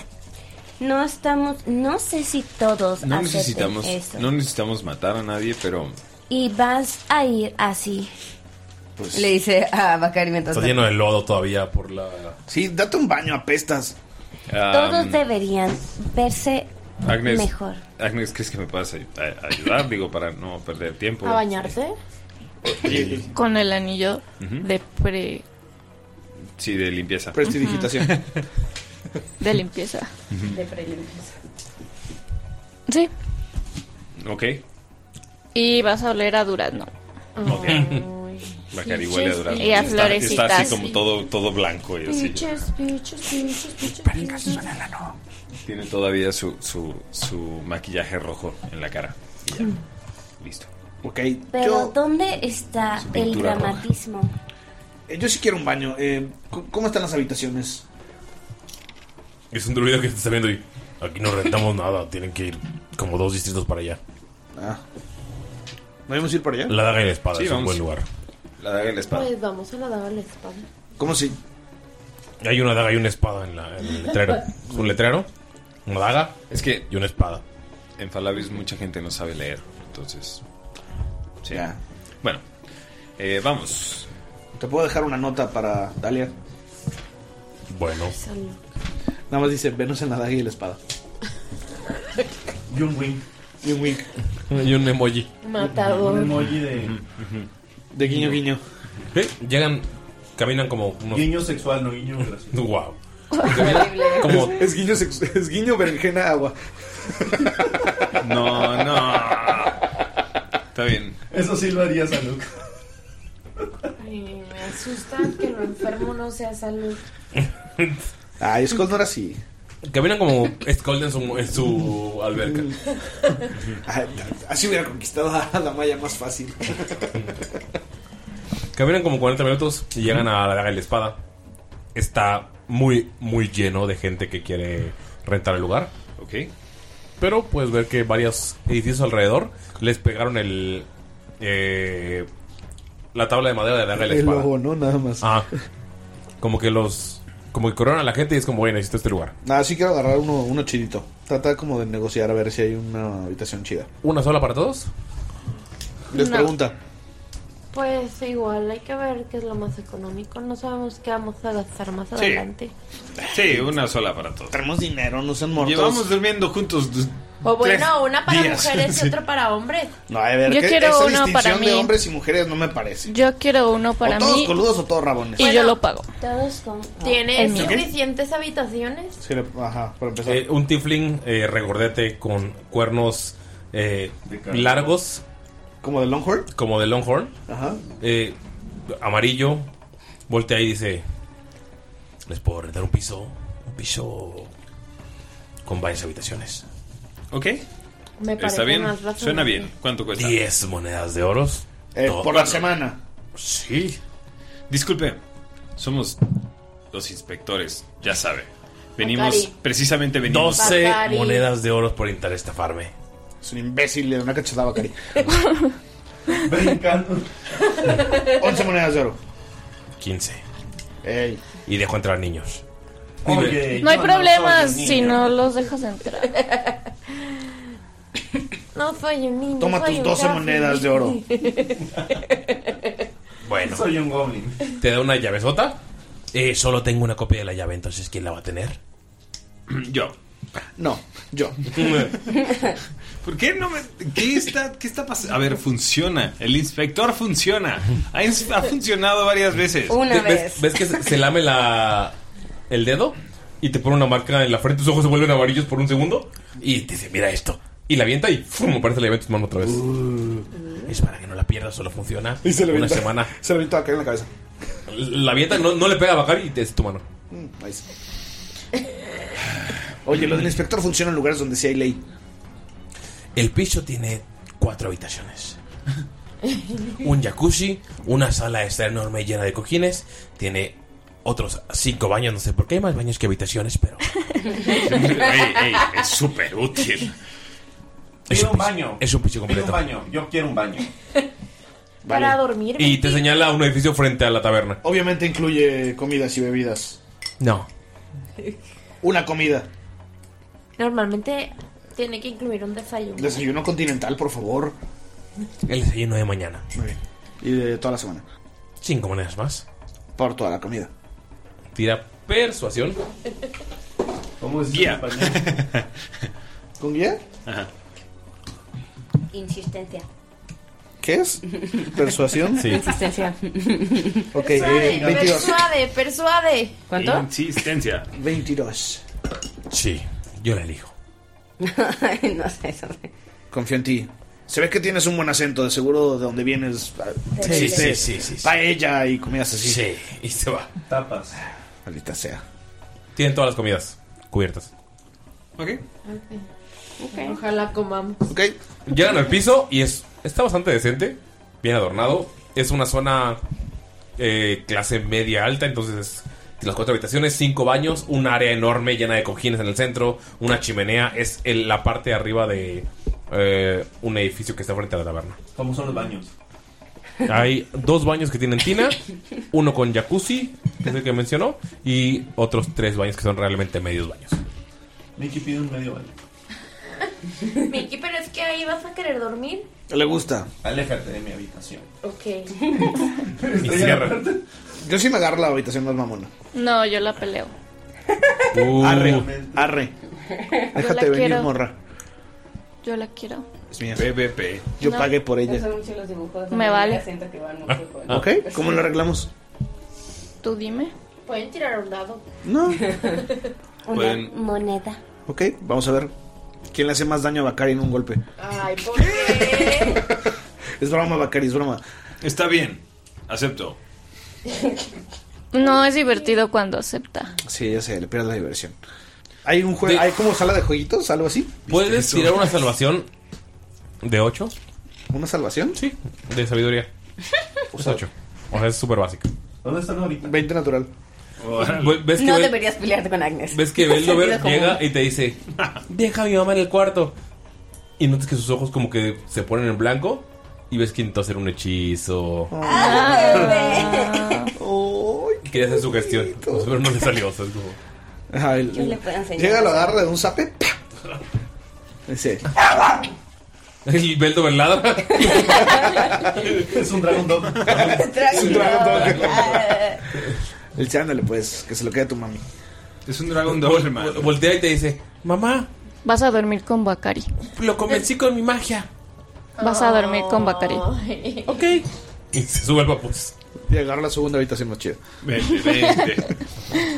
Speaker 7: No estamos, no sé si todos
Speaker 2: no
Speaker 7: acepten
Speaker 2: necesitamos,
Speaker 7: eso.
Speaker 2: no necesitamos matar a nadie, pero
Speaker 7: Y vas a ir así.
Speaker 4: pues,
Speaker 10: Le dice a Bacari mientras.
Speaker 1: Está lleno de lodo todavía por la.
Speaker 4: Sí, date un baño, apestas.
Speaker 7: todos deberían verse
Speaker 2: Um, Agnes,
Speaker 7: mejor.
Speaker 2: Agnes, ¿crees que me puedas ay- a- ayudar? Digo, para no perder tiempo.
Speaker 6: ¿A bañarse?
Speaker 2: Y-
Speaker 6: Con el anillo
Speaker 2: Ujú.
Speaker 6: de pre...
Speaker 2: Sí, de limpieza.
Speaker 6: Prestidigitación. de limpieza.
Speaker 3: De prelimpieza.
Speaker 6: Sí.
Speaker 2: ok.
Speaker 6: Y vas a oler a durazno.
Speaker 2: Ok. Bacari huele a durazno.
Speaker 6: Y a
Speaker 2: Está-
Speaker 6: florecitas.
Speaker 2: Está así como todo, todo blanco y así.
Speaker 8: Piches, piches, piches, piches.
Speaker 2: Tiene todavía su, su, su maquillaje rojo en la cara. Y ya,
Speaker 6: Mm.
Speaker 2: listo.
Speaker 4: Ok.
Speaker 7: Pero ¿dónde está
Speaker 4: Su
Speaker 7: el
Speaker 4: pintura roja.
Speaker 7: dramatismo?
Speaker 4: Eh, Yo sí quiero un baño. Eh, ¿cómo- ¿Cómo están las habitaciones?
Speaker 1: Es un druido que está viendo y. Aquí no rentamos nada. Tienen que ir como dos distritos para allá.
Speaker 4: Ah. ¿Vamos a ir para allá?
Speaker 1: La daga y la espada es un buen lugar.
Speaker 2: La daga y la
Speaker 9: Pues vamos a la daga la espada.
Speaker 4: ¿Cómo si?
Speaker 1: Hay una daga y una espada en, la- en el letrero. Es un letrero, una daga
Speaker 2: es que
Speaker 1: y una espada.
Speaker 2: En Falabis mucha gente no sabe leer, entonces... Sí. Bueno, eh, vamos.
Speaker 4: ¿Te puedo dejar una nota para Dalia?
Speaker 1: Bueno.
Speaker 4: Nada más dice, venos en la daga y la espada.
Speaker 5: Y un wing.
Speaker 4: Y un wing.
Speaker 1: Y un emoji.
Speaker 10: Matador.
Speaker 5: Un emoji de.
Speaker 4: De guiño, guiño.
Speaker 1: Llegan, caminan como unos.
Speaker 5: Guiño sexual, no guiño gracioso.
Speaker 1: Wow.
Speaker 4: Como... Es, es guiño, sex- es guiño berenjena agua.
Speaker 2: No, no. Está bien.
Speaker 5: Eso sí lo harías a Luke.
Speaker 8: Ay, me asusta que lo enfermo no sea salud.
Speaker 4: Ah, Skull no era así.
Speaker 1: Caminan como Scold en su, en su alberca.
Speaker 4: Ah, Así hubiera conquistado a la Maya más fácil.
Speaker 1: Caminan como 40 minutos y llegan a la daga y la espada. Está muy, muy lleno de gente que quiere rentar el lugar.
Speaker 2: Ok.
Speaker 1: Pero puedes ver que varios edificios alrededor les pegaron el. eh, la tabla de madera de la daga y la
Speaker 4: El
Speaker 1: espada.
Speaker 4: logo, ¿no? Nada más.
Speaker 1: Ah. Como que los. Como que corrieron a la gente y es como, bueno, necesito este lugar.
Speaker 4: Nada, Ah, sí quiero agarrar uno, uno chidito. Trata como de negociar a ver si hay una habitación chida.
Speaker 1: ¿Una sola para todos?
Speaker 4: Les
Speaker 9: No.
Speaker 4: pregunta.
Speaker 9: Pues igual hay que ver qué es lo más económico. No sabemos qué vamos a gastar más
Speaker 2: Sí.
Speaker 9: adelante.
Speaker 2: Sí, una sola para todos.
Speaker 4: Tenemos dinero, no sean
Speaker 9: muertos.
Speaker 2: Llevamos durmiendo juntos. d-
Speaker 9: O
Speaker 2: tres
Speaker 9: bueno, una para
Speaker 2: días.
Speaker 9: mujeres
Speaker 2: Sí.
Speaker 9: y otra para hombres.
Speaker 4: No, a ver,
Speaker 6: Yo
Speaker 4: que
Speaker 6: quiero
Speaker 4: esa
Speaker 6: uno
Speaker 4: distinción
Speaker 6: para
Speaker 4: de
Speaker 6: mí.
Speaker 4: hombres y mujeres no me parece.
Speaker 6: Yo quiero uno para
Speaker 4: o todos
Speaker 6: mí.
Speaker 4: coludos o todos rabones.
Speaker 6: Y yo lo pago.
Speaker 7: Todos con.
Speaker 9: ¿Tiene
Speaker 6: El mío.
Speaker 9: suficientes habitaciones?
Speaker 4: Sí, le- ajá, para empezar.
Speaker 1: Eh, un tifling eh, regordete con cuernos eh,
Speaker 4: carnal.
Speaker 1: largos.
Speaker 4: ¿Como de Longhorn?
Speaker 1: Como de Longhorn.
Speaker 4: Ajá.
Speaker 1: Eh, amarillo. Voltea y dice: Les puedo rentar un piso. Un piso con varias habitaciones.
Speaker 2: Ok.
Speaker 9: Me
Speaker 2: Está bien. Suena bien. ¿Cuánto cuesta?
Speaker 1: 10 monedas de oros.
Speaker 4: Eh,
Speaker 1: Todo.
Speaker 4: por la semana.
Speaker 1: Sí.
Speaker 2: Disculpe. Somos los inspectores, ya sabe. Venimos,
Speaker 1: Bacari.
Speaker 2: precisamente venimos.
Speaker 1: 12 monedas de oros por intentar estafarme.
Speaker 4: Es un imbécil, le da una cachetada a Cari.
Speaker 5: Brincando.
Speaker 4: 11 monedas de oro.
Speaker 1: 15.
Speaker 4: Ey.
Speaker 1: Y dejo entrar niños.
Speaker 6: No hay problemas si no los dejas entrar.
Speaker 9: No soy un niño.
Speaker 4: Toma
Speaker 9: soy
Speaker 4: tus
Speaker 9: un
Speaker 4: 12
Speaker 9: gato.
Speaker 4: monedas de oro.
Speaker 1: Bueno.
Speaker 5: Soy un goblin.
Speaker 1: ¿Te da una llave sota? Eh, solo tengo una copia de la llave, entonces ¿quién la va a tener?
Speaker 2: Yo.
Speaker 4: No, yo.
Speaker 2: ¿Por qué no me.? ¿Qué está, qué está pasando? A ver, funciona. El inspector funciona. Ha, ins- ha funcionado varias veces.
Speaker 1: ¿Ves- ¿Ves, ves que se, se lame la, el dedo y te pone una marca en la frente? Tus ojos se vuelven amarillos por un segundo y te dice, mira esto. Y la avienta y ¡fum! aparece la llave en tus manos otra vez. es para que no la pierdas, solo funciona
Speaker 4: Uh. Y se le
Speaker 1: una
Speaker 4: avienta-
Speaker 1: semana.
Speaker 4: Se le aventó a caer en la cabeza.
Speaker 1: La avienta, no, no le pega a bajar y te es tu mano.
Speaker 4: Mm, nice. Oye, lo del inspector funciona en lugares donde sí hay ley.
Speaker 1: El piso tiene cuatro habitaciones. un jacuzzi, una sala está enorme y llena de cojines, tiene otros cinco baños, no sé por qué hay más baños que habitaciones, pero
Speaker 2: Ey, ey, es súper útil.
Speaker 5: Quiero un baño.
Speaker 1: es un piso
Speaker 5: Quiero un
Speaker 1: completo.
Speaker 5: baño. Yo quiero un baño.
Speaker 9: Para dormir.
Speaker 1: Y te señala un edificio frente a la taberna.
Speaker 4: Obviamente incluye comidas y bebidas.
Speaker 1: No.
Speaker 4: Una comida.
Speaker 9: Normalmente tiene que incluir un desayuno.
Speaker 4: Desayuno continental, por favor.
Speaker 1: El desayuno de mañana.
Speaker 4: Muy bien. Y de toda la semana.
Speaker 1: Cinco monedas más.
Speaker 4: Por toda la comida.
Speaker 1: Tira persuasión.
Speaker 5: ¿Cómo es
Speaker 1: Guía.
Speaker 4: ¿Con guía?
Speaker 7: Insistencia.
Speaker 4: ¿Qué es? ¿Persuasión?
Speaker 1: Sí.
Speaker 7: Insistencia.
Speaker 4: Ok,
Speaker 8: Persuade,
Speaker 4: eh, 22.
Speaker 8: persuade, persuade.
Speaker 2: Insistencia.
Speaker 4: 22.
Speaker 1: Sí, yo la elijo.
Speaker 4: no sé, Confío en ti. Se ve que tienes un buen acento, de seguro de donde vienes. ah,
Speaker 1: Sí,
Speaker 4: existe
Speaker 1: sí, sí, sí, sí.
Speaker 4: Paella y comidas así.
Speaker 1: Sí, y se va.
Speaker 5: Tapas.
Speaker 4: Maldita sea.
Speaker 1: Tienen todas las comidas cubiertas.
Speaker 8: Ojalá comamos.
Speaker 1: Llegan al piso y es está bastante decente, bien adornado. Es una zona eh, clase media alta, entonces es las cuatro habitaciones, cinco baños, un área enorme llena de cojines en el centro, una chimenea, es en la parte de arriba de eh, un edificio que está frente a la taberna.
Speaker 5: ¿Cómo son los baños?
Speaker 1: Hay dos baños que tienen tina, uno con jacuzzi, que es el que mencionó, y otros tres baños que son realmente medios baños.
Speaker 5: Mickey pide un medio baño.
Speaker 9: Miki, pero es que ahí vas a querer dormir.
Speaker 4: Le gusta.
Speaker 5: Aléjate de mi habitación.
Speaker 9: Ok.
Speaker 1: Y cierra.
Speaker 4: Yo sí me agarro la habitación más mamona.
Speaker 6: No, yo la peleo.
Speaker 1: Uh.
Speaker 4: Arre. Arre.
Speaker 6: Yo la
Speaker 4: Déjate venir,
Speaker 6: quiero.
Speaker 4: morra.
Speaker 6: Yo la quiero.
Speaker 4: Es mía.
Speaker 2: PvP.
Speaker 4: Yo
Speaker 6: No.
Speaker 4: pagué por
Speaker 3: Me
Speaker 4: ella.
Speaker 3: gustan mucho los dibujos.
Speaker 6: Me vale.
Speaker 3: el acento que van
Speaker 1: Ah,
Speaker 3: mucho con-
Speaker 4: ¿Ok? ¿Cómo lo arreglamos?
Speaker 6: Tú dime.
Speaker 9: Pueden tirar a un dado.
Speaker 4: No.
Speaker 7: Una
Speaker 1: Pues,
Speaker 4: Pueden-
Speaker 7: moneda.
Speaker 4: Ok, vamos a ver. ¿Quién le hace más daño a Bakari en un golpe?
Speaker 9: Ay, ¿por qué?
Speaker 4: Es broma, Bakari, es broma.
Speaker 2: Está bien. Acepto.
Speaker 6: No es divertido cuando acepta.
Speaker 4: Sí, ya sé, le pierdes la diversión. ¿Hay un juego? ¿Hay como sala de jueguitos? ¿Algo así?
Speaker 1: ¿Puedes tirar una salvación de 8?
Speaker 4: ¿Una salvación?
Speaker 1: Sí. De sabiduría. Es 8. O sea, es súper básica.
Speaker 5: ¿Dónde están ahorita?
Speaker 4: 20 natural.
Speaker 1: Ve- ¿Ves que,
Speaker 3: No
Speaker 1: Bel-
Speaker 3: deberías pelearte con Agnes.
Speaker 1: ves que Beldover
Speaker 3: Sentido común.
Speaker 1: llega y te dice, deja a mi mamá en el cuarto? Y notas que sus ojos como que se ponen en blanco y ves que intentó hacer un hechizo. Quería hacer su gestión, pero no le salió. o sea, es como-
Speaker 4: Ajá,
Speaker 3: Yo le puedo enseñar.
Speaker 4: Llega, lo agarra de un zape. ¡pa! Ese.
Speaker 1: Y Beldover ladra.
Speaker 5: Es un dragón dog.
Speaker 4: Es un dragón dog. El chándale, pues, que se lo quede a tu mami.
Speaker 2: Es un dragón Doberman.
Speaker 1: Vol- Voltea y te dice, mamá,
Speaker 6: Vas a dormir con Bakari.
Speaker 1: lo convencí con mi magia.
Speaker 6: Vas a dormir con Bakari.
Speaker 1: Ok. Y se sube al papus.
Speaker 4: Y agarra la segunda habitación más chida.
Speaker 2: Vente, vente.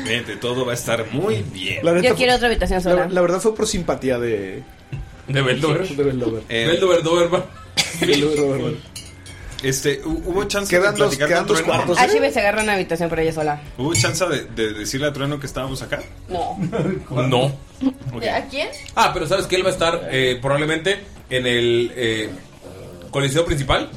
Speaker 2: Vente, todo va a estar muy bien.
Speaker 4: La neta
Speaker 3: Yo
Speaker 4: fue-
Speaker 3: quiero otra habitación sola.
Speaker 4: La, la verdad fue por simpatía de,
Speaker 1: De Beldover.
Speaker 4: de Beldover.
Speaker 2: Eh,
Speaker 1: Beldover Doberman.
Speaker 4: Beldover.
Speaker 2: este, hu- hubo chance
Speaker 4: Quedan
Speaker 2: de
Speaker 4: dos-
Speaker 2: platicar
Speaker 4: quedan
Speaker 2: con
Speaker 4: dos
Speaker 2: Trueno?
Speaker 4: cuartos. ¿eh?
Speaker 3: Ashley se agarra una habitación para ella sola.
Speaker 2: ¿Hubo chance de, de decirle a Trueno que estábamos acá?
Speaker 3: No.
Speaker 1: No.
Speaker 2: Ok.
Speaker 8: ¿A quién?
Speaker 1: Ah, pero sabes que él va a estar eh, probablemente en el eh, coliseo principal.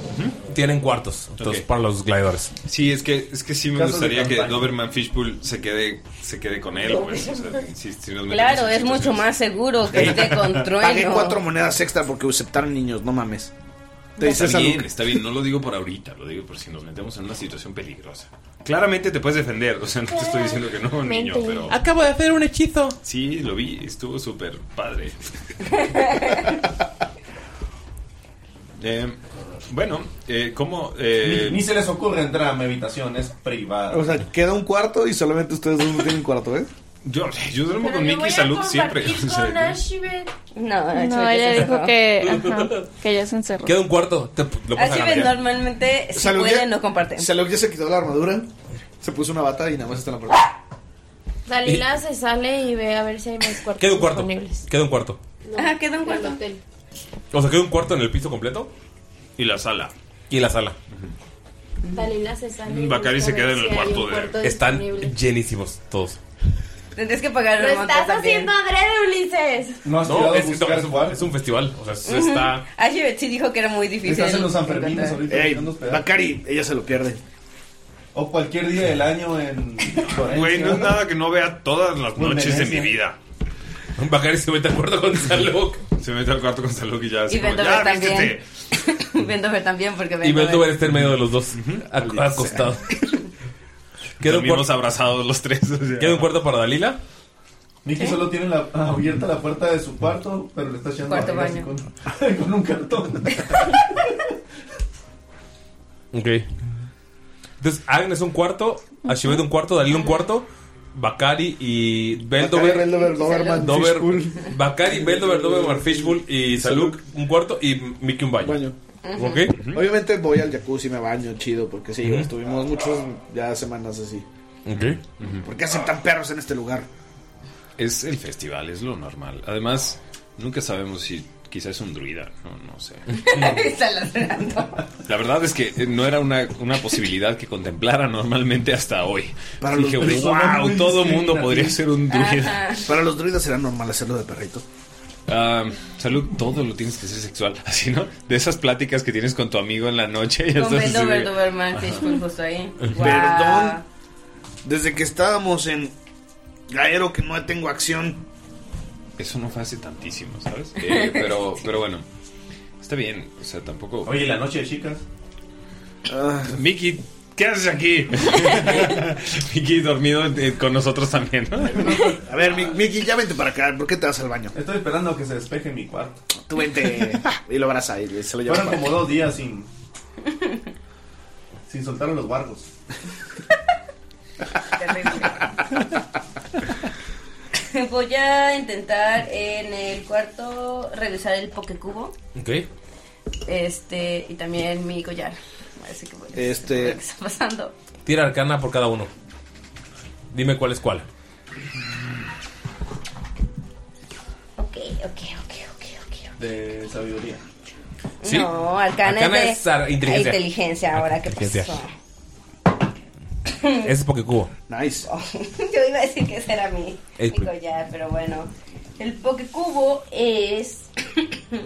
Speaker 1: Tienen cuartos entonces,
Speaker 2: Ok.
Speaker 1: para los gladiadores.
Speaker 2: Sí, es que, es que sí me
Speaker 5: Casos de
Speaker 2: gustaría que
Speaker 5: campaña.
Speaker 2: Doberman Fishpool se quede, se quede con él, güey. O sea, si- si nos metemos
Speaker 3: Claro,
Speaker 2: en
Speaker 3: es mucho
Speaker 2: situaciones.
Speaker 3: más seguro que esté Este con trueno.
Speaker 4: Pagué cuatro monedas extra porque aceptaron niños, no mames. Te dice esa
Speaker 2: Está bien,
Speaker 4: Luke.
Speaker 2: está bien, no lo digo por ahorita, lo digo por si nos metemos en una situación peligrosa. Claramente te puedes defender, o sea, no te estoy diciendo que no, niño, pero
Speaker 1: Acabo de hacer un hechizo.
Speaker 2: sí, lo vi, estuvo súper padre. Eh, bueno, eh, ¿cómo...? eh,
Speaker 5: Ni se les ocurre entrar a mi habitación, es privada.
Speaker 4: O sea, queda un cuarto y solamente ustedes dos no tienen cuarto, ¿eh?
Speaker 2: Yo, yo duermo
Speaker 6: Pero con yo Mickey voy a Salud siempre.
Speaker 4: O sea,
Speaker 6: Con Ashibet.
Speaker 3: No,
Speaker 6: No,
Speaker 3: Ashibet ya
Speaker 6: ella
Speaker 3: se
Speaker 6: dijo
Speaker 3: encerró.
Speaker 6: que, ajá, que ella se encerró.
Speaker 1: Queda un cuarto. te- lo puedes
Speaker 3: Así
Speaker 1: agarrar.
Speaker 3: ven, normalmente si
Speaker 4: Salud,
Speaker 3: pueden
Speaker 4: ya-
Speaker 3: no comparten.
Speaker 4: Salud ya se quitó la armadura, se puso una bata y nada más está en la puerta.
Speaker 8: Dalila se sale y ve a ver si hay más cuartos
Speaker 1: Queda un cuarto.
Speaker 8: disponibles.
Speaker 1: Queda un cuarto.
Speaker 3: Ajá, Ah, queda un cuarto.
Speaker 1: O sea, queda un cuarto en el piso completo.
Speaker 2: Y la sala.
Speaker 1: Y la sala.
Speaker 8: Dalila se sale. y
Speaker 1: Mm, Bacari
Speaker 8: busca
Speaker 1: se queda
Speaker 8: ver
Speaker 1: en
Speaker 8: si
Speaker 1: el
Speaker 8: hay un
Speaker 1: cuarto de. Están llenísimos todos.
Speaker 3: Tendrías que pagar
Speaker 8: Lo
Speaker 3: el monto
Speaker 8: estás
Speaker 3: también.
Speaker 8: haciendo, Andrés Ulises.
Speaker 1: No,
Speaker 5: has tirado a
Speaker 1: es, no, es un, es un festival. O sea,
Speaker 8: Mm.
Speaker 1: se está.
Speaker 3: Ashibet sí dijo que era muy difícil.
Speaker 5: Sanfermines ahorita,
Speaker 4: Ey,
Speaker 5: buscando hospedaje.
Speaker 4: Bacari, ella se lo pierde.
Speaker 5: O cualquier día del año en Florencia.
Speaker 2: Güey, no es nada que no vea todas las
Speaker 5: Muy
Speaker 2: noches de
Speaker 5: Venecia.
Speaker 2: mi vida. Bacari se mete al cuarto con Saluk. Se mete al cuarto con Saluk y ya. así
Speaker 3: Y
Speaker 2: como,
Speaker 3: Vendover
Speaker 2: "Ya, vístete".
Speaker 3: también. Vendover este. también, porque
Speaker 1: Y Beltover
Speaker 3: Vendover.
Speaker 1: está en medio de los dos. ac- acostado. Queda un cuarto.
Speaker 2: abrazados los tres.
Speaker 1: Queda un cuarto para Dalila.
Speaker 5: Mickey solo tiene la- abierta la puerta de su cuarto, pero le está echando
Speaker 3: Cuarto
Speaker 5: barriga
Speaker 3: baño.
Speaker 5: así con, con un cartón.
Speaker 1: Ok. Entonces, Agnes un cuarto, Ashibet un cuarto, Dalila un cuarto, Bakari y
Speaker 4: Bacari,
Speaker 1: Beldover.
Speaker 4: Beldover, Doberman,
Speaker 1: Dover-
Speaker 4: Fishbowl.
Speaker 1: Bakari, Beldover, Doberman, Fishbull y Saluk un cuarto y Mickey un baño.
Speaker 4: Ujú.
Speaker 1: Ok.
Speaker 4: Obviamente voy al jacuzzi, me baño, chido, porque sí, estuvimos muchas ya semanas así.
Speaker 1: Ok.
Speaker 4: ¿Por qué aceptan perros en este lugar?
Speaker 2: Es el festival, es lo normal. Además, nunca sabemos si quizás es un druida. No, no sé.
Speaker 3: Está ladrando.
Speaker 2: La verdad es que eh, no era una, una posibilidad que contemplara normalmente hasta hoy.
Speaker 4: Para
Speaker 2: Dije,
Speaker 4: los druidas son
Speaker 2: wow,
Speaker 4: muy
Speaker 2: todo mundo
Speaker 4: discriminativos".
Speaker 2: podría ser un druida.
Speaker 4: Ajá. Para los druidas será normal hacerlo de perrito.
Speaker 2: Ah, salud, todo lo tienes que hacer sexual. Así, ¿no? De esas pláticas que tienes con tu amigo en la noche. ya
Speaker 3: Con
Speaker 2: estás así de-
Speaker 3: Vendover, Doberman,
Speaker 2: Ajá.
Speaker 3: Fishpool justo ahí. Guau.
Speaker 4: Perdón. Desde que estábamos en Gaero que no tengo acción.
Speaker 2: Eso no fue hace tantísimo, ¿sabes? Eh, pero, pero bueno, está bien. O sea, tampoco.
Speaker 5: Oye, ¿y la noche de chicas.
Speaker 2: Miki, ¿qué haces aquí? Miki dormido eh, con nosotros también, ¿no?
Speaker 4: A ver, Mi- Miki, ya vente para acá. ¿Por qué te vas al baño?
Speaker 5: Estoy esperando a que se despeje mi cuarto.
Speaker 4: Tú vente y lo abraza y se lo lleva.
Speaker 5: Fueron
Speaker 4: para
Speaker 5: como
Speaker 4: ti.
Speaker 5: dos días sin. sin soltar a los barcos.
Speaker 3: Voy a intentar en el cuarto revisar el Pokécubo.
Speaker 1: Ok.
Speaker 3: Este, y también mi collar. Así que voy a-
Speaker 1: Este-
Speaker 3: ¿Qué está pasando?
Speaker 1: Tira arcana por cada uno. Dime cuál es cuál.
Speaker 3: Ok, ok, ok, ok, ok.
Speaker 5: De sabiduría.
Speaker 1: ¿Sí?
Speaker 3: No, Arcana,
Speaker 1: Arcana
Speaker 3: es de
Speaker 1: es ar- inteligencia.
Speaker 3: Ah, inteligencia, ahora que
Speaker 1: Inteligencia.
Speaker 3: pasó.
Speaker 1: Ese es Pokécubo.
Speaker 4: Nice.
Speaker 3: Yo iba a decir que ese era mi,
Speaker 1: El-
Speaker 3: mi collar, pero bueno. El Pokécubo es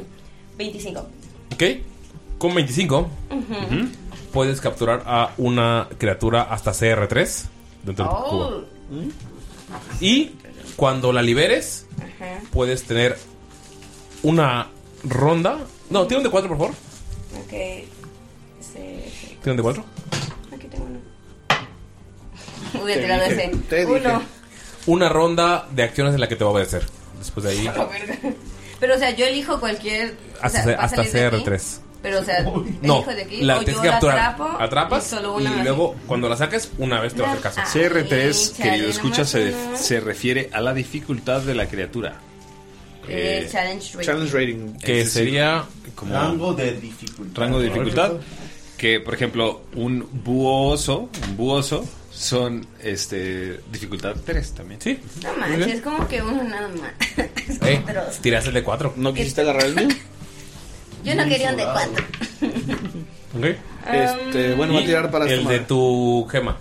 Speaker 3: 25.
Speaker 1: Ok. Con 25
Speaker 3: Ujú.
Speaker 1: ujú, puedes capturar a una criatura hasta CR3 dentro del
Speaker 3: Oh.
Speaker 1: cubo.
Speaker 4: Mm.
Speaker 1: Y cuando la liberes,
Speaker 3: Ajá.
Speaker 1: puedes tener una ronda. No, tira un de 4, por favor.
Speaker 3: Ok. Sí, sí.
Speaker 1: Tira un de 4.
Speaker 3: Aquí tengo uno. Voy
Speaker 1: Te
Speaker 3: a tirar
Speaker 1: dije,
Speaker 3: ese.
Speaker 1: te dije.
Speaker 3: Uno.
Speaker 1: Una ronda de acciones en la que te va a obedecer. Después de ahí,
Speaker 3: Pero, o sea, yo elijo cualquier. o
Speaker 1: hasta,
Speaker 3: sea, va a
Speaker 1: hasta
Speaker 3: salir de aquí,
Speaker 1: CR3.
Speaker 3: Pero, o sea,
Speaker 1: No,
Speaker 3: elijo de aquí.
Speaker 1: la
Speaker 3: o
Speaker 1: tienes
Speaker 3: yo
Speaker 1: que
Speaker 3: la
Speaker 1: capturar.
Speaker 3: atrapo.
Speaker 1: Atrapas
Speaker 3: y solo
Speaker 1: y
Speaker 3: una. Ah,
Speaker 1: luego cuando la saques, una vez te va a hacer caso.
Speaker 2: CR3,
Speaker 3: chale,
Speaker 2: querido escucha,
Speaker 3: nomás
Speaker 2: se,
Speaker 3: uno.
Speaker 2: se refiere a la dificultad de la criatura.
Speaker 3: Eh,
Speaker 2: Eh,
Speaker 3: challenge rate.
Speaker 2: rating.
Speaker 1: Que sería
Speaker 2: como
Speaker 5: Rango de dificultad.
Speaker 2: rango de dificultad. Que, por ejemplo, un búho oso, un búho oso, son este, dificultad 3 también.
Speaker 1: Sí.
Speaker 3: No manches, es como que uno nada más.
Speaker 1: Eh, tiraste el de 4.
Speaker 4: ¿No quisiste agarrar el mío?
Speaker 3: Yo no quería un de cuatro.
Speaker 4: Este, bueno, va a tirar para
Speaker 1: El
Speaker 4: esta
Speaker 1: de
Speaker 4: madre.
Speaker 1: tu gema.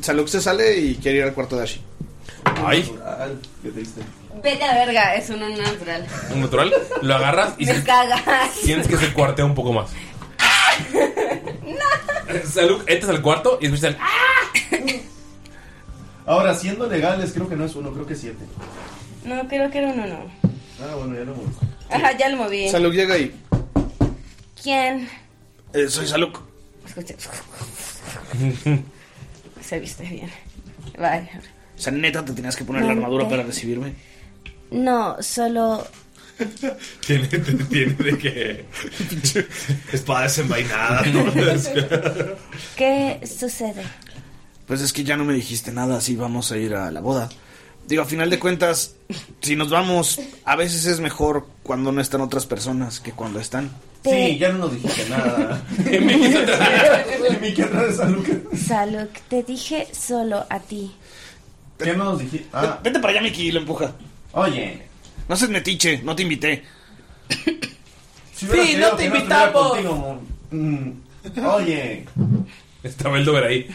Speaker 4: Saluk se sale y quiere ir al cuarto de Ashi.
Speaker 1: Ay.
Speaker 5: Qué triste.
Speaker 3: Vete a verga, es uno natural.
Speaker 1: Un natural. Lo agarras y
Speaker 3: Me cagas.
Speaker 1: sientes que se cuartea un poco más. Salud, entras al cuarto y escuchas el.
Speaker 5: Ahora, siendo legales, creo que no es uno, creo que es siete.
Speaker 3: No, creo que era un uno.
Speaker 5: Ah, bueno, ya lo moví.
Speaker 3: Ajá, ya lo moví.
Speaker 4: Saluk llega ahí.
Speaker 3: ¿Quién?
Speaker 4: Eh, soy Saluk.
Speaker 3: Escucha. Se viste bien. Vaya.
Speaker 4: O sea, neta, te tenías que poner la armadura para recibirme.
Speaker 7: No, solo
Speaker 2: Tiene, tiene de que. Espadas envainadas. ¿no?
Speaker 7: ¿Qué sucede?
Speaker 4: Pues es que ya no me dijiste nada si vamos a ir a la boda. Digo, a final de cuentas, si nos vamos, a veces es mejor cuando no están otras personas que cuando están.
Speaker 5: Sí, ya no nos dijiste nada.
Speaker 7: Saluk, te dije solo a ti.
Speaker 4: ¿Qué nos dijiste? Vete para allá, Miki, y lo empuja. Oye. No seas metiche, no te invité.
Speaker 5: hubieras querido que no estuviera contigo, Mm.
Speaker 4: Oye.
Speaker 1: Estaba el Dover ahí.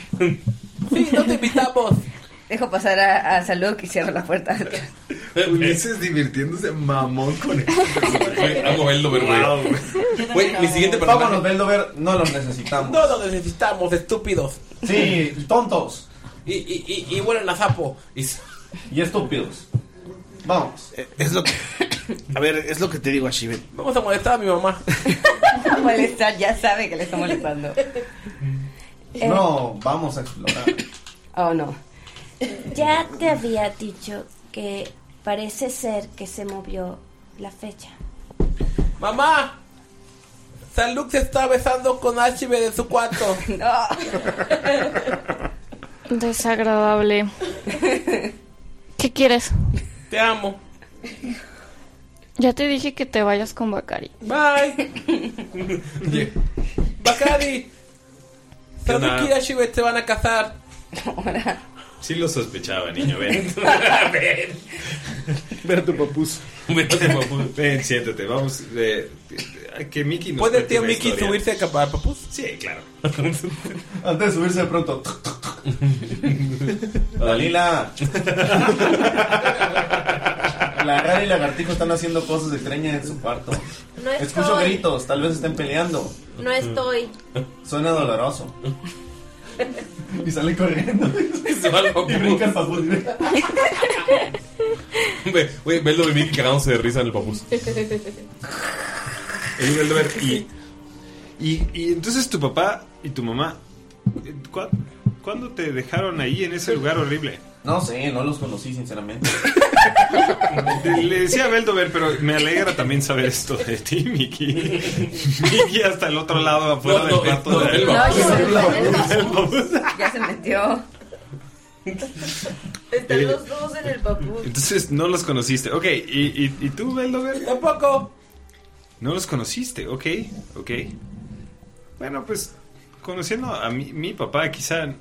Speaker 10: Dejo pasar a, a Saluk y cierro la puerta.
Speaker 2: Ulises divirtiéndose mamón con
Speaker 1: Güey, Amo Beldover, güey. Güey, mi siguiente personaje.
Speaker 5: Vámonos, Beldover, no los necesitamos.
Speaker 11: No los necesitamos, estúpidos.
Speaker 5: Sí, tontos.
Speaker 11: Y, y, y, y huelen a sapo. Y,
Speaker 5: estúpidos. Vamos.
Speaker 4: Eh, Es lo que. A ver, es lo que te digo a Shiven.
Speaker 11: Vamos a molestar a mi mamá.
Speaker 10: Molestar, ya sabe que le está molestando. Eh.
Speaker 5: No, vamos a explorar.
Speaker 10: Oh, no.
Speaker 7: Ya te había dicho que parece ser que se movió la fecha.
Speaker 11: Mamá, San Luke se está besando con Archie de su cuarto.
Speaker 10: No.
Speaker 6: Desagradable. ¿Qué quieres?
Speaker 11: Te amo.
Speaker 6: Ya te dije que te vayas con Bakari.
Speaker 11: Bye. Bacari. San Luke y Archie te van a casar.
Speaker 2: Sí lo sospechaba, niño, ven.
Speaker 4: Ven a tu papus.
Speaker 2: Ven a tu papus. Ven, siéntate, vamos. eh, a que Mickey nos
Speaker 11: ¿Puede el
Speaker 2: cuente
Speaker 11: tío
Speaker 2: una
Speaker 11: Mickey
Speaker 2: historia.
Speaker 11: subirse a capar papus?
Speaker 2: Sí, claro.
Speaker 5: Antes de subirse de pronto. Dalila. La Gara y Lagartijo están haciendo cosas extrañas en su cuarto.
Speaker 8: No
Speaker 5: Escucho gritos, tal vez estén peleando.
Speaker 8: No estoy.
Speaker 5: Suena doloroso. Y sale corriendo.
Speaker 1: Se va al papus.
Speaker 5: Y brinca el papus.
Speaker 1: Ve- Güey, Beldover y Mickey cagándose de risa en el papus.
Speaker 2: El Beldover y, y. Y entonces tu papá y tu mamá. eh, ¿cuá- ¿Cuándo te dejaron ahí en ese lugar horrible?
Speaker 5: No sé, no los conocí, sinceramente.
Speaker 2: Le- Le decía a Beldover, pero me alegra también saber esto de ti, Mickey. Mickey hasta el otro lado, afuera del cuarto de
Speaker 1: el
Speaker 10: papus. No,
Speaker 2: El papus. El papus.
Speaker 10: Ya se metió.
Speaker 2: Eh,
Speaker 8: Están los dos en el papú.
Speaker 2: Entonces no los conociste. Ok, ¿y, y, y tú, Beldover?
Speaker 11: Tampoco.
Speaker 2: No los conociste, ok, ok. Bueno, pues conociendo a mi, mi papá, quizá,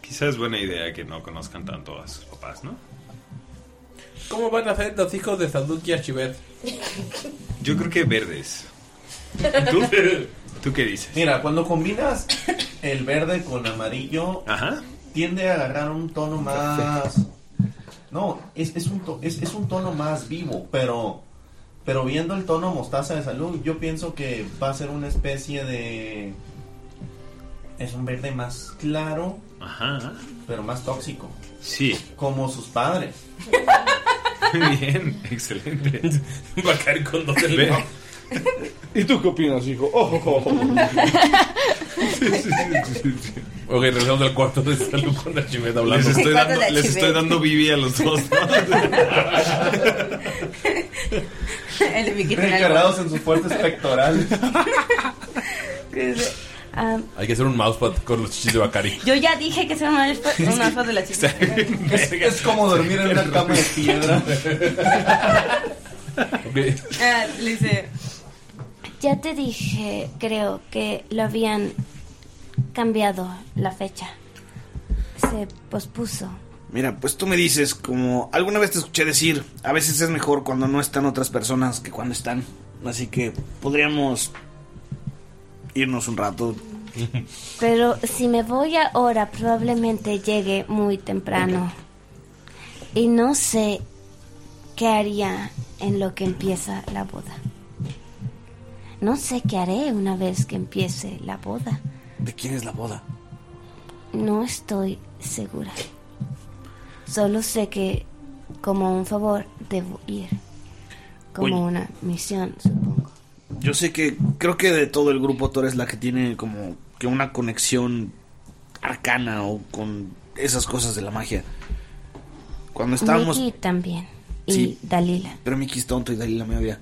Speaker 2: quizá es buena idea que no conozcan tanto a sus papás, ¿no?
Speaker 11: ¿Cómo van a ser los hijos de San Luke y Archibald?
Speaker 2: Yo creo que verdes. ¿Tú? ¿Tú qué dices?
Speaker 5: Mira, cuando combinas el verde con amarillo, tiende a agarrar un tono más. No, es, es un to- es, es un tono más vivo, pero pero viendo el tono mostaza de salud, yo pienso que va a ser una especie de. Es un verde más claro,
Speaker 2: Ajá.
Speaker 5: pero más tóxico.
Speaker 2: Sí.
Speaker 5: Como sus padres.
Speaker 2: Bien, excelente.
Speaker 1: Va a caer con dos del
Speaker 2: Ve.
Speaker 4: ¿Y tú qué opinas, hijo? Oh, Ojo,
Speaker 1: Ok, regresamos al cuarto de salud con Archimedes hablando.
Speaker 2: Les estoy dando,
Speaker 1: Archimedes.
Speaker 2: les estoy dando bibi a los dos.
Speaker 10: El de Mickey tiene
Speaker 5: Recargados
Speaker 10: algo.
Speaker 5: en sus fuertes pectorales.
Speaker 10: Ah,
Speaker 1: Hay que hacer un mousepad con los chichis de Bacari.
Speaker 10: yo ya dije que son un alfa, un alfa de la chica.
Speaker 5: es, es como dormir en una cama de piedra.
Speaker 10: Ah, le dice,
Speaker 7: Ya te dije, creo que lo habían cambiado la fecha. Se pospuso.
Speaker 4: Mira, pues tú me dices, como alguna vez te escuché decir, a veces es mejor cuando no están otras personas que cuando están. Así que podríamos irnos un rato.
Speaker 7: Pero si me voy ahora, probablemente llegue muy temprano. Y no sé qué haría en lo que empieza la boda. No sé qué haré una vez que empiece la boda.
Speaker 4: ¿De quién es la boda?
Speaker 7: No estoy segura. Solo sé que, como un favor, debo ir. Como
Speaker 4: Oye.
Speaker 7: una misión, supongo.
Speaker 4: Yo sé que creo que de todo el grupo tú eres la que tiene como que una conexión arcana o con esas cosas de la magia. Cuando estábamos
Speaker 7: Mickey también. y
Speaker 4: Sí.
Speaker 7: Dalila.
Speaker 4: Pero Mickey es tonto y Dalila me odia.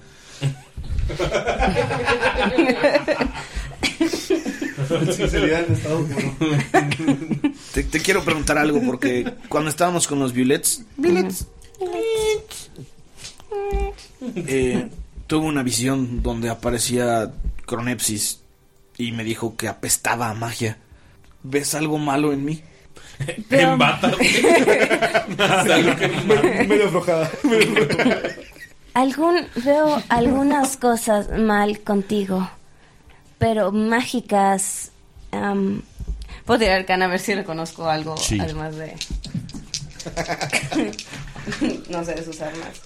Speaker 5: Sinceridad en estado puro.
Speaker 4: Te, te quiero preguntar algo porque cuando estábamos con los Violets, Violets. eh, tuve una visión donde aparecía Cronepsis y me dijo que apestaba a magia. ¿Ves algo malo en mí?
Speaker 1: En bata.
Speaker 5: Medio aflojada.
Speaker 7: Algún, veo algunas cosas mal contigo, pero mágicas. am,
Speaker 10: Puedo tirar arcana a ver si reconozco algo,
Speaker 7: Sí.
Speaker 10: además de. no sé, de sus armas.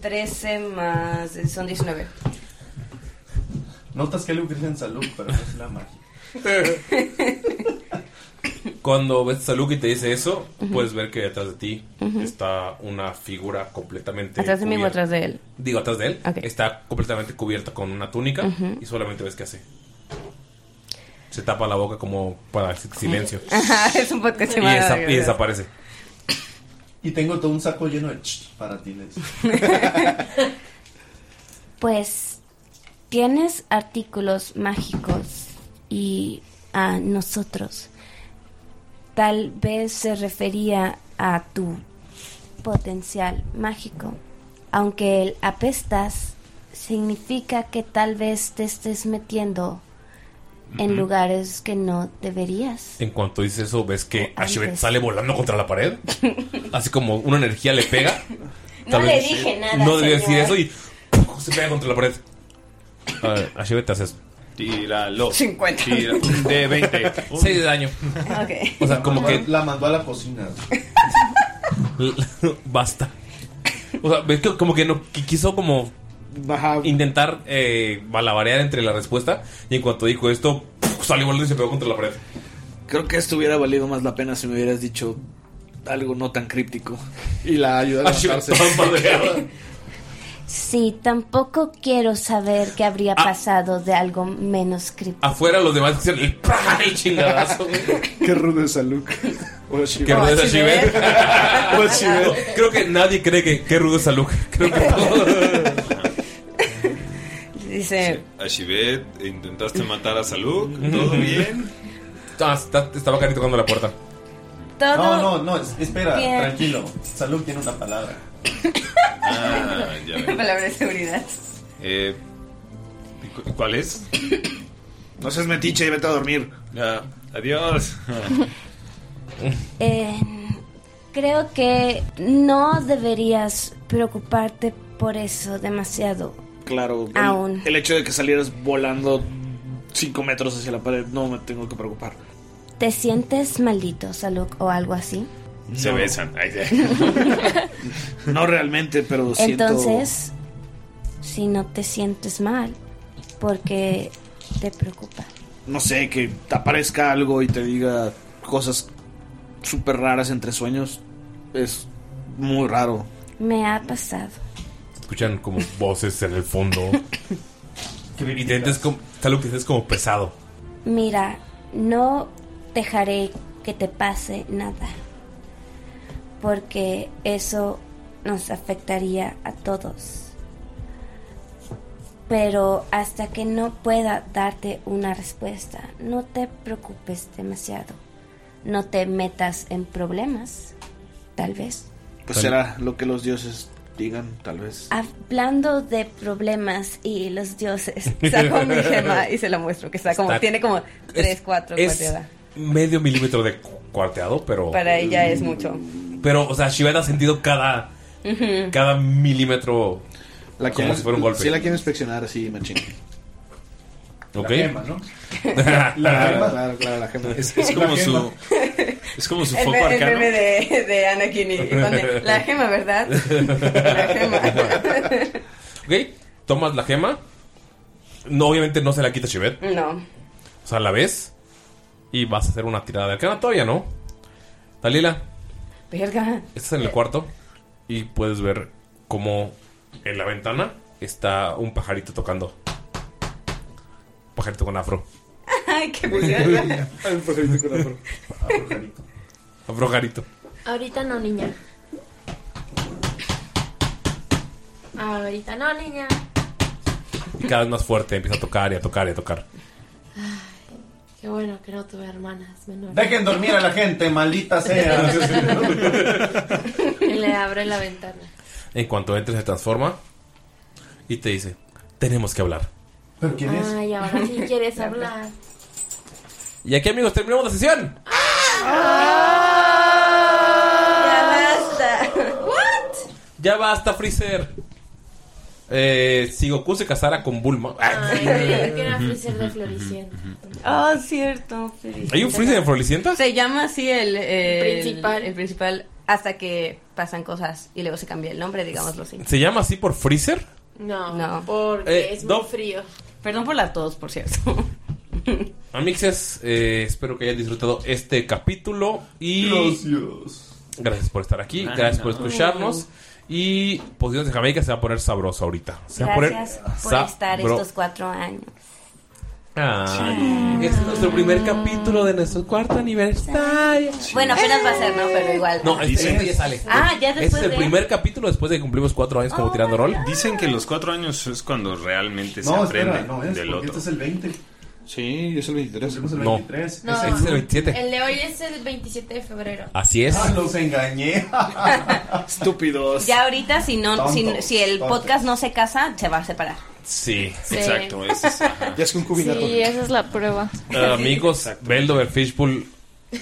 Speaker 10: 13 más. Son 19.
Speaker 5: Notas que algo crece en salud, pero no es la magia.
Speaker 1: Cuando ves a Luke y te dice eso,
Speaker 10: Ujú.
Speaker 1: puedes ver que detrás de ti
Speaker 10: Ujú.
Speaker 1: está una figura completamente.
Speaker 10: ¿Atrás de mí o
Speaker 1: cubierta-
Speaker 10: atrás de él?
Speaker 1: Digo, atrás de él.
Speaker 10: Ok.
Speaker 1: Está completamente cubierta con una túnica
Speaker 10: Ujú.
Speaker 1: y solamente ves que hace. Se tapa la boca como para hacer silencio.
Speaker 10: Ajá, es un podcast
Speaker 1: y,
Speaker 10: llamado
Speaker 1: desa-
Speaker 10: Dios.
Speaker 1: y desaparece.
Speaker 5: Y tengo todo un saco lleno de ch para ti, Nancy.
Speaker 7: Pues tienes artículos mágicos y a nosotros. Tal vez se refería a tu potencial mágico. Aunque el apestas significa que tal vez te estés metiendo en
Speaker 1: Ujú.
Speaker 7: lugares que no deberías.
Speaker 1: En cuanto dices eso, ves que Ashibet
Speaker 7: antes.
Speaker 1: sale volando contra la pared. Así como una energía le pega.
Speaker 7: No
Speaker 1: Tal
Speaker 7: le
Speaker 1: vez
Speaker 7: dije nada,
Speaker 1: No debió decir
Speaker 7: señor.
Speaker 1: eso y se pega contra la pared. A ver, Ashibet, te haces.
Speaker 2: Tíralo.
Speaker 10: 50.
Speaker 2: Tira un de 20.
Speaker 1: 6 de daño.
Speaker 10: Ok.
Speaker 1: O sea, como que
Speaker 5: La mandó a la cocina.
Speaker 1: Basta. O sea, ves que como que no que quiso como intentar eh, balabarear entre la respuesta y en cuanto dijo esto, ¡puf! salió volando y se pegó contra la pared.
Speaker 4: Creo que esto hubiera valido más la pena si me hubieras dicho algo no tan críptico. Y la ayuda a
Speaker 1: Ah, sí,
Speaker 4: levantarse.
Speaker 1: toda madreada.
Speaker 7: Sí, tampoco quiero saber qué habría pasado de algo menos críptico.
Speaker 1: Afuera los demás hicieron el, ¡pra! el chingadazo.
Speaker 4: Qué rudo es a Luke.
Speaker 1: Qué rudo es Pues Ashibet. Creo que nadie cree que qué rudo es Luke. Creo que
Speaker 10: Dice.
Speaker 2: Ashibet, intentaste matar a Saluk. Todo bien.
Speaker 1: Ah, está- estaba cari tocando la puerta.
Speaker 10: Todo.
Speaker 9: Oh,
Speaker 5: No, no, no, es- espera,
Speaker 10: Bien.
Speaker 5: tranquilo. Salud tiene una palabra.
Speaker 2: Ah, ya veo.
Speaker 10: Palabra de seguridad.
Speaker 2: Eh, ¿cu- ¿Cuál es?
Speaker 4: No seas metiche, vete a dormir.
Speaker 2: adiós.
Speaker 7: Eh, creo que no deberías preocuparte por eso demasiado.
Speaker 4: Claro, el-
Speaker 7: Aún.
Speaker 4: El, hecho de que salieras volando 5 metros hacia la pared, no me tengo que preocupar.
Speaker 7: ¿Te sientes maldito, Salud, o algo así?
Speaker 2: Se besan. Ay, ya.
Speaker 4: No realmente, pero siento.
Speaker 7: Entonces, si no te sientes mal, porque te preocupa.
Speaker 4: No sé, que te aparezca algo y te diga cosas súper raras entre sueños. Es muy raro.
Speaker 7: Me ha pasado.
Speaker 1: Escuchan como voces en el fondo. y te sientes como, Saluk, te sientes como pesado.
Speaker 7: Mira, no dejaré que te pase nada, porque eso nos afectaría a todos. Pero hasta que no pueda darte una respuesta, no te preocupes demasiado. No te metas en problemas, tal vez.
Speaker 4: Pues será lo que los dioses digan, tal vez.
Speaker 10: Ah.
Speaker 7: Hablando de problemas y los dioses,
Speaker 10: Saco mi gema y se la muestro, que está como.
Speaker 1: Está-
Speaker 10: tiene como 3, 4
Speaker 1: es- Medio milímetro de cu- cuarteado, pero.
Speaker 10: Para ella es mucho.
Speaker 1: Pero, o sea, Shivet ha sentido cada,
Speaker 10: Ujú.
Speaker 1: cada milímetro
Speaker 4: La
Speaker 1: como
Speaker 4: quiero-
Speaker 1: si fuera un golpe.
Speaker 4: Sí, la quiero inspeccionar así, machín.
Speaker 1: Ok.
Speaker 5: gema, ¿no?
Speaker 4: Claro, claro, claro, la gema.
Speaker 2: Es, es como
Speaker 4: La gema.
Speaker 2: su. Es como su
Speaker 10: el,
Speaker 2: foco
Speaker 10: be- el
Speaker 2: arcano.
Speaker 10: meme de, de Anakin y pone, la gema, ¿verdad?
Speaker 1: Ok, tomas la gema. No, obviamente no se la quita Shivet.
Speaker 10: No.
Speaker 1: O sea, la ves. Y vas a hacer una tirada de arcana. Todavía no. Dalila,
Speaker 10: Verga.
Speaker 1: estás en el cuarto. Y puedes ver cómo en la ventana está un pajarito tocando. Pajarito con afro.
Speaker 10: Ay, qué
Speaker 6: vulgar.
Speaker 4: Hay un pajarito con afro.
Speaker 1: Afrojarito.
Speaker 6: Ahorita no, niña.
Speaker 9: Ahorita no, niña.
Speaker 1: Y cada vez más fuerte, empieza a tocar y a tocar y a tocar.
Speaker 9: Qué bueno que no tuve hermanas menores.
Speaker 5: Dejen dormir a la gente, maldita sea.
Speaker 9: Y le abre la ventana.
Speaker 1: En cuanto entres, se transforma y te dice: Tenemos que hablar.
Speaker 5: ¿Pero quién es?
Speaker 9: Ay, ahora sí quieres hablar.
Speaker 1: Y aquí, amigos, terminamos la sesión.
Speaker 10: Ya basta. What?
Speaker 1: Ya basta, Freezer. Eh, si Goku se casara con Bulma.
Speaker 9: Ay, creí que era Freezer de Floricienta.
Speaker 10: Oh, cierto. Floricienta.
Speaker 1: ¿Hay un Freezer de Floricienta?
Speaker 10: Se llama así el, el-
Speaker 9: Principal.
Speaker 10: El principal hasta que pasan cosas y luego se cambia el nombre, digámoslo así.
Speaker 1: ¿Se llama así por Freezer?
Speaker 9: No,
Speaker 10: No.
Speaker 9: porque
Speaker 1: Eh,
Speaker 9: es
Speaker 1: Doc.
Speaker 9: muy frío.
Speaker 10: Perdón por la tos, por cierto.
Speaker 1: Amixes, eh, espero que hayan disfrutado este capítulo y
Speaker 5: Gracias.
Speaker 1: gracias por estar aquí,
Speaker 5: Ay,
Speaker 1: gracias
Speaker 5: no.
Speaker 1: por escucharnos y Posiciones de Jamaica se va a poner sabroso ahorita. Se va a poner
Speaker 10: Gracias por
Speaker 1: sabro-
Speaker 10: estar estos cuatro años.
Speaker 1: Ay, Este es nuestro primer capítulo de nuestro cuarto aniversario.
Speaker 10: Bueno, apenas va a ser, ¿no? Pero igual.
Speaker 1: No, este, este ya sale.
Speaker 10: Ah, ya
Speaker 1: Este
Speaker 10: después
Speaker 1: es el
Speaker 10: de- Oh,
Speaker 1: primer capítulo después de que cumplimos cuatro años como tirando rol.
Speaker 2: Dicen que los cuatro años es cuando realmente se
Speaker 5: No,
Speaker 2: aprende
Speaker 5: espera, no es,
Speaker 2: del
Speaker 5: porque
Speaker 2: otro.
Speaker 5: este es el 20.
Speaker 2: Sí, es el 23.
Speaker 5: el
Speaker 1: No.
Speaker 5: 23.
Speaker 9: No,
Speaker 1: Este es el 27.
Speaker 9: El de hoy es el 27 de febrero.
Speaker 1: Así es.
Speaker 5: Ah, los engañé.
Speaker 4: Estúpidos.
Speaker 10: Ya ahorita, si, no, si,
Speaker 4: Tontos,
Speaker 10: si el
Speaker 4: tontos.
Speaker 10: podcast no se casa, se va a separar.
Speaker 1: Sí.
Speaker 9: Sí. exacto,
Speaker 4: ese es, Ya es que un cubinato.
Speaker 6: Sí, esa es la prueba.
Speaker 1: Ah, amigos, Beldover Fishpool.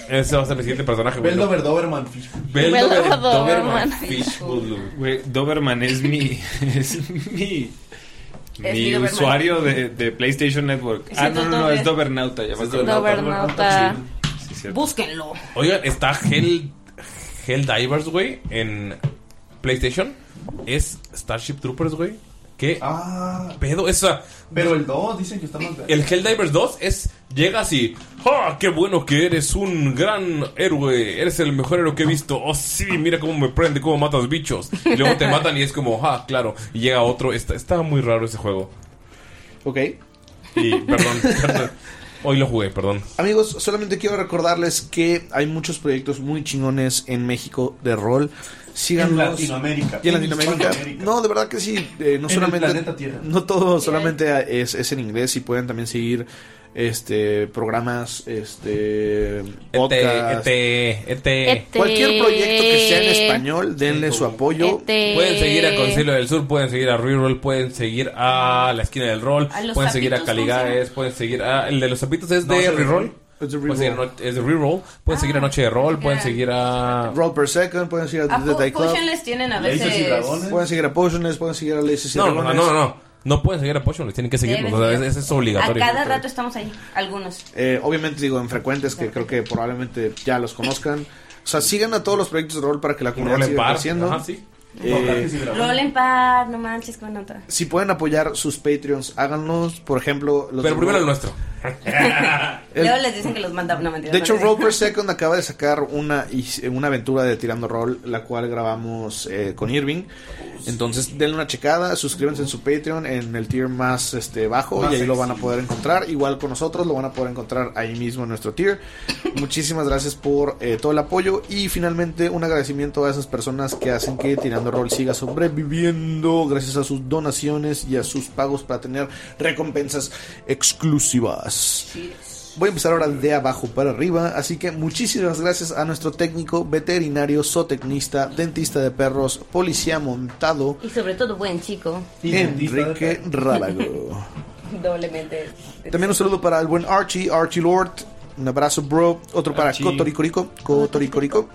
Speaker 1: Ese va a ser mi siguiente personaje. güey.
Speaker 5: Beldover Doberman. fish.
Speaker 1: Beldover
Speaker 6: Beldover
Speaker 1: Doberman
Speaker 6: Doberman.
Speaker 1: Fishpool.
Speaker 2: Güey, Doberman es mi. Es mi.
Speaker 6: mi
Speaker 2: mi
Speaker 6: Doberman.
Speaker 2: usuario de, de PlayStation Network.
Speaker 6: Sí,
Speaker 2: Ah, no,
Speaker 6: tú
Speaker 2: no, no,
Speaker 6: Dober.
Speaker 2: es Dobernauta. Ya vas
Speaker 6: Dobernauta.
Speaker 2: Sí, cierto.
Speaker 10: Búsquenlo.
Speaker 1: Oigan, está Hell, Divers, güey, en PlayStation. Es Starship Troopers, güey. ¿Qué pedo? Es, o sea,
Speaker 5: Pero el 2 dicen que está más verde.
Speaker 1: el Helldivers 2 es. Llega así. ¡Ah, qué bueno que eres un gran héroe! Eres el mejor héroe que he visto. ¡Oh, sí! Mira cómo me prende, cómo matas bichos. Y luego te matan y es como, ¡ah, claro! Y llega otro. Está, está muy raro ese juego.
Speaker 4: Ok.
Speaker 1: Y, perdón, perdón. Hoy lo jugué, perdón.
Speaker 4: Amigos, solamente quiero recordarles que hay muchos proyectos muy chingones en México de rol. Síganlos.
Speaker 5: En Latinoamérica.
Speaker 4: Y
Speaker 5: En
Speaker 4: en Latinoamérica.
Speaker 5: Hispanoamérica.
Speaker 4: No, de verdad que sí. eh, no
Speaker 5: En el
Speaker 4: solamente.
Speaker 5: planeta Tierra.
Speaker 4: No todo solamente es, es en inglés y pueden también seguir este programas,
Speaker 1: E
Speaker 4: este podcast.
Speaker 1: Ete, ete.
Speaker 6: Ete.
Speaker 4: Cualquier proyecto que sea en español, denle su apoyo.
Speaker 6: Ete.
Speaker 1: Pueden seguir a Concilio del Sur, pueden seguir a Reroll, pueden seguir a La Esquina del Rol,
Speaker 4: Ah. A
Speaker 1: pueden
Speaker 4: los
Speaker 1: seguir a
Speaker 4: zapitos, ¿cómo se
Speaker 1: Caligares,
Speaker 4: llama?
Speaker 1: pueden seguir a... El de los zapitos es
Speaker 4: No,
Speaker 1: de
Speaker 4: es de
Speaker 1: Reroll.
Speaker 4: Reroll. Es de
Speaker 1: Pueden seguir a
Speaker 4: Reroll.
Speaker 1: No- Es de Reroll. Pueden
Speaker 4: Ah.
Speaker 1: seguir a Noche de Rol, pueden seguir a...
Speaker 4: Roll per second, pueden seguir a
Speaker 10: A
Speaker 4: The
Speaker 10: po-
Speaker 4: Day Club.
Speaker 10: Potionless tienen a
Speaker 4: Pues,
Speaker 10: veces.
Speaker 4: Pueden seguir a Potionless, pueden seguir a Laces y
Speaker 1: No, no, no,
Speaker 4: Dragones.
Speaker 1: no, no. No pueden seguir a Potionless, tienen que seguirnos.
Speaker 10: Deben
Speaker 1: o sea,
Speaker 10: de-
Speaker 1: es- es
Speaker 10: A
Speaker 1: obligatorio.
Speaker 10: cada rato estamos ahí, algunos.
Speaker 4: Eh, obviamente digo en frecuentes que creo que probablemente ya los conozcan. O sea, sigan a todos los proyectos de rol para que la comunidad
Speaker 1: Rol en
Speaker 4: siga
Speaker 1: par,
Speaker 4: creciendo.
Speaker 1: ajá, sí.
Speaker 4: Eh,
Speaker 1: Doblajes y
Speaker 10: Rol en par, no manches, con otra.
Speaker 4: si pueden apoyar sus Patreons, háganlos. Por ejemplo, los
Speaker 1: Pero
Speaker 4: de-
Speaker 1: primero el nuestro.
Speaker 4: El-
Speaker 10: Luego les dicen que los manda. No, mentira,
Speaker 4: De
Speaker 10: no
Speaker 4: hecho,
Speaker 10: les-
Speaker 4: Roper Second acaba de sacar una, is- una aventura de Tirando Roll, la cual grabamos eh, con Irving. Entonces, denle una checada, suscríbanse en su Patreon, en el tier más este bajo,
Speaker 5: Más
Speaker 4: y ahí lo van a
Speaker 5: accesible.
Speaker 4: poder encontrar. Igual con nosotros, lo van a poder encontrar ahí mismo en nuestro tier. Muchísimas gracias por eh, todo el apoyo. Y finalmente, un agradecimiento a esas personas que hacen que Tirando Roll siga sobreviviendo, gracias a sus donaciones y a sus pagos para tener recompensas exclusivas. Voy a empezar ahora de abajo para arriba, así que muchísimas gracias a nuestro técnico, veterinario, zootecnista, dentista de perros, policía montado,
Speaker 10: Y sobre todo, buen chico.
Speaker 4: Enrique Rábago.
Speaker 10: Doblemente.
Speaker 4: También un saludo para el buen Archie, Archie Lord. Un abrazo, bro. Otro para
Speaker 10: Archie.
Speaker 4: Cotoricorico, Cotoricorico.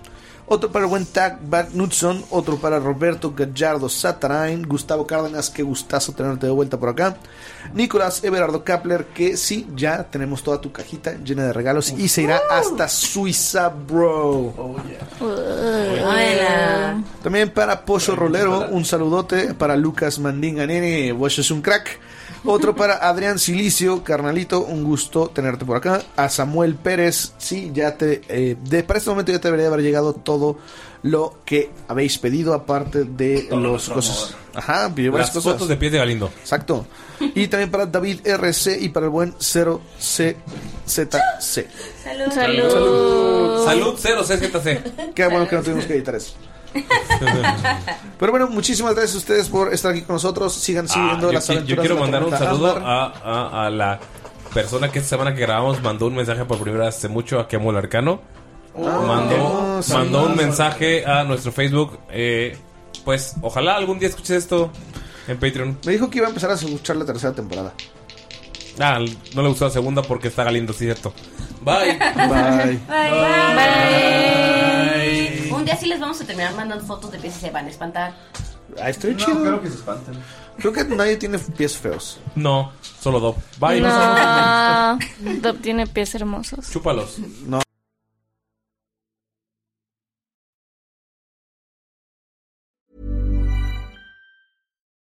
Speaker 4: Otro para el buen Tag Bad Knudson. Otro para Roberto Gallardo Satarain. Gustavo Cárdenas, qué gustazo tenerte de vuelta por acá. Nicolás Everardo Kapler, que sí, ya tenemos toda tu cajita llena de regalos y se irá hasta Suiza, bro.
Speaker 10: Hola.
Speaker 4: También para Pollo Rolero, un saludote para Lucas Mandinga Nene, vos es un crack. Otro para Adrián Silicio, carnalito, un gusto tenerte por acá. A Samuel Pérez, sí, ya te. eh, de, para este momento ya te debería haber llegado todo lo que habéis pedido, aparte de
Speaker 1: Todo
Speaker 4: los
Speaker 1: nuestro
Speaker 4: cosas.
Speaker 1: amor.
Speaker 4: Ajá, pidió
Speaker 1: Las
Speaker 4: varias cosas.
Speaker 1: fotos de pies de Galindo.
Speaker 4: Exacto. Y también para David RC y para el buen 0CZC.
Speaker 10: Salud.
Speaker 6: Salud.
Speaker 1: Salud 0CZC.
Speaker 4: Oh. Qué bueno que no tuvimos que editar eso. Pero bueno, muchísimas gracias a ustedes por estar aquí con nosotros. Sigan
Speaker 1: Ah,
Speaker 4: siguiendo
Speaker 1: yo,
Speaker 4: las
Speaker 1: qui- yo
Speaker 4: aventuras. de
Speaker 1: quiero
Speaker 4: la
Speaker 1: mandar un
Speaker 4: tormenta
Speaker 1: saludo
Speaker 4: Ámbar.
Speaker 1: a, a- a la persona que esta semana que grabamos mandó un mensaje por primera vez hace mucho a Kemuel Arcano.
Speaker 4: Oh,
Speaker 1: mandó,
Speaker 2: sí.
Speaker 1: mandó un mensaje a nuestro Facebook. eh, pues ojalá algún día escuches esto en Patreon.
Speaker 4: Me dijo que iba a empezar a escuchar la tercera temporada.
Speaker 1: Ah, no le gustó la segunda porque está Galindo, sí, cierto. Bye.
Speaker 4: Bye.
Speaker 3: Bye.
Speaker 1: Bye.
Speaker 3: Un día sí les vamos a terminar mandando fotos de pies y se van a espantar.
Speaker 4: Ah, estoy
Speaker 3: No,
Speaker 4: chido.
Speaker 3: creo que
Speaker 5: se espantan.
Speaker 4: Creo que nadie tiene pies feos.
Speaker 1: No, solo Dob. Bye.
Speaker 6: No, Dob tiene pies hermosos.
Speaker 1: Chúpalos.
Speaker 4: No.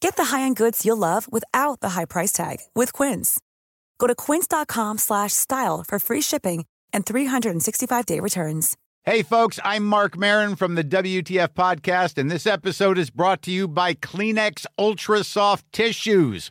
Speaker 12: Get the high-end goods you'll love without the high price tag with Quince. Go to quince.com/style slash style for free shipping and 365-day returns.
Speaker 13: Hey, folks, I'm Mark Marin from the WTF Podcast, and this episode is brought to you by Kleenex Ultra Soft Tissues,